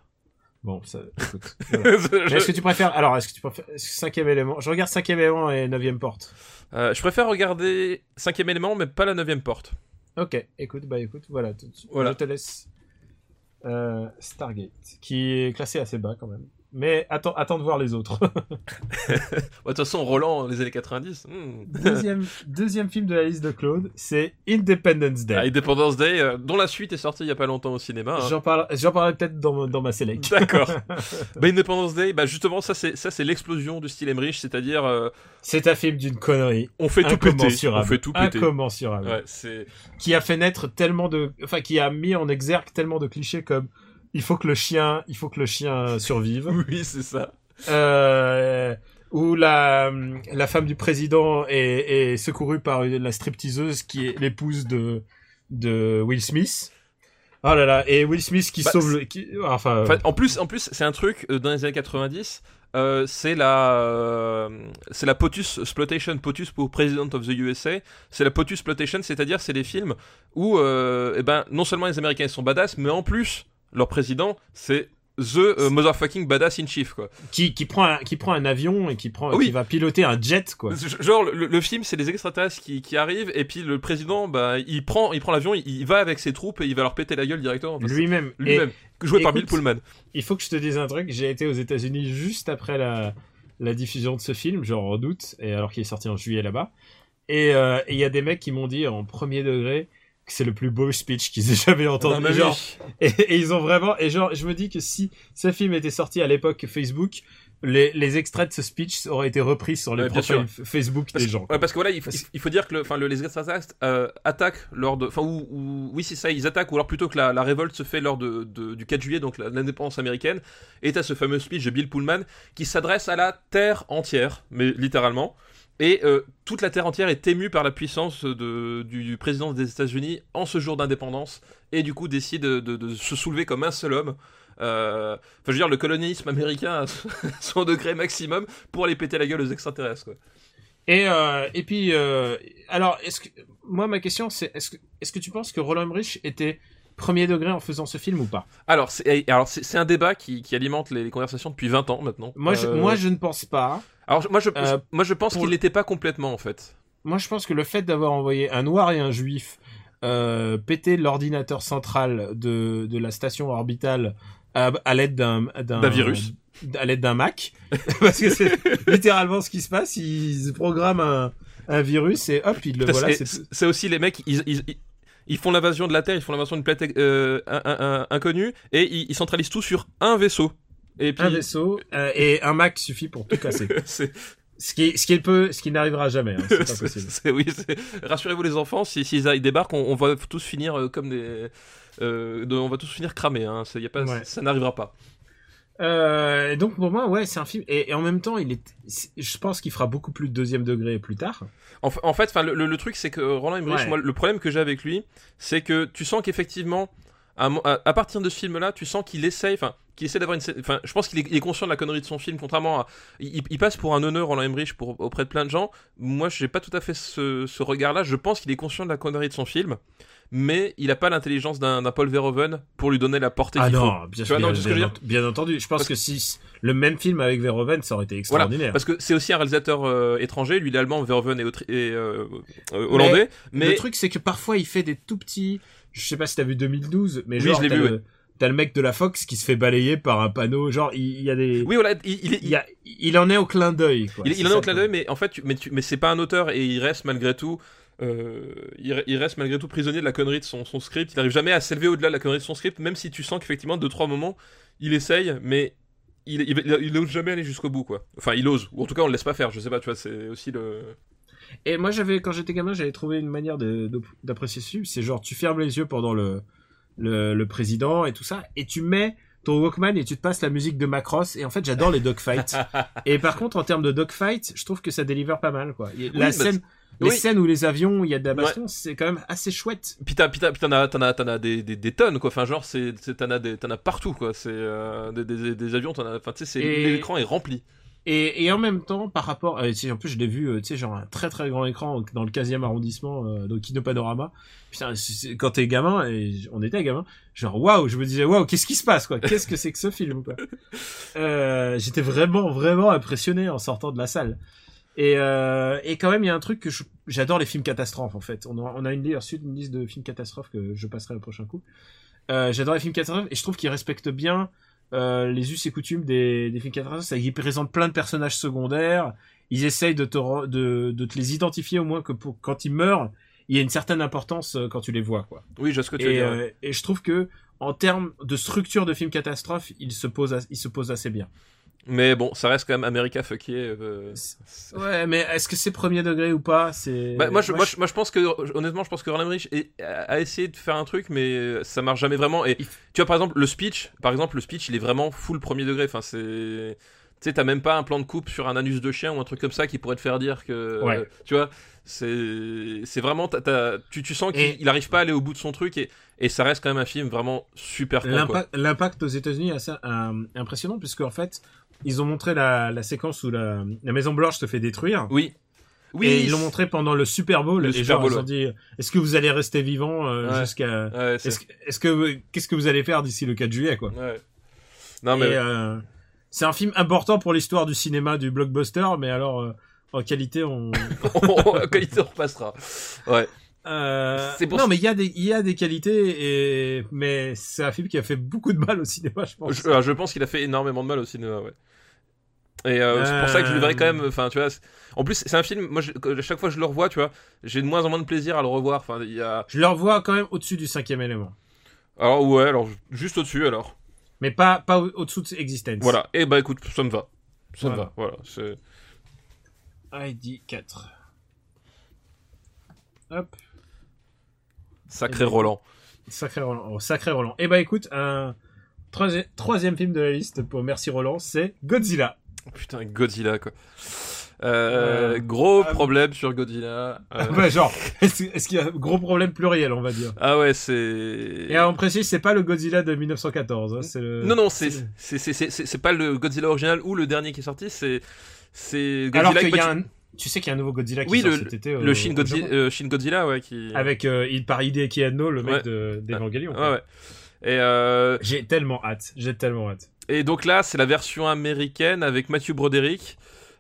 Speaker 2: Bon, ça, écoute. voilà. Mais Est-ce que
Speaker 3: je,
Speaker 2: tu préfères Alors, est-ce que tu préfères est-ce que cinquième élément Je regarde cinquième élément et neuvième porte.
Speaker 3: euh, je préfère regarder Cinquième élément, mais pas la neuvième porte.
Speaker 2: Ok, écoute, bah écoute, voilà, tout de suite.
Speaker 3: Voilà.
Speaker 2: je te laisse. Euh, Stargate, qui est classé assez bas quand même. Mais attends, attends de voir les autres.
Speaker 3: Ouais, Bah, De toute façon, Roland, les années 90. hmm.
Speaker 2: deuxième, deuxième film de la liste de Claude, c'est Independence Day.
Speaker 3: Independence Day, euh, dont la suite est sortie il y a pas longtemps au cinéma. hein.
Speaker 2: J'en parle- j'en parlerai peut-être dans, dans ma select.
Speaker 3: D'accord. bah, Independence Day, bah justement, ça c'est ça c'est l'explosion du style Emmerich, c'est-à-dire euh,
Speaker 2: C'est un film d'une connerie.
Speaker 3: on fait tout péter, on
Speaker 2: incommensurable.
Speaker 3: fait tout péter.
Speaker 2: Incommensurable.
Speaker 3: Ouais, c'est
Speaker 2: qui a fait naître tellement de, enfin qui a mis en exergue tellement de clichés comme il faut que le chien, il faut que le chien survive,
Speaker 3: oui, c'est ça.
Speaker 2: euh, où la la femme du président est, est secourue par une- la stripteaseuse qui est l'épouse de de Will Smith. Oh là là, et Will Smith qui
Speaker 3: Bah,
Speaker 2: sauve, le, qui, enfin,
Speaker 3: Enfin, en plus en plus, c'est un truc euh, dans les années 90, euh, c'est la euh, c'est la POTUS exploitation, POTUS pour President of the USA, c'est la POTUS exploitation, c'est-à-dire c'est les films où euh, eh ben non seulement les américains ils sont badass, mais en plus leur président, c'est the euh, motherfucking badass in chief quoi.
Speaker 2: qui qui prend un, qui prend un avion et qui prend,
Speaker 3: Ah oui.
Speaker 2: qui va piloter un jet quoi.
Speaker 3: Genre le, le film c'est les extraterrestres qui, qui arrivent et puis le président bah il prend il prend l'avion il, il va avec ses troupes et il va leur péter la gueule directement parce que-
Speaker 2: Lui-même. Et
Speaker 3: lui-même joué par Bill
Speaker 2: écoute,
Speaker 3: Pullman.
Speaker 2: Il faut que je te dise un truc. J'ai été aux États-Unis juste après la, la diffusion de ce film, genre en août, et alors qu'il est sorti en juillet là-bas. Et euh, et il y a des mecs qui m'ont dit en premier degré que c'est le plus beau speech qu'ils aient jamais
Speaker 3: Ah,
Speaker 2: entendu.
Speaker 3: bah oui.
Speaker 2: genre, et, et ils ont vraiment. Et genre, je me dis que si ce film était sorti à l'époque Facebook, les, les extraits de ce speech auraient été repris sur les
Speaker 3: Ouais, bien
Speaker 2: profils f- Facebook
Speaker 3: Parce
Speaker 2: des gens.
Speaker 3: Ouais, parce que voilà, il, faut-
Speaker 2: Parce-
Speaker 3: il faut dire que le, enfin, le, les extraterrestres euh, attaquent lors de. Enfin, ou, ou- oui, c'est ça, ils attaquent, ou alors plutôt que la, la révolte se fait lors de, de- du 4 juillet, donc la- l'indépendance américaine. Et t'as ce fameux speech de Bill Pullman qui s'adresse à la terre entière, mais littéralement. Et euh, toute la terre entière est émue par la puissance de, du, du président des États-Unis en ce jour d'indépendance, et du coup décide de, de- de se soulever comme un seul homme. Euh, Enfin, je veux dire, le colonisme américain à son degré maximum pour aller péter la gueule aux extraterrestres. Quoi.
Speaker 2: Et, euh, et puis, euh, alors, est-ce que, moi, ma question, c'est est-ce que, est-ce que tu penses que Roland Emmerich était premier degré en faisant ce film ou pas
Speaker 3: Alors, c'est, eh, alors c'est, c'est un débat qui, qui alimente les, les conversations depuis 20 ans maintenant.
Speaker 2: Moi, je,
Speaker 3: Euh,
Speaker 2: moi, je ne pense pas.
Speaker 3: alors, je- moi, je,
Speaker 2: euh,
Speaker 3: moi, je pense
Speaker 2: pour-
Speaker 3: qu'il n'était pas complètement en fait.
Speaker 2: Moi, je pense que le fait d'avoir envoyé un noir et un juif euh, péter l'ordinateur central de, de la station orbitale à, à l'aide d'un d'un
Speaker 3: D'un virus.
Speaker 2: à l'aide d'un Mac, parce que c'est littéralement ce qui se passe. Ils programment un, un virus et hop, ils le
Speaker 3: Putain,
Speaker 2: Ben voilà.
Speaker 3: c'est-
Speaker 2: c'est-
Speaker 3: C'est aussi les mecs, ils, ils- ils- ils font l'invasion de la Terre, ils font l'invasion d'une planète euh, un- un- un- inconnue, et ils, ils centralisent tout sur un vaisseau. Et puis,
Speaker 2: Un vaisseau euh, et un Mac suffit pour tout casser.
Speaker 3: c'est-
Speaker 2: ce qui, ce qui peut, ce qui n'arrivera jamais. hein, c'est pas
Speaker 3: c'est-
Speaker 2: possible.
Speaker 3: c'est- oui, c'est- rassurez-vous les enfants, si, s'ils a- ils débarquent, on, on va tous finir euh, comme des, euh, de- on va tous finir cramés. hein, c'est- y a pas,
Speaker 2: Ouais.
Speaker 3: Ça n'arrivera pas.
Speaker 2: Euh, et donc pour moi, ouais, c'est un film. Et, et en même temps, il est. c'est- Je pense qu'il fera beaucoup plus de deuxième degré plus tard.
Speaker 3: En, fa- en fait, enfin, le, le- le truc, c'est que euh, Roland Emmerich,
Speaker 2: Ouais.
Speaker 3: moi, le problème que j'ai avec lui, c'est que tu sens qu'effectivement, à, mo- à- à partir de ce film-là, tu sens qu'il essaye, enfin, qu'il essaie d'avoir une, sé- enfin, je pense qu'il est, il est conscient de la connerie de son film, contrairement à, il, il passe pour un honneur Roland Emmerich pour auprès de plein de gens. Moi, j'ai pas tout à fait ce, ce regard-là. Je pense qu'il est conscient de la connerie de son film, mais il a pas l'intelligence d'un d'un Paul Verhoeven pour lui donner la portée
Speaker 2: Ah
Speaker 3: qu'il faut.
Speaker 2: non, bien,
Speaker 3: Tu vois, non,
Speaker 2: bien-
Speaker 3: tu sais ce que
Speaker 2: bien
Speaker 3: je veux
Speaker 2: ent- bien entendu. Je pense
Speaker 3: Parce-
Speaker 2: que si le même film avec Verhoeven, ça aurait été extraordinaire.
Speaker 3: Parce que c'est aussi un réalisateur euh, étranger, lui il est allemand, Verhoeven est, autri- et, euh, euh, hollandais, mais,
Speaker 2: Le truc, c'est que parfois, il fait des tout petits. Je sais pas si t'as vu 2012, mais
Speaker 3: Oui,
Speaker 2: genre,
Speaker 3: je l'ai
Speaker 2: t'as
Speaker 3: vu,
Speaker 2: le... t'as le mec de la Fox qui se fait balayer par un panneau. Genre, il il y a des.
Speaker 3: oui voilà, il, il,
Speaker 2: il, y a... il en est au clin d'œil. quoi.
Speaker 3: il,
Speaker 2: C'est
Speaker 3: il en est
Speaker 2: ça,
Speaker 3: au clin d'œil, mais en fait, tu- mais, tu- mais c'est pas un auteur et il reste malgré tout. euh, il, re- il reste malgré tout prisonnier de la connerie de son, son script. Il n'arrive jamais à s'élever au-delà de la connerie de son script, même si tu sens qu'effectivement, deux trois moments, il essaye, mais il, il, il- il ose jamais aller jusqu'au bout, quoi. Enfin, il ose, ou en tout cas, on le laisse pas faire. Je sais pas, tu vois, c'est aussi le.
Speaker 2: Et moi, j'avais, quand j'étais gamin, j'avais trouvé une manière de- de- d'apprécier ce film. C'est genre, tu fermes les yeux pendant le, le, le président et tout ça, et tu mets ton Walkman et tu te passes la musique de Macross. Et en fait, j'adore les dogfights. et par contre, en termes de dogfight, je trouve que ça délivre pas mal, quoi. Il y a-
Speaker 3: Oui,
Speaker 2: la
Speaker 3: bah,
Speaker 2: scène,
Speaker 3: oui.
Speaker 2: les scènes où les avions, il y a de la baston, c'est quand même assez chouette.
Speaker 3: Puis t'as- puis t'as- puis t'en as, t'en as, t'en as des, des, des tonnes, quoi. Enfin, genre, c'est, c'est- t'en as, des- t'en as partout, quoi. C'est euh, des, des, des avions, t'en as. Enfin, tu sais, c'est-
Speaker 2: Et-
Speaker 3: l'écran est rempli.
Speaker 2: Et, et en même temps, par rapport, euh, tu sais, en plus je l'ai vu, euh, tu sais, genre un très très grand écran dans le 15e arrondissement, euh, donc Kino Panorama. Putain, c'est- c'est- quand t'es gamin, et j- on était gamin, genre waouh, je me disais waouh, qu'est-ce qui se passe quoi Qu'est-ce que c'est que ce film quoi Euh, J'étais vraiment vraiment impressionné en sortant de la salle. Et, euh, et quand même, il y a un truc que je- j'adore les films catastrophes en fait. On a, on a une liste, reçu une liste de films catastrophes que je passerai le prochain coup. Euh, j'adore les films catastrophes et je trouve qu'ils respectent bien euh, les us et coutumes des, des films catastrophes. C'est qu'ils présentent plein de personnages secondaires. Ils essayent de te, re- de, de te les identifier au moins que pour, quand ils meurent, il y a une certaine importance euh, quand tu les vois quoi
Speaker 3: Oui, je vois ce que tu veux
Speaker 2: et,
Speaker 3: dire.
Speaker 2: euh, et je trouve que en termes de structure de film catastrophe, il se pose, as- il se pose assez bien.
Speaker 3: Mais bon, ça reste quand même America fucké. euh,
Speaker 2: C'est- Ouais, mais est-ce que c'est premier degré ou pas C'est.
Speaker 3: Bah, moi, je, moi, je, moi, je pense que, honnêtement, je pense que Roland Emmerich est- a a essayé de faire un truc, mais euh, ça marche jamais vraiment. Et tu vois, par exemple, le speech, par exemple, le speech, il est vraiment full premier degré. Enfin, c'est. Tu sais, t'as même pas un plan de coupe sur un anus de chien ou un truc comme ça qui pourrait te faire dire que.
Speaker 2: Ouais.
Speaker 3: tu vois, c'est. C'est vraiment. t'as- t'as- tu, tu sens qu'il
Speaker 2: Et-
Speaker 3: il arrive pas à aller au bout de son truc et, et ça reste quand même un film vraiment super con, quoi.
Speaker 2: L'impact- L'impact aux États-Unis est assez euh, impressionnant puisque en fait, ils ont montré la, la séquence où la, la Maison Blanche se fait détruire.
Speaker 3: Oui. Oui.
Speaker 2: et ils l'ont montré pendant le Super Bowl.
Speaker 3: Le
Speaker 2: et
Speaker 3: Super
Speaker 2: genre,
Speaker 3: Bowl,
Speaker 2: ils ont
Speaker 3: ouais.
Speaker 2: dit Est-ce que vous allez rester vivant euh,
Speaker 3: Ouais.
Speaker 2: jusqu'à
Speaker 3: Ouais, c'est-
Speaker 2: Est-ce que, est-ce que qu'est-ce que vous allez faire d'ici le 4 juillet quoi
Speaker 3: ouais. Non, mais.
Speaker 2: Et, euh, c'est un film important pour l'histoire du cinéma, du blockbuster, mais alors euh, en qualité, on.
Speaker 3: en qualité, on repassera. Ouais.
Speaker 2: Euh,
Speaker 3: C'est pour
Speaker 2: Non,
Speaker 3: ça-
Speaker 2: mais il y a des, il y a des qualités, et... mais c'est un film qui a fait beaucoup de mal au cinéma, je pense.
Speaker 3: Je, alors, je pense qu'il a fait énormément de mal au cinéma, ouais. Et euh, c'est pour ça que je le verrai quand même. Enfin, tu vois. c'est- En plus, c'est un film. Moi, je- que- à chaque fois que je le revois, tu vois, j'ai de moins en moins de plaisir à le revoir. Enfin, il y a.
Speaker 2: Je le revois quand même au-dessus du cinquième élément,
Speaker 3: Alors ouais, alors juste au-dessus, alors.
Speaker 2: mais pas, pas au- au-dessous de Existence.
Speaker 3: Voilà. Et bah écoute, ça me va. Ça me
Speaker 2: Voilà.
Speaker 3: va. Voilà. c'est- Ah,
Speaker 2: ID 4. Hop,
Speaker 3: Sacré
Speaker 2: Et bah-
Speaker 3: Roland.
Speaker 2: sacré Roland. Oh, sacré Roland. Et bah écoute, un troisi- troisième film de la liste pour Merci Roland, c'est Godzilla.
Speaker 3: Putain, Godzilla quoi. Euh,
Speaker 2: Euh,
Speaker 3: gros
Speaker 2: ah,
Speaker 3: problème sur Godzilla. Euh,
Speaker 2: Bah, genre, est-ce est-ce qu'il y a un gros problème pluriel, on va dire
Speaker 3: ah ouais,
Speaker 2: Et
Speaker 3: c'est.
Speaker 2: on précise, c'est pas le Godzilla de 1914. hein, c'est le...
Speaker 3: Non non, c'est c'est c'est c'est- c'est c'est pas le Godzilla original ou le dernier qui est sorti, c'est c'est Godzilla
Speaker 2: Alors
Speaker 3: avec
Speaker 2: qu'il y
Speaker 3: petit-
Speaker 2: a un... Tu sais qu'il y a un nouveau Godzilla qui
Speaker 3: Oui,
Speaker 2: sort
Speaker 3: le-
Speaker 2: cet été.
Speaker 3: le
Speaker 2: au-
Speaker 3: Shin,
Speaker 2: au
Speaker 3: Godzi-
Speaker 2: Japon.
Speaker 3: euh, Shin Godzilla ouais qui
Speaker 2: Avec, euh, il, par Hideaki Anno, le mec
Speaker 3: Ouais.
Speaker 2: de- d'Evangelion.
Speaker 3: ouais,
Speaker 2: quoi.
Speaker 3: ouais. Et, euh,
Speaker 2: J'ai tellement hâte. J'ai tellement hâte.
Speaker 3: et donc là, c'est la version américaine avec Matthew Broderick.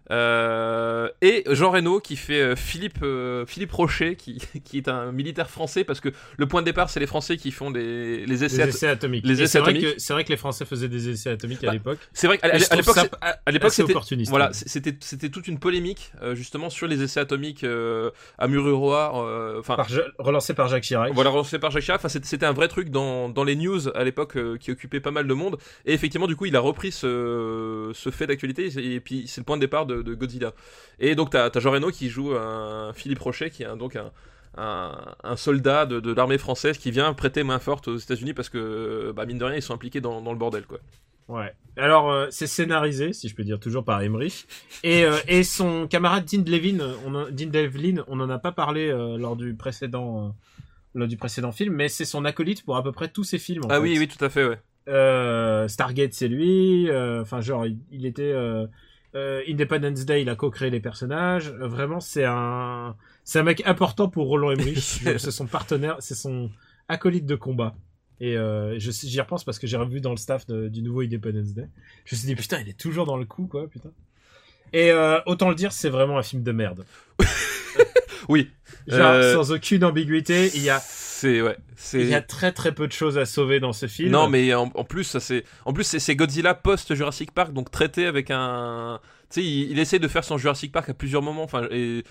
Speaker 3: Euh, et Jean Reno qui fait euh, Philippe, euh, Philippe Rocher, qui, qui est un militaire français, parce que le point de départ, c'est les Français qui font des, les
Speaker 2: Les
Speaker 3: essais. at-
Speaker 2: essais atomiques.
Speaker 3: les
Speaker 2: Et
Speaker 3: essais
Speaker 2: c'est vrai
Speaker 3: atomiques.
Speaker 2: que- C'est vrai que les Français faisaient des essais atomiques
Speaker 3: Bah,
Speaker 2: à l'époque.
Speaker 3: C'est vrai qu'à à-
Speaker 2: Et je
Speaker 3: à
Speaker 2: trouve
Speaker 3: l'époque,
Speaker 2: ça
Speaker 3: c'est-
Speaker 2: a-
Speaker 3: à l'époque,
Speaker 2: assez
Speaker 3: c'était
Speaker 2: opportuniste. hein.
Speaker 3: voilà, c- c'était c'était toute une polémique euh, justement sur les essais atomiques euh, à Mururoa. euh, Enfin,
Speaker 2: Par Ja- relancé par Jacques Chirac.
Speaker 3: Voilà, relancé par Jacques Chirac. Enfin, c'était c'était un vrai truc dans, dans les news à l'époque euh, qui occupait pas mal de monde. Et effectivement, du coup, il a repris ce, ce fait d'actualité. Et puis, c'est le point de départ de, de Godzilla. Et donc, t'as as Jean Reno qui joue un Philippe Rocher, qui est un- donc un, un, un soldat de, de l'armée française qui vient prêter main forte aux États-Unis parce que, bah, mine de rien, ils sont impliqués dans, dans le bordel, quoi.
Speaker 2: Ouais. Alors, euh, c'est scénarisé, si je peux dire, toujours par Emmerich. Et, euh, et son camarade Dean Devlin, euh, on en, Dean Devlin, on en a pas parlé euh, lors du précédent, euh, lors du précédent film, mais c'est son acolyte pour à peu près tous ses films. en
Speaker 3: ah
Speaker 2: fait.
Speaker 3: oui, oui, tout à fait, ouais.
Speaker 2: Euh, Stargate, c'est lui. euh, Enfin, genre, il, il était euh, euh, Independence Day, il a co-créé les personnages. Euh, vraiment, c'est un, c'est un mec important pour Roland Emmerich. Genre, c'est son partenaire, c'est son acolyte de combat. Et euh, je sais- j'y repense parce que j'ai revu dans le staff de- du nouveau Independence Day. Je me suis dit putain, il est toujours dans le coup, quoi, putain. Et euh, autant le dire, c'est vraiment un film de merde.
Speaker 3: Oui.
Speaker 2: Genre,
Speaker 3: Euh,
Speaker 2: sans aucune ambiguïté, il y a,
Speaker 3: C'est, ouais. C'est.
Speaker 2: il y a très très peu de choses à sauver dans ce film.
Speaker 3: Non, mais en, en plus, ça c'est, en plus c'est, c'est Godzilla post Jurassic Park, donc traité avec un, tu sais, il, il essaie de faire son Jurassic Park à plusieurs moments. Enfin, et tu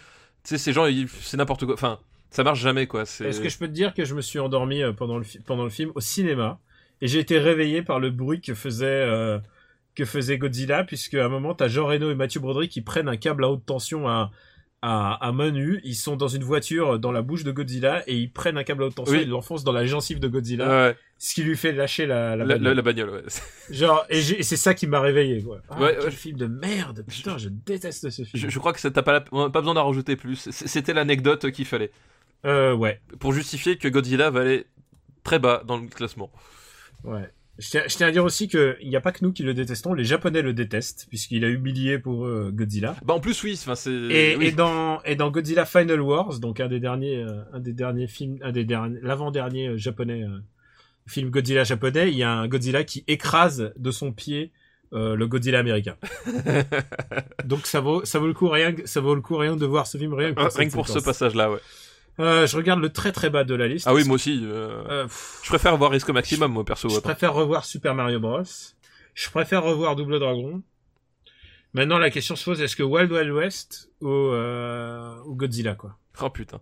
Speaker 3: sais, ces gens, ils- c'est n'importe quoi. Enfin, ça marche jamais, quoi. C'est...
Speaker 2: Est-ce que je peux te dire que je me suis endormi euh, pendant le, fi- pendant le film au cinéma et j'ai été réveillé par le bruit que faisait, euh, que faisait Godzilla, puisque à un moment, t'as Jean Reno et Mathieu Broderick qui prennent un câble à haute tension à, à, à main nue. Ils sont dans une voiture euh, dans la bouche de Godzilla et ils prennent un câble à haute tension
Speaker 3: Oui.
Speaker 2: et ils l'enfoncent dans la gencive de Godzilla,
Speaker 3: Ouais,
Speaker 2: ce qui lui fait lâcher la, la
Speaker 3: la,
Speaker 2: bagnole.
Speaker 3: la- la bagnole, ouais.
Speaker 2: Genre, et, j'ai- et c'est ça qui m'a réveillé. Quoi. Ah,
Speaker 3: Ouais,
Speaker 2: quel
Speaker 3: ouais.
Speaker 2: film de merde Putain, je déteste ce film.
Speaker 3: Je, je crois que ça, t'as pas, la- on a pas besoin d'en rajouter plus. C'est- C'était l'anecdote qu'il fallait
Speaker 2: Euh, ouais.
Speaker 3: pour justifier que Godzilla va aller très bas dans le classement.
Speaker 2: Ouais. Je tiens, je tiens à dire aussi qu'il n'y a pas que nous qui le détestons, les Japonais le détestent, puisqu'il a humilié pour eux euh, Godzilla.
Speaker 3: Bah en plus, oui. Enfin, c'est.
Speaker 2: Et,
Speaker 3: oui.
Speaker 2: et dans, et dans Godzilla Final Wars, donc un des derniers, euh, un des derniers films, un des derniers, l'avant-dernier euh, japonais, euh, film Godzilla japonais, il y a un Godzilla qui écrase de son pied euh, le Godzilla américain. donc ça vaut, ça vaut le coup rien, que- ça vaut le coup rien que de voir ce film rien que pour,
Speaker 3: Ah, Rien
Speaker 2: cette
Speaker 3: que pour ce
Speaker 2: séquence.
Speaker 3: passage-là, ouais.
Speaker 2: Euh, je regarde le très très bas de la liste.
Speaker 3: Ah oui, moi aussi. euh,
Speaker 2: Euh, pff,
Speaker 3: Je préfère voir Risque Maximum, moi perso.
Speaker 2: Je
Speaker 3: après.
Speaker 2: préfère revoir Super Mario Bros. Je préfère revoir Double Dragon. Maintenant, la question se pose est-ce que Wild Wild West ou, euh, ou Godzilla quoi
Speaker 3: Oh putain.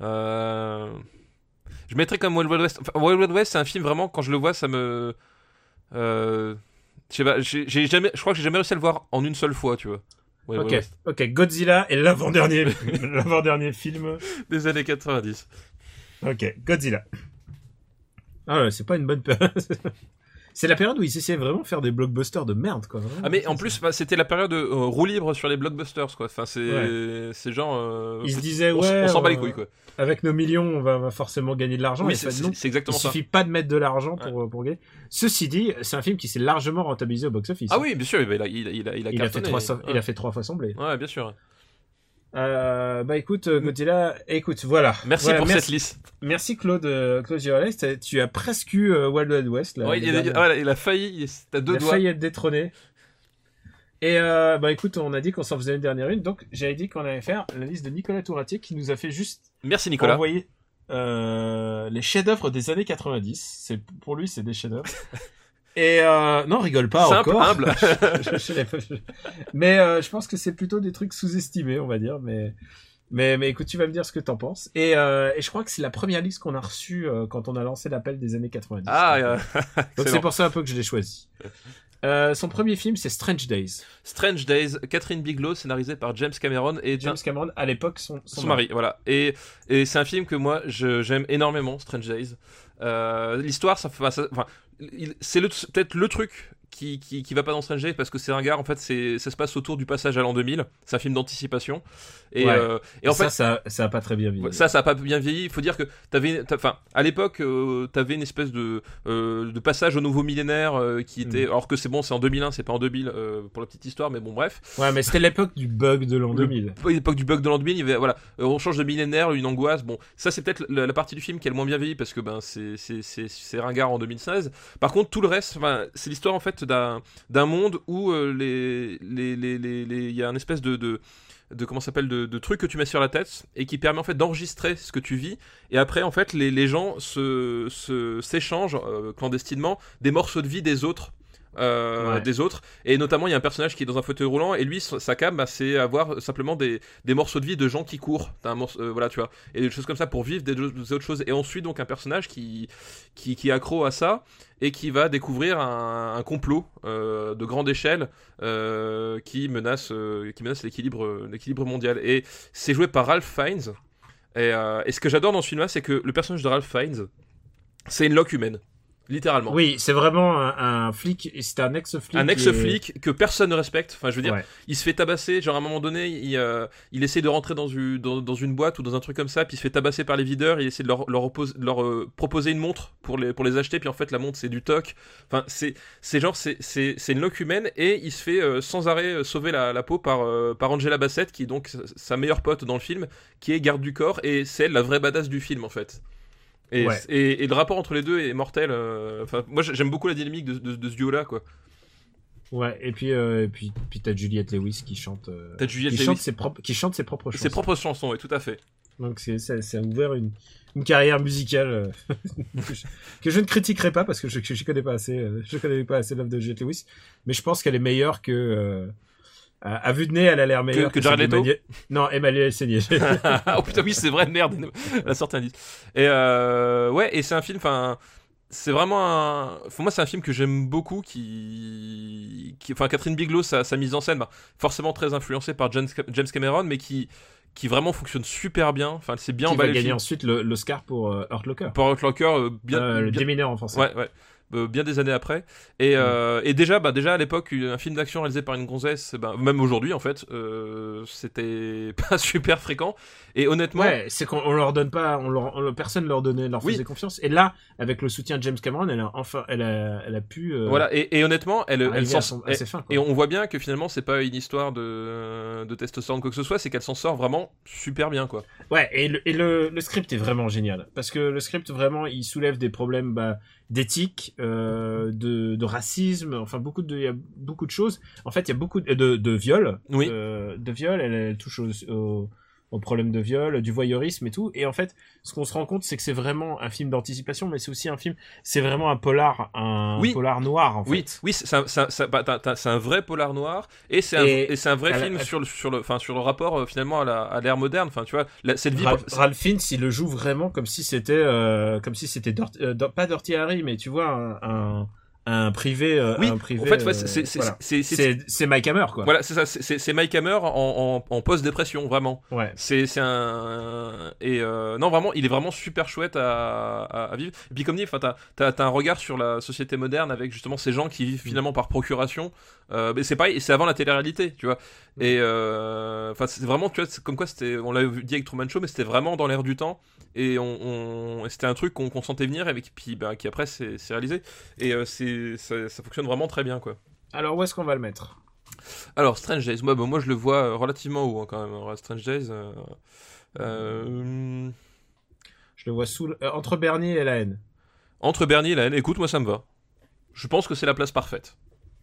Speaker 3: Euh, Je mettrais comme Wild Wild West. Enfin, Wild Wild West, c'est un film vraiment, quand je le vois, ça me. Euh... Je sais pas, j'ai j'ai jamais... je crois que j'ai jamais réussi à le voir en une seule fois, tu vois. Wild Wild
Speaker 2: Ok,
Speaker 3: West.
Speaker 2: ok. Godzilla est l'avant-dernier, l'avant-dernier film.
Speaker 3: Des années 90.
Speaker 2: Ok, Godzilla. Ah ouais, c'est pas une bonne période. c'est la période où ils essayaient vraiment de faire des blockbusters de merde quoi. vraiment.
Speaker 3: Ah, mais en plus, bah, c'était la période euh, roue libre sur les blockbusters, quoi. Enfin, c'est c'est genre. euh,
Speaker 2: ils se disaient
Speaker 3: on s-
Speaker 2: ouais,
Speaker 3: on s'en bat les
Speaker 2: euh,
Speaker 3: couilles, quoi.
Speaker 2: Avec nos millions, on va, on va forcément gagner de l'argent.
Speaker 3: Oui,
Speaker 2: Et
Speaker 3: c'est
Speaker 2: ça, non.
Speaker 3: c'est- c'est
Speaker 2: Il
Speaker 3: exactement ça.
Speaker 2: suffit pas de mettre de l'argent pour, euh, pour gagner. Ceci dit, c'est un film qui s'est largement rentabilisé au box-office.
Speaker 3: Ah oui, bien sûr, il a, il a, il a, il a
Speaker 2: il a, fait
Speaker 3: cartonné.
Speaker 2: trois, so-
Speaker 3: Ouais.
Speaker 2: il a fait trois fois son blé.
Speaker 3: Ouais, bien sûr.
Speaker 2: Euh, bah écoute, euh, Godzilla, écoute, voilà.
Speaker 3: Merci
Speaker 2: Voilà,
Speaker 3: pour
Speaker 2: merci,
Speaker 3: cette liste.
Speaker 2: Merci Claude, euh, Claude Girolais, t'as- tu as presque eu euh, Wild Wild West. Là,
Speaker 3: Ouais, il,
Speaker 2: les
Speaker 3: a, ah,
Speaker 2: dernières.
Speaker 3: voilà, il a failli, il- t'as deux
Speaker 2: Il a
Speaker 3: doigts.
Speaker 2: failli être détrôné. Et euh, bah écoute, on a dit qu'on s'en faisait une dernière une, donc j'avais dit qu'on allait faire la liste de Nicolas Touratier qui nous a fait juste
Speaker 3: Merci, Nicolas.
Speaker 2: envoyer euh, les chefs-d'œuvre des années 90. C'est pour lui, c'est des chefs-d'œuvre. Et euh, non, rigole pas
Speaker 3: Simple,
Speaker 2: encore.
Speaker 3: humble.
Speaker 2: Je- je l'ai pas- je- Mais euh, je pense que c'est plutôt des trucs sous-estimés, on va dire. Mais, mais, mais écoute, tu vas me dire ce que t'en penses. Et, euh, et je crois que c'est la première liste qu'on a reçue euh, quand on a lancé l'appel des années 90.
Speaker 3: Ah, euh,
Speaker 2: Donc
Speaker 3: excellent.
Speaker 2: c'est pour ça un peu que je l'ai choisi. Euh, son premier film, c'est Strange Days.
Speaker 3: Strange Days, Catherine Bigelow, scénarisé par James Cameron et
Speaker 2: James Cameron, à l'époque, son,
Speaker 3: son son mari. Voilà. Et, et c'est un film que moi je- j'aime énormément, Strange Days. Euh, L'histoire, ça, enfin, ça- enfin, il- c'est le- peut-être le truc qui, qui, qui va pas dans Strange Days parce que c'est un gars, en fait, c'est- ça se passe autour du passage à l'an 2000. C'est un film d'anticipation. Et,
Speaker 2: Ouais.
Speaker 3: euh, et en
Speaker 2: ça,
Speaker 3: fait,
Speaker 2: ça, ça a pas très bien vu.
Speaker 3: Ouais, Ça, ça a pas bien vieilli. Il faut dire que t'avais, t'as- enfin, à l'époque, euh, t'avais une espèce de euh, de passage au nouveau millénaire euh, qui était,
Speaker 2: Mm.
Speaker 3: alors que c'est bon, c'est en 2001, c'est pas en 2000 euh, pour la petite histoire, mais bon, bref.
Speaker 2: Ouais, mais c'était l'époque du bug de l'an
Speaker 3: Le-
Speaker 2: 2000.
Speaker 3: À l'époque du bug de l'an 2000, il y avait, voilà, euh, on change de millénaire, une angoisse. Bon, ça c'est peut-être la, la partie du film qui est le moins bien vieillie parce que ben c'est c'est c'est c'est ringard en 2016. Par contre, tout le reste, enfin, c'est l'histoire en fait d'un d'un monde où euh, les les les les- les- il y a une espèce de de, de comment ça s'appelle de, de truc que tu mets sur la tête et qui permet en fait d'enregistrer ce que tu vis et après en fait les, les gens se se- s'échangent euh, clandestinement des morceaux de vie des autres euh,
Speaker 2: Ouais.
Speaker 3: des autres et notamment il y a un personnage qui est dans un fauteuil roulant et lui sa sa cam bah, c'est avoir simplement des, des morceaux de vie de gens qui courent T'as un morceau- euh, voilà tu vois et des choses comme ça pour vivre des, des autres choses et ensuite donc un personnage qui qui, qui est accro à ça et qui va découvrir un, un complot euh, de grande échelle euh, qui menace euh, qui menace l'équilibre euh, l'équilibre mondial et c'est joué par Ralph Fiennes et, euh, et ce que j'adore dans ce film là c'est que le personnage de Ralph Fiennes c'est une loque humaine littéralement
Speaker 2: Oui, c'est vraiment un, un flic, et c'est un ex-flic.
Speaker 3: un
Speaker 2: et-
Speaker 3: ex-flic que personne ne respecte. Enfin, je veux dire,
Speaker 2: Ouais.
Speaker 3: il se fait tabasser. Genre, à un moment donné, il, euh, il essaie de rentrer dans, une- dans, dans une boîte ou dans un truc comme ça, puis il se fait tabasser par les videurs. Il essaie de leur, leur, oppose- de leur, euh, proposer une montre pour les, pour les acheter, puis en fait, la montre, c'est du toc. Enfin, c'est c'est genre, c'est- c'est c'est une loque humaine, et il se fait euh, sans arrêt euh, sauver la, la peau par, euh, par Angela Bassett, qui est donc sa- sa meilleure pote dans le film, qui est garde du corps, et c'est elle la vraie badass du film, en fait. Et,
Speaker 2: Ouais.
Speaker 3: et, et le rapport entre les deux est mortel. euh, Enfin, moi j'aime beaucoup la dynamique de, de- de ce duo-là, quoi.
Speaker 2: Ouais, et puis, euh, et puis, puis t'as Juliette Lewis qui chante. euh,
Speaker 3: T'as Juliette
Speaker 2: qui,
Speaker 3: Lewis.
Speaker 2: chante ses propres, qui chante ses propres chansons.
Speaker 3: Ses propres chansons, oui, tout à fait.
Speaker 2: Donc c'est, ça, ça a ouvert une, une carrière musicale euh, que, je, que je ne critiquerai pas parce que je ne connais pas assez, euh, je connais pas assez l'œuvre de Juliette Lewis, mais je pense qu'elle est meilleure que. euh, à, à vue de nez, elle a l'air meilleure
Speaker 3: que
Speaker 2: celle
Speaker 3: Jared Leto
Speaker 2: d'Emmanuel- Non, Emmanuel Seigné.
Speaker 3: oh putain, oui, c'est vrai, merde. La sortie indice. Et euh, ouais, et c'est un film, enfin, c'est vraiment un. Pour moi, c'est un film que j'aime beaucoup. Qui. qui- Enfin, Catherine Bigelow, sa, sa mise en scène, bah, forcément très influencée par James, Ca- James Cameron, mais qui, qui vraiment fonctionne super bien. Enfin, c'est bien
Speaker 2: qui va
Speaker 3: emballé. le
Speaker 2: gagner
Speaker 3: film.
Speaker 2: ensuite le- l'Oscar pour euh, Hurt Locker.
Speaker 3: Pour Hurt Locker, euh, bien,
Speaker 2: Euh, le
Speaker 3: bien-
Speaker 2: démineur en français.
Speaker 3: Ouais, ouais. Euh, bien des années après. Et, euh, et déjà, bah, déjà à l'époque, un film d'action réalisé par une gonzesse, ben, même aujourd'hui en fait, euh, c'était pas super fréquent. Et honnêtement,
Speaker 2: Ouais, c'est qu'on on leur donne pas, on leur, on- personne leur donnait, leur
Speaker 3: Oui.
Speaker 2: faisait confiance. Et là, avec le soutien de James Cameron, elle a enfin, elle a, elle a pu. euh,
Speaker 3: voilà, et, et honnêtement, elle,
Speaker 2: arriver
Speaker 3: elle
Speaker 2: à,
Speaker 3: s'en
Speaker 2: son- à
Speaker 3: elle-
Speaker 2: ses fins. quoi.
Speaker 3: Et on voit bien que finalement, c'est pas une histoire de, de testostérone ou quoi que ce soit, c'est qu'elle s'en sort vraiment super bien, quoi.
Speaker 2: Ouais, et, le, et le, le script est vraiment génial. Parce que le script, vraiment, il soulève des problèmes bah, d'éthique, euh, de, de racisme, enfin, beaucoup de, il y a beaucoup de choses. En fait, il y a beaucoup de, de, de viol.
Speaker 3: Oui.
Speaker 2: Euh, de viol, elle, elle touche au, au, au problème de viol, du voyeurisme et tout. Et en fait, ce qu'on se rend compte, c'est que c'est vraiment un film d'anticipation, mais c'est aussi un film, c'est vraiment un polar, un
Speaker 3: Oui.
Speaker 2: polar noir, en
Speaker 3: oui,
Speaker 2: fait.
Speaker 3: oui, c'est un, c'est un- c'est un- bah, t'as- t'as- c'est un vrai polar noir, et c'est un,
Speaker 2: Et
Speaker 3: et c'est un vrai
Speaker 2: à la-
Speaker 3: film
Speaker 2: à-
Speaker 3: sur le, sur le, enfin, sur le rapport euh, finalement à la- à l'ère moderne. Enfin, tu vois, la- cette vie.
Speaker 2: Ralph, Ralph Fiennes, il le joue vraiment comme si c'était, euh, comme si c'était Dirt- euh, Dirt- pas Dirty Harry, mais tu vois un, un, un privé, euh,
Speaker 3: oui,
Speaker 2: un privé.
Speaker 3: en fait, ouais,
Speaker 2: euh,
Speaker 3: c'est- c'est- c'est-
Speaker 2: voilà.
Speaker 3: c'est- c'est-
Speaker 2: c'est c'est Mike Hammer quoi.
Speaker 3: Voilà, c'est ça, c'est- c'est c'est Mike Hammer en, en, en post-dépression, vraiment.
Speaker 2: Ouais.
Speaker 3: C'est c'est un. Et euh, non, vraiment, il est vraiment super chouette à, à- à vivre. Et puis, comme dit, enfin, t'as- t'as t'as un regard sur la société moderne avec justement ces gens qui vivent finalement par procuration. Euh, mais c'est pareil, et c'est avant la télé-réalité, tu vois. Et euh, enfin, c'est vraiment, tu vois, c'est comme quoi c'était. On l'avait dit avec Truman Show, mais c'était vraiment dans l'air du temps. Et, on, on- et c'était un truc qu'on qu'on sentait venir et qui, puis, bah, qui après s'est s'est réalisé. Et euh, c'est- ça, ça fonctionne vraiment très bien, quoi.
Speaker 2: Alors où est-ce qu'on va le mettre
Speaker 3: Alors, Strange Days, moi, bah, moi je le vois euh, relativement haut hein, quand même. Alors, Strange Days. euh, euh,
Speaker 2: Je le vois sous le- euh, entre Bernier et la haine.
Speaker 3: entre Bernier et la haine, écoute, moi ça me va. Je pense que c'est la place parfaite.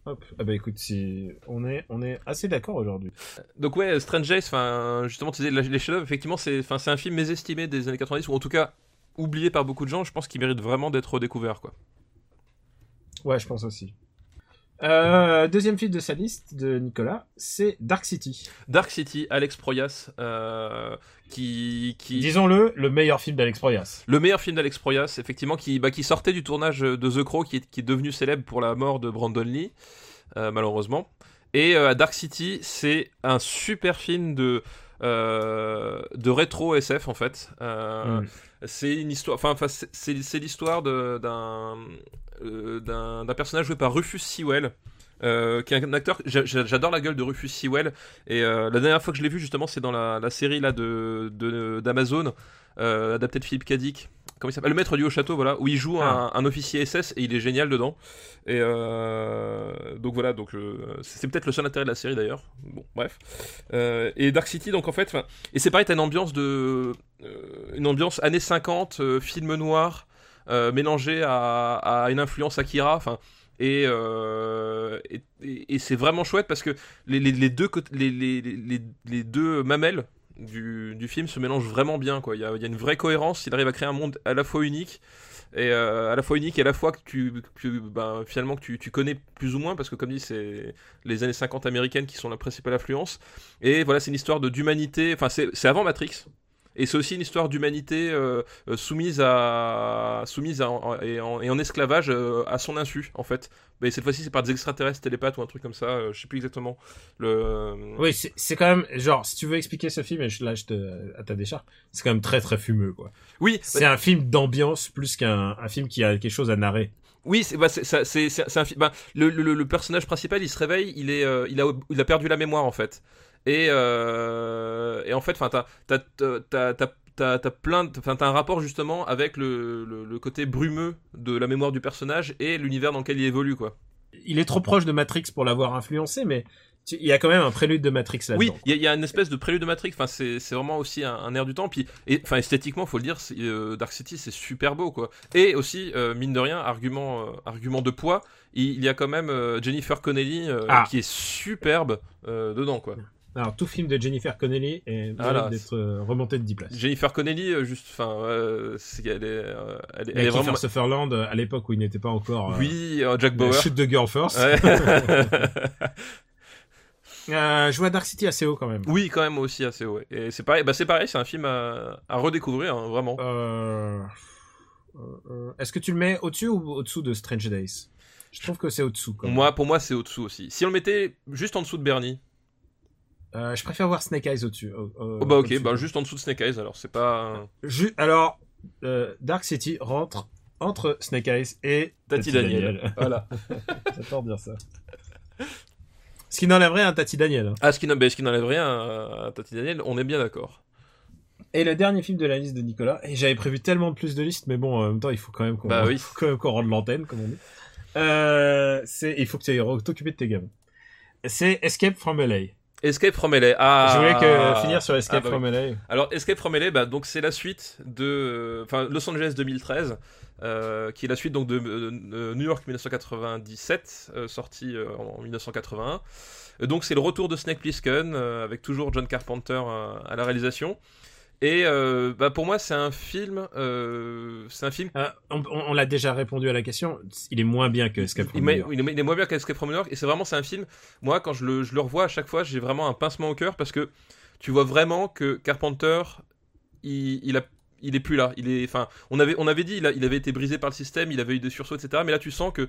Speaker 2: Hop. Ah bah écoute, si on est on est assez d'accord aujourd'hui.
Speaker 3: Donc, ouais, Strange Days, enfin, justement, tu disais la- les chefs effectivement, c'est enfin, c'est un film mésestimé des années 90, ou en tout cas oublié par beaucoup de gens. Je pense qu'il mérite vraiment d'être redécouvert, quoi.
Speaker 2: Ouais, je pense aussi. Euh, deuxième film de sa liste de Nicolas, c'est Dark City.
Speaker 3: Dark City, Alex Proyas, euh, qui. qui...
Speaker 2: Disons-le, le meilleur film d'Alex Proyas.
Speaker 3: Le meilleur film d'Alex Proyas, effectivement, qui, bah, qui sortait du tournage de The Crow, qui est, qui est devenu célèbre pour la mort de Brandon Lee, euh, malheureusement. Et euh, Dark City, c'est un super film de, euh, de rétro SF, en fait. Euh,
Speaker 2: Mm.
Speaker 3: C'est une histoire, enfin, enfin, c'est- c'est c'est l'histoire de- d'un euh, d'un d'un personnage joué par Rufus Sewell. euh, qui est un acteur, j'a- j'a- j'adore la gueule de Rufus Sewell. Et euh, la dernière fois que je l'ai vu, justement, c'est dans la, la série là de de- d'Amazon, euh, adaptée de Philippe Cadic. Comment il s'appelle Le Maître du Haut Château, voilà, où il joue un, un officier SS et il est génial dedans. Et euh, donc voilà, donc euh, c'est c'est peut-être le seul intérêt de la série d'ailleurs. Bon, bref. Euh, et Dark City, donc en fait, 'fin, et c'est pareil, t'as une ambiance de, euh, une ambiance années 50, euh, film noir, euh, mélangé à, à une influence Akira. Enfin, Et, euh, et, et- et c'est vraiment chouette parce que les, les- les deux, côtés- les, les- les- les deux mamelles du, du film se mélangent vraiment bien. quoi. Il y a, il y a une vraie cohérence. Il arrive à créer un monde à la fois unique et euh, à la fois unique et à la fois que tu, que, ben, finalement que tu, tu connais plus ou moins parce que comme dit c'est les années 50 américaines qui sont la principale influence et voilà c'est une histoire de d'humanité enfin c'est c'est avant Matrix et c'est aussi une histoire d'humanité euh, euh, soumise à soumise à- en- et, en, et en esclavage euh, à son insu en fait mais cette fois-ci c'est par des extraterrestres télépathes ou un truc comme ça euh, je sais plus exactement le
Speaker 2: Oui, c'est c'est quand même, genre, si tu veux expliquer ce film, et je- là, je te, à ta décharge, c'est quand même très, très fumeux, quoi.
Speaker 3: oui
Speaker 2: C'est un film d'ambiance plus qu'un un film qui a quelque chose à narrer.
Speaker 3: Oui, c'est bah, c'est- ça- c'est- c'est- c'est un fi- bah, le, le- le personnage principal, il se réveille, il, est, euh, il, a, il a perdu la mémoire en fait. Et, euh, et en fait, 'fin, t'as t'as- t'as- t'as- t'as- t'as- t'as plein de- 'fin, t'as un rapport justement avec le, le- le côté brumeux de la mémoire du personnage et l'univers dans lequel il évolue. quoi.
Speaker 2: Il est trop proche de Matrix pour l'avoir influencé, mais tu- il y a quand même un prélude de Matrix
Speaker 3: Oui,
Speaker 2: là-dedans.
Speaker 3: il y, a- il y a une espèce de prélude de Matrix. Enfin, c'est c'est vraiment aussi un, un air du temps. Puis, et- enfin, esthétiquement, faut le dire, c'est, euh, Dark City, c'est super beau, quoi. Et aussi, euh, mine de rien, argument, euh, argument de poids, il, il y a quand même euh, Jennifer Connelly euh,
Speaker 2: Ah.
Speaker 3: qui est superbe euh, dedans, quoi.
Speaker 2: Alors, tout film de Jennifer Connelly est
Speaker 3: Voilà.
Speaker 2: mérite d'être euh, remonté de 10 places.
Speaker 3: Jennifer Connelly, euh, juste, enfin, euh, c'est- elle est, euh, elle, est- elle
Speaker 2: Et
Speaker 3: est
Speaker 2: Kiefer
Speaker 3: vraiment.
Speaker 2: Sutherland, euh, à l'époque où il n'était pas encore... euh,
Speaker 3: Oui, euh, Jack Bauer.
Speaker 2: Shoot the girl first.
Speaker 3: Ouais.
Speaker 2: Euh, je vois Dark City assez haut quand même.
Speaker 3: oui, quand même aussi assez ouais. Et c'est pareil, bah c'est pareil, c'est un film à, à redécouvrir hein, vraiment.
Speaker 2: Euh, euh, euh, Est-ce que tu le mets au-dessus ou au-dessous de Strange Days Je trouve que c'est au-dessous. quand même.
Speaker 3: Moi, pour moi, c'est au-dessous aussi. Si on le mettait juste en dessous de Bernie,
Speaker 2: Euh, je préfère voir Snake Eyes au-dessus. euh, euh,
Speaker 3: Oh bah ok,
Speaker 2: au-dessus.
Speaker 3: bah juste en dessous de Snake Eyes alors, c'est pas...
Speaker 2: Ju- alors, euh, Dark City rentre entre Snake Eyes et
Speaker 3: Tati Daniel. Voilà.
Speaker 2: J'adore dire ça. Ce qui n'enlèverait un Tati Daniel. hein.
Speaker 3: Ah, ce qui n'en- bah, ce qui n'enlève rien à Tati Daniel, on est bien d'accord.
Speaker 2: Et le dernier film de la liste de Nicolas. Et j'avais prévu tellement plus de listes, mais bon, en même temps, il faut quand même qu'on
Speaker 3: Bah oui.
Speaker 2: faut quand même qu'on rende l'antenne, comme on dit. Euh, c'est, il faut que tu ailles t'occuper de tes gamins. C'est Escape from LA.
Speaker 3: Escape from LA. Ah,
Speaker 2: Je voulais que, euh, finir sur Escape
Speaker 3: Ah, bah oui.
Speaker 2: from LA.
Speaker 3: Alors Escape from LA, bah, donc c'est la suite de, enfin Los Angeles 2013, euh, qui est la suite donc de euh, euh, New York 1997, euh, sorti euh, en 1981. Euh, donc c'est le retour de Snake Plissken euh, avec toujours John Carpenter euh, à la réalisation. Et euh, bah, pour moi c'est un film, euh, c'est un film
Speaker 2: Euh, on on- on l'a déjà répondu à la question. Il est moins bien que Escape
Speaker 3: Il,
Speaker 2: from
Speaker 3: m'a-
Speaker 2: LA.
Speaker 3: il est- il est moins bien qu'Escape from New York et c'est vraiment c'est un film. Moi quand je le, je le revois à chaque fois j'ai vraiment un pincement au cœur parce que tu vois vraiment que Carpenter il, il a il est plus là. Il est enfin on avait on avait dit il, a- il avait été brisé par le système, il avait eu des sursauts etc. Mais là tu sens que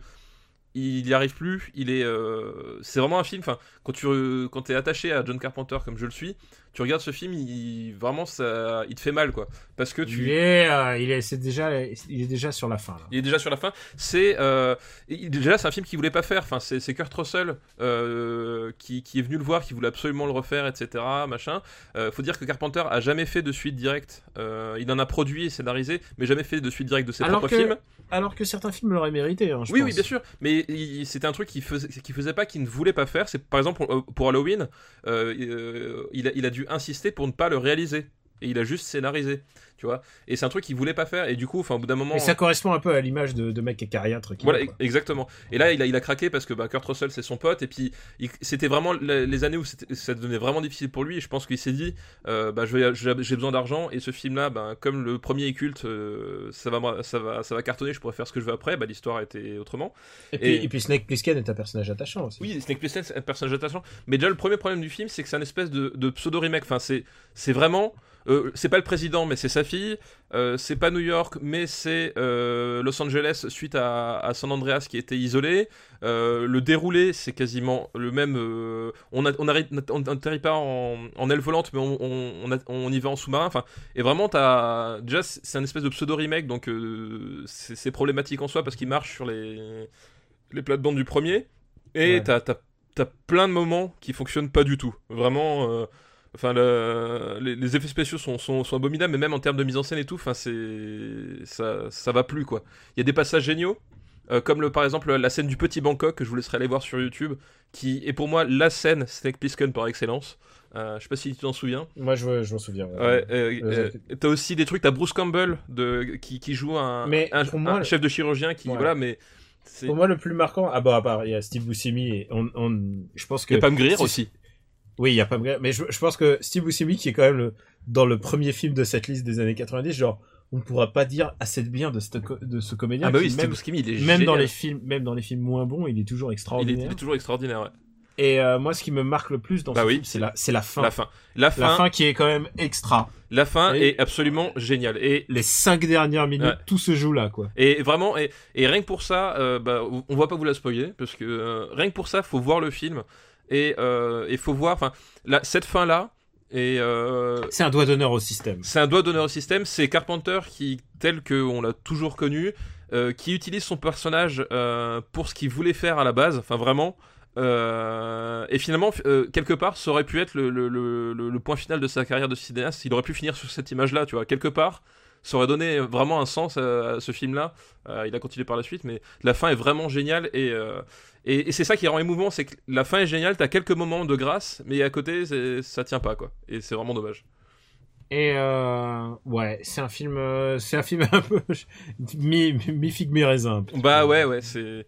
Speaker 3: il n'y arrive plus. Il est euh, c'est vraiment un film. Enfin quand tu re- quand t'es attaché à John Carpenter comme je le suis, tu regardes ce film il, vraiment ça il te fait mal quoi parce que tu
Speaker 2: Il est, euh, il est, c'est déjà, il est déjà sur la fin. là.
Speaker 3: il est déjà sur la fin. C'est euh, il- déjà c'est un film qu'il voulait pas faire. Enfin, c'est c'est Kurt Russell euh, qui, qui est venu le voir, qui voulait absolument le refaire, etc. Machin. Euh, faut dire que Carpenter a jamais fait de suite directe. Euh, il en a produit et scénarisé, mais jamais fait de suite directe de ses
Speaker 2: Alors
Speaker 3: propres
Speaker 2: que-
Speaker 3: films.
Speaker 2: Alors que certains films l'auraient mérité. hein, je
Speaker 3: oui,
Speaker 2: pense.
Speaker 3: oui, bien sûr. Mais il- il- c'était un truc qu'il faisait, qu'il faisait pas, qu'il ne voulait pas faire. C'est par exemple pour, pour Halloween, euh, euh, il, a, il a dû insister pour ne pas le réaliser. Et il a juste scénarisé, tu vois. Et c'est un truc qu'il voulait pas faire. Et du coup, enfin, au bout d'un moment,
Speaker 2: Et ça correspond un peu à l'image de, de mec acariâtre. qui
Speaker 3: Voilà,
Speaker 2: est,
Speaker 3: ex-
Speaker 2: quoi.
Speaker 3: exactement. Et là, il a, il a craqué parce que bah, Kurt Russell, c'est son pote. Et puis, il- c'était vraiment la- les années où c'était- ça devenait vraiment difficile pour lui. Et je pense qu'il s'est dit euh, bah, je vais- j'ai j'ai besoin d'argent. Et ce film-là, bah, comme le premier est culte, euh, ça, va, me- ça, va, ça va cartonner. Je pourrais faire ce que je veux après. Bah, L'histoire était autrement.
Speaker 2: Et, puis,
Speaker 3: et-
Speaker 2: et puis Snake Plissken est un personnage attachant aussi.
Speaker 3: Oui, Snake Plissken, c'est un personnage attachant. Mais déjà, le premier problème du film, c'est que c'est un espèce de, de pseudo-remake. Enfin, c'est, c'est vraiment. euh, c'est pas le président, mais c'est sa fille. Euh, c'est pas New York, mais c'est euh, Los Angeles suite à, à San Andreas qui était isolé. Euh, le déroulé, c'est quasiment le même. euh, on a- on arri- on n'atterrit pas en, en aile volante, mais on, on- on a- on y va en sous-marin. Enfin, et vraiment, t'as, déjà, c'est c'est un espèce de pseudo-remake, donc euh, c'est, c'est problématique en soi parce qu'il marche sur les, les plates-bandes du premier. Et
Speaker 2: Ouais.
Speaker 3: t'as, t'as- t'as plein de moments qui fonctionnent pas du tout. Vraiment. euh, Enfin, le- les, les effets spéciaux sont, sont, sont abominables, mais même en termes de mise en scène et tout, enfin, c'est ça, ça va plus quoi. Il y a des passages géniaux, euh, comme le, par exemple la scène du petit Bangkok que je vous laisserai aller voir sur YouTube, qui est pour moi la scène Snake Plissken par excellence. Euh, je sais pas si tu t'en souviens.
Speaker 2: Moi, je, je m'en souviens. ouais.
Speaker 3: Ouais, euh,
Speaker 2: Euh,
Speaker 3: euh, t'as aussi des trucs, t'as Bruce Campbell de, qui, qui joue un,
Speaker 2: Mais
Speaker 3: un-
Speaker 2: pour moi,
Speaker 3: un
Speaker 2: le-
Speaker 3: chef de chirurgien qui
Speaker 2: Ouais.
Speaker 3: voilà, mais C'est-
Speaker 2: Pour moi, le plus marquant, ah bah, à part, il y a Steve Buscemi et on, on- je pense que.
Speaker 3: Et Pam Grier
Speaker 2: si-
Speaker 3: aussi.
Speaker 2: Oui, il y a Pam Grier. Mais je, je pense que Steve Buscemi, qui est quand même le, dans le premier film de cette liste des années 90, genre, on ne pourra pas dire assez de bien de, cette co- de ce comédien.
Speaker 3: Ah bah
Speaker 2: qui
Speaker 3: oui, Steve
Speaker 2: même,
Speaker 3: Buscemi, il est
Speaker 2: même dans
Speaker 3: génial.
Speaker 2: les films, même dans les films moins bons, il est toujours
Speaker 3: il est, il
Speaker 2: extraordinaire.
Speaker 3: est toujours extraordinaire. ouais.
Speaker 2: Et euh, moi, ce qui me marque le plus dans
Speaker 3: Bah
Speaker 2: ce
Speaker 3: oui.
Speaker 2: film, c'est la, c'est la fin.
Speaker 3: La fin, la
Speaker 2: La
Speaker 3: fin,
Speaker 2: fin qui est quand même extra.
Speaker 3: la fin
Speaker 2: Et-
Speaker 3: est absolument géniale. Et
Speaker 2: Les cinq dernières minutes,
Speaker 3: Ouais.
Speaker 2: tout se joue là, quoi.
Speaker 3: Et vraiment, et, et rien que pour ça, euh, bah, on va pas vous la spoiler, parce que euh, rien que pour ça, faut voir le film. Et euh, et faut voir, enfin, la- cette fin-là, et euh,
Speaker 2: C'est un doigt d'honneur au système.
Speaker 3: c'est un doigt d'honneur au système, c'est Carpenter qui, tel qu'on l'a toujours connu, euh, qui utilise son personnage euh, pour ce qu'il voulait faire à la base, enfin vraiment. euh, et finalement, f- euh, quelque part, ça aurait pu être le, le- le- le- le point final de sa carrière de cinéaste. Il aurait pu finir sur cette image-là, tu vois. Quelque part, ça aurait donné vraiment un sens à, à ce film-là. Euh, il a continué par la suite, mais la fin est vraiment géniale. Et, euh, et, et c'est ça qui rend émouvant c'est que la fin est géniale, t'as quelques moments de grâce, mais à côté, c'est- ça tient pas, quoi. Et c'est vraiment dommage.
Speaker 2: Et euh, ouais, c'est un film, euh, c'est un film un peu mi mi figue mi raisin. un peu.
Speaker 3: Bah ouais, ouais, c'est.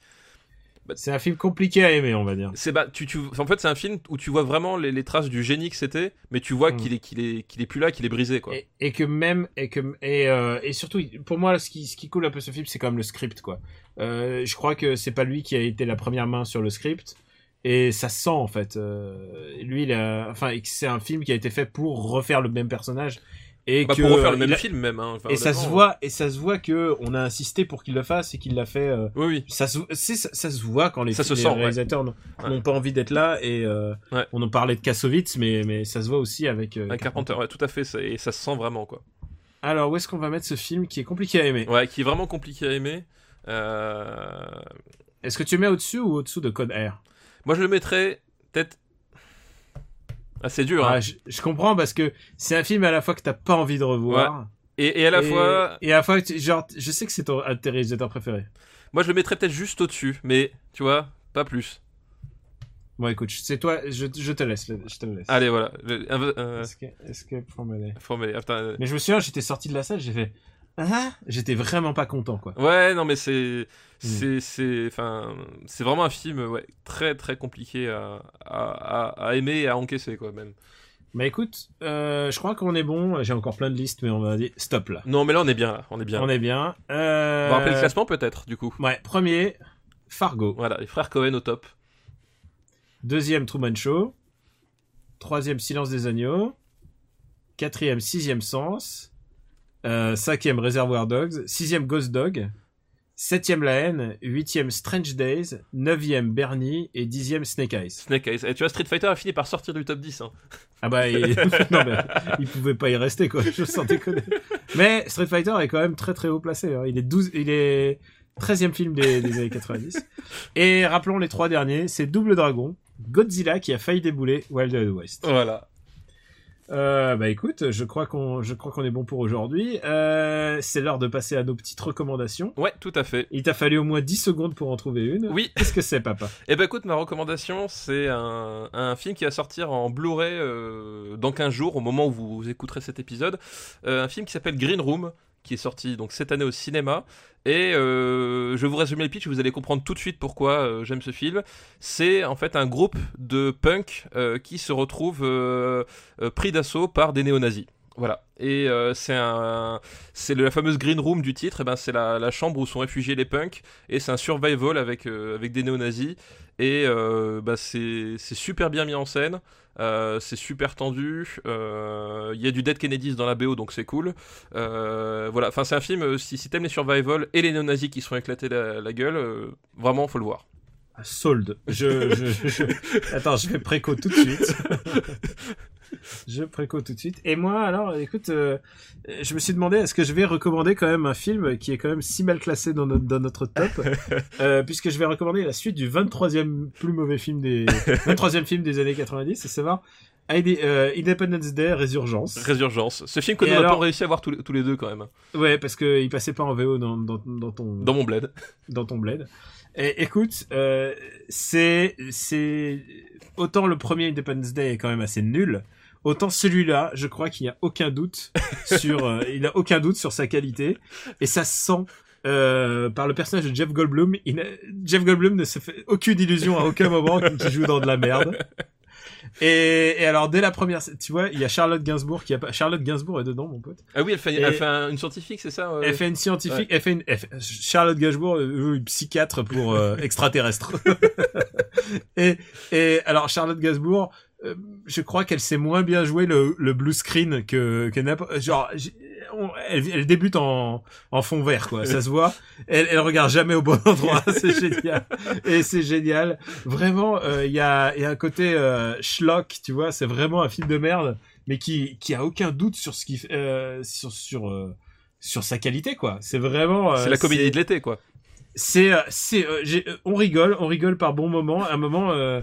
Speaker 2: C'est un film compliqué à aimer, on va dire.
Speaker 3: C'est bah, tu, tu, en fait, c'est un film où tu vois vraiment les, les traces du génie que c'était, mais tu vois
Speaker 2: Mm.
Speaker 3: qu'il est, qu'il est, qu'il est plus là, qu'il est brisé, quoi.
Speaker 2: Et, et que même et que et, euh, et surtout pour moi ce qui ce qui coule un peu ce film c'est quand même le script quoi. Euh, je crois que c'est pas lui qui a été la première main sur le script et ça se sent en fait. Euh, lui il a, enfin et que c'est un film qui a été fait pour refaire le même personnage et
Speaker 3: Bah,
Speaker 2: que
Speaker 3: pour refaire le
Speaker 2: il
Speaker 3: même
Speaker 2: a-
Speaker 3: film, même. hein, enfin,
Speaker 2: Et ça se
Speaker 3: honnêtement.
Speaker 2: voit et ça se voit que on a insisté pour qu'il le fasse et qu'il l'a fait. euh,
Speaker 3: hein. Oui, oui.
Speaker 2: ça se, c'est- ça, ça se voit quand les,
Speaker 3: Ça se
Speaker 2: les
Speaker 3: sent, ouais.
Speaker 2: réalisateurs n'ont
Speaker 3: Ouais.
Speaker 2: n'ont pas envie d'être là et euh,
Speaker 3: Ouais.
Speaker 2: on en parlait de Kassovitz mais, mais ça se voit aussi avec, euh,
Speaker 3: Un Carpenter, ouais, tout à fait, ça- et ça se sent vraiment, quoi.
Speaker 2: Alors où est-ce qu'on va mettre ce film qui est compliqué à aimer
Speaker 3: Ouais, qui est vraiment compliqué à aimer. Euh,
Speaker 2: Est-ce que tu le mets au-dessus ou au-dessous de Code R
Speaker 3: Moi, je le mettrais peut-être. Ah, c'est dur, hein.
Speaker 2: Ah, je, je comprends parce que c'est un film à la fois que t'as pas envie de revoir
Speaker 3: et, et à la fois,
Speaker 2: et à la fois que tu- genre je sais que c'est ton un de tes réalisateurs préférés.
Speaker 3: moi, je le mettrais peut-être juste au-dessus, mais tu vois, pas plus.
Speaker 2: Bon écoute, je- c'est toi, je, je te laisse, le- je te le laisse.
Speaker 3: Allez, voilà. Le- euh, ah,
Speaker 2: Est-ce que, est-ce que pour me laisser
Speaker 3: formé- attends,
Speaker 2: Mais je me souviens, j'étais sorti de la salle, j'ai fait ah, j'étais vraiment pas content quoi.
Speaker 3: Ouais, non, mais c'est. C'est, c'est, enfin, c'est vraiment un film ouais, très très compliqué à, à, à- à aimer et à encaisser quoi même.
Speaker 2: Bah écoute, euh, je crois qu'on est bon. J'ai encore plein de listes, mais on va dire stop là.
Speaker 3: Non mais là on est bien, là, on est bien.
Speaker 2: On est bien. Euh...
Speaker 3: On va rappeler le classement peut-être du coup.
Speaker 2: Ouais, premier, Fargo.
Speaker 3: Voilà, les frères Cohen au top.
Speaker 2: Deuxième, Truman Show. Troisième, Silence des agneaux. Quatrième, Sixième Sens. Euh, cinquième, Reservoir Dogs. Sixième, Ghost Dog. Septième, La haine. Huitième, Strange Days. Neuvième, Bernie. Et dixième, Snake Eyes.
Speaker 3: Snake Eyes. Et tu vois Street Fighter a fini par sortir du top 10. hein.
Speaker 2: Ah bah, il... non, mais il pouvait pas y rester, quoi. Je sans déconner. Mais Street Fighter est quand même très très haut placé. hein. Il est 12, il est 13e film des, des années 90. Et rappelons les trois derniers, c'est Double Dragon, Godzilla qui a failli débouler, Wild Wild West.
Speaker 3: Voilà.
Speaker 2: Euh, bah écoute, je crois qu'on, je crois qu'on est bon pour aujourd'hui. Euh, c'est l'heure de passer à nos petites recommandations.
Speaker 3: Ouais, tout à fait.
Speaker 2: Il t'a fallu au moins 10 secondes pour en trouver une.
Speaker 3: Oui.
Speaker 2: Qu'est-ce que c'est, papa
Speaker 3: Et ben écoute, ma recommandation c'est un, un film qui va sortir en Blu-ray euh, dans 15 jours au moment où vous écouterez cet épisode. Euh, un film qui s'appelle Green Room qui est sorti donc cette année au cinéma. Et euh, je vais vous résumer le pitch, vous allez comprendre tout de suite pourquoi euh, j'aime ce film. C'est en fait un groupe de punk euh, qui se retrouve euh, euh, pris d'assaut par des néo-nazis. Voilà. Et euh, c'est un, c'est le- la fameuse green room du titre. Et ben c'est la, la chambre où sont réfugiés les punks. Et c'est un survival avec euh, avec des néo-nazis. Et euh, bah, c'est c'est super bien mis en scène. euh, c'est super tendu. euh, Il y a du Dead Kennedys dans la BO, donc c'est cool. Euh, voilà. Enfin, c'est un film. euh, Si, si t'aimes les survival et les néo-nazis qui se sont éclatés la, la gueule, euh, vraiment, faut le voir.
Speaker 2: Sold. Je, je- je- Attends, je vais préco tout de suite. je préco tout de suite. Et moi, alors, écoute, euh, je me suis demandé, est-ce que je vais recommander quand même un film qui est quand même si mal classé dans notre, dans notre top, euh, puisque je vais recommander la suite du 23e plus mauvais film des 23e film des années 90, à savoir ID- euh, Independence Day Résurgence.
Speaker 3: Résurgence. Ce film que
Speaker 2: Et
Speaker 3: nous n'avons
Speaker 2: alors-
Speaker 3: pas réussi à voir tous les, tous les deux quand même.
Speaker 2: Ouais, parce que il passait pas en VO dans, dans, dans ton
Speaker 3: Dans mon bled.
Speaker 2: dans ton bled. Et, écoute, euh, c'est c'est autant le premier Independence Day est quand même assez nul, autant celui-là, je crois qu'il n'y a aucun doute sur euh, il a aucun doute sur sa qualité et ça se sent euh, par le personnage de Jeff Goldblum. Il n'a- Jeff Goldblum ne se fait aucune illusion à aucun moment qu'il joue dans de la merde. Et, et alors dès la première, scène- tu vois, il y a Charlotte Gainsbourg qui a pas- Charlotte Gainsbourg est dedans, mon pote.
Speaker 3: Ah oui, elle fait,
Speaker 2: Et-
Speaker 3: elle fait un- une scientifique, c'est ça euh,
Speaker 2: Elle fait une scientifique, elle fait une elle fait- Charlotte Gainsbourg euh, joue une psychiatre pour euh, extraterrestre. et et alors Charlotte Gainsbourg, euh, je crois qu'elle sait moins bien jouer le, le blue screen que que n'importe- genre j'ai- on- elle, elle débute en en fond vert quoi, ça se voit. Elle elle regarde jamais au bon endroit, c'est génial. Et c'est génial. Vraiment euh, il y a il y a un côté euh, schlock, tu vois, c'est vraiment un film de merde mais qui qui a aucun doute sur ce qui euh, sur sur euh, sur sa qualité quoi. C'est vraiment euh,
Speaker 3: C'est la comédie de l'été, quoi.
Speaker 2: c'est euh, c'est euh, j'ai- euh, on rigole, on rigole par bon moment. À un moment euh,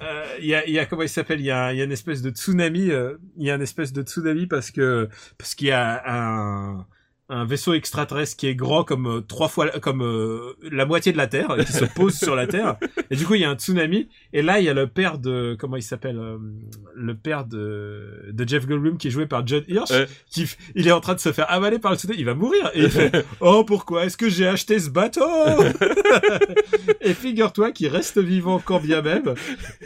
Speaker 2: euh, il y a il y a comment il s'appelle, il y a il y a une espèce de tsunami, euh, il y a une espèce de tsunami parce que parce qu'il y a un un vaisseau extraterrestre qui est grand comme euh, trois fois la- comme euh, la moitié de la Terre qui se pose sur la Terre et du coup il y a un tsunami et là il y a le père de comment il s'appelle euh, le père de de Jeff Goldblum qui est joué par John Hirsch
Speaker 3: Ouais.
Speaker 2: qui f- il est en train de se faire avaler par le tsunami il va mourir et il fait Oh, pourquoi est-ce que j'ai acheté ce bateau Et figure-toi qu'il reste vivant quand bien même.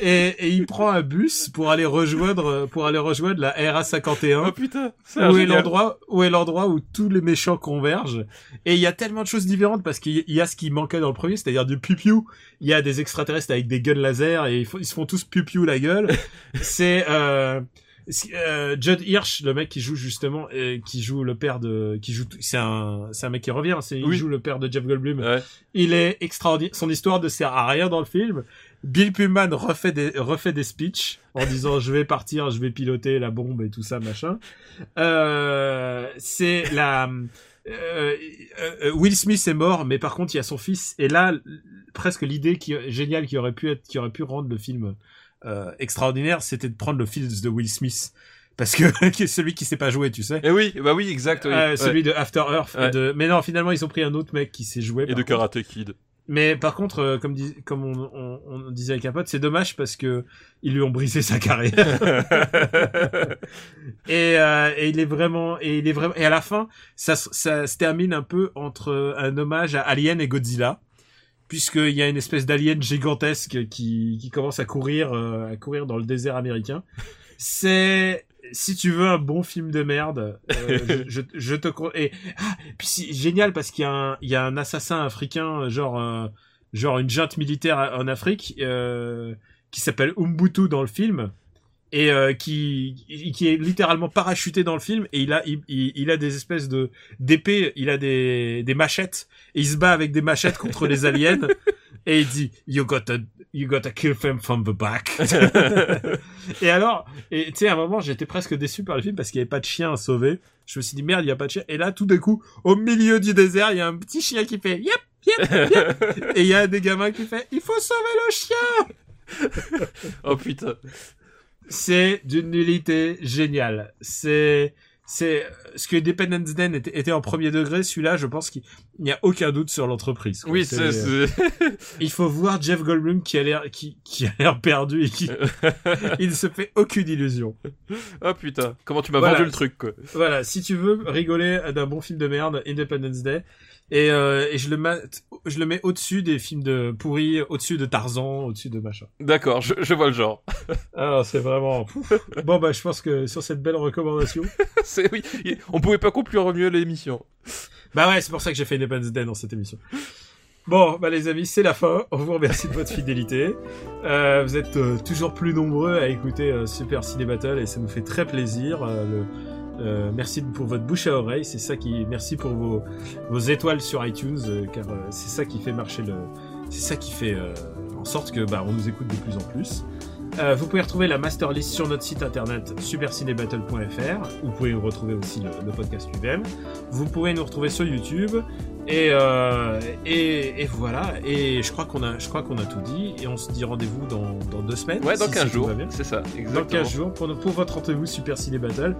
Speaker 2: Et, et il prend un bus pour aller rejoindre, pour aller rejoindre la
Speaker 3: Oh
Speaker 2: RA51.
Speaker 3: putain, c'est
Speaker 2: Où est
Speaker 3: génial.
Speaker 2: l'endroit, où est l'endroit où tous les méchants convergent. Et il y a tellement de choses différentes parce qu'il y- il y a ce qui manquait dans le premier, c'est-à-dire du pipiou. Il y a des extraterrestres avec des guns laser et ils, font- ils se font tous pipiou la gueule. C'est, euh, si- euh, Judd Hirsch, le mec qui joue justement, euh, qui joue le père de, qui joue, c'est un, c'est un mec qui revient, c'est, il
Speaker 3: Oui.
Speaker 2: joue le père de Jeff Goldblum.
Speaker 3: Ouais.
Speaker 2: Il est extraordinaire. Son histoire ne sert à rien dans le film. Bill Pullman refait des, refait des speeches en disant je vais partir, je vais piloter la bombe et tout ça, machin. Euh, c'est la, euh, euh, Will Smith est mort, mais par contre il y a son fils. Et là, l- presque l'idée qui, géniale qui aurait pu être, qui aurait pu rendre le film euh, extraordinaire, c'était de prendre le fils de Will Smith. Parce que qui est celui qui sait pas jouer, tu sais.
Speaker 3: Eh oui, bah oui, exact. oui.
Speaker 2: Euh,
Speaker 3: Ouais.
Speaker 2: Celui de After Earth. et
Speaker 3: Ouais.
Speaker 2: de- Mais non, finalement, ils ont pris un autre mec qui sait jouer.
Speaker 3: Et
Speaker 2: par
Speaker 3: de
Speaker 2: contre.
Speaker 3: Karate Kid.
Speaker 2: Mais par contre, euh, comme, dis- comme on, on- on disait avec un pote, c'est dommage parce que ils lui ont brisé sa carrière. et, euh, et il est vraiment, et il est vraiment, et à la fin, ça, se- ça se termine un peu entre euh, un hommage à Alien et Godzilla, puisqu'il y a une espèce d'alien gigantesque qui, qui commence à courir, euh, à courir dans le désert américain. C'est si tu veux un bon film de merde, euh, je, je, je te con- et ah, puis c'est génial parce qu'il y a un il y a un assassin africain genre euh, genre une junte militaire a- en Afrique euh, qui s'appelle Umbutu dans le film et euh, qui qui est littéralement parachuté dans le film et il a il, il- il a des espèces de d'épées, il a des des machettes et il se bat avec des machettes contre les aliens et il dit you got to you got to kill them from the back. et alors et tu sais à un moment j'étais presque déçu par le film parce qu'il y avait pas de chien à sauver. Je me suis dit merde, il y a pas de chien et là tout d'un coup au milieu du désert, il y a un petit chien qui fait yep yep yep et il y a des gamins qui fait il faut sauver le chien.
Speaker 3: oh putain.
Speaker 2: c'est d'une nullité géniale. C'est c'est ce que Independence Day était, était en premier degré. Celui-là, je pense qu'il n'y a aucun doute sur l'entreprise. quoi. euh,
Speaker 3: Oui, c'est. c'est-
Speaker 2: Il faut voir Jeff Goldblum qui a l'air qui, qui a l'air perdu et qui il ne se fait aucune illusion.
Speaker 3: oh putain. Comment tu m'as
Speaker 2: Voilà.
Speaker 3: vendu le truc, quoi.
Speaker 2: Voilà, si tu veux rigoler d'un bon film de merde, Independence Day, et, euh, et je le mate- je le mets au-dessus des films de pourris, au-dessus de Tarzan, au-dessus de machin.
Speaker 3: D'accord, je, je vois le genre. Ah,
Speaker 2: Alors c'est vraiment Pouf. bon bah je pense que sur cette belle recommandation.
Speaker 3: C'est oui, il- on pouvait pas conclure mieux l'émission.
Speaker 2: Bah ouais, c'est pour ça que j'ai fait Independence Day dans cette émission. Bon, bah les amis, c'est la fin. On vous remercie de votre fidélité. Euh, vous êtes euh, toujours plus nombreux à écouter euh, Super Ciné Battle et ça nous fait très plaisir. Euh, le- euh, merci pour votre bouche à oreille, c'est ça qui. Merci pour vos, vos étoiles sur iTunes, euh, car euh, c'est ça qui fait marcher le. C'est ça qui fait euh, en sorte que bah, on nous écoute de plus en plus. Euh, vous pouvez retrouver la masterlist sur notre site internet supercinébattle.fr. Vous pouvez retrouver aussi le, le podcast lui-même. Vous pouvez nous retrouver sur YouTube. Et, euh, et, et voilà. Et je crois qu'on a, je crois qu'on a tout dit. Et on se dit rendez-vous dans, dans deux semaines.
Speaker 3: Ouais, dans
Speaker 2: si-
Speaker 3: 15
Speaker 2: si tout
Speaker 3: jours.
Speaker 2: va bien.
Speaker 3: C'est ça, exactement.
Speaker 2: Dans 15 jours pour, pour votre rendez-vous Super Ciné Battle.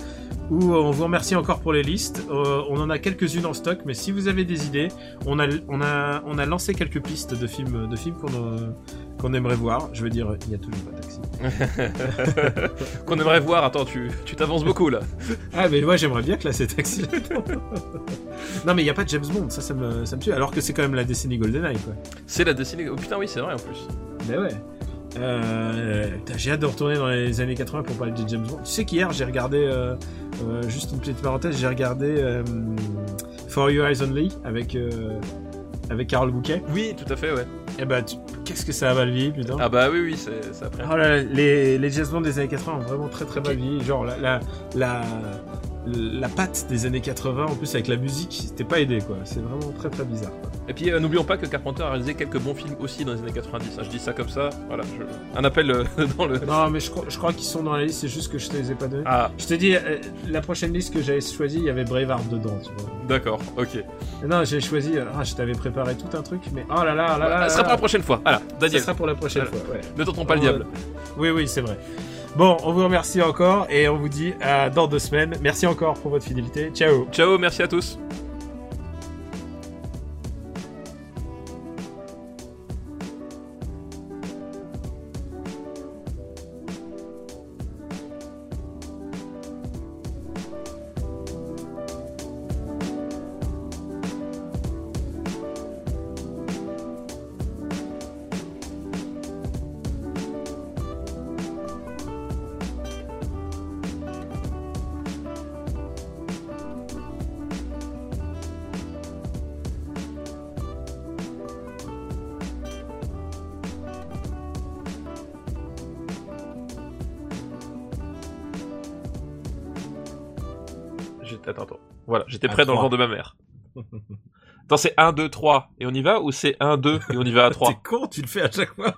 Speaker 2: Où euh, on vous remercie encore pour les listes. Euh, on en a quelques-unes en stock, mais si vous avez des idées, on a, on a, on a lancé quelques pistes de films, de films qu'on a- qu'on aimerait voir. Je veux dire, il n'y a toujours pas Taxi.
Speaker 3: Qu'on aimerait voir. Attends, tu tu t'avances beaucoup là.
Speaker 2: Ah, mais moi, j'aimerais bien classer Taxi là-dedans. non, mais il n'y a pas de James Bond, ça, ça me, ça me tue. Alors que c'est quand même la décennie GoldenEye, quoi.
Speaker 3: C'est la dessinée. Oh putain, oui, c'est vrai en plus.
Speaker 2: Ben ouais. Euh, putain, j'ai hâte de retourner dans les années 80 pour parler de James Bond. Tu sais qu'hier, j'ai regardé, euh, euh, juste une petite parenthèse, j'ai regardé euh, For Your Eyes Only avec, euh, avec Carl Bouquet.
Speaker 3: Oui, tout à fait, ouais.
Speaker 2: Et bah, tu- qu'est-ce que ça a mal vieilli, putain.
Speaker 3: Ah bah oui, oui, c'est ça après.
Speaker 2: Oh là là, les, les James Bond des années 80 ont vraiment très très mal vieilli. Genre la, la, la, la patte des années 80 en plus avec la musique, c'était pas aidé quoi. C'est vraiment très très bizarre. quoi.
Speaker 3: Et puis euh, n'oublions pas que Carpenter a réalisé quelques bons films aussi dans les années 90. hein. Je dis ça comme ça, voilà. je- Un appel euh, dans le.
Speaker 2: Non mais je, crois- je crois qu'ils sont dans la liste, c'est juste que je te les ai pas donnés.
Speaker 3: Ah,
Speaker 2: Je te dis, euh, la prochaine liste que j'avais choisie, il y avait Braveheart dedans. Tu vois.
Speaker 3: d'accord, ok.
Speaker 2: Et Non, j'ai choisi. Ah, je t'avais préparé tout un truc, mais oh là là, oh là là. là
Speaker 3: Ce sera
Speaker 2: là.
Speaker 3: pour la prochaine fois. Voilà,
Speaker 2: Ça
Speaker 3: Daniel,
Speaker 2: sera pour la prochaine
Speaker 3: Voilà.
Speaker 2: fois. ouais.
Speaker 3: ne tentons pas le
Speaker 2: Oh,
Speaker 3: diable.
Speaker 2: Oui, oui, c'est vrai. Bon, on vous remercie encore et on vous dit à dans deux semaines. Merci encore pour votre fidélité. Ciao.
Speaker 3: Ciao, merci à tous. J'étais- Attends, attends. Voilà, j'étais
Speaker 2: À
Speaker 3: prêt dans le
Speaker 2: trois.
Speaker 3: genre de ma mère. Attends, c'est 1, 2, 3 et on y va ou c'est 1, 2 et on y va à 3
Speaker 2: T'es con, tu le fais à chaque fois.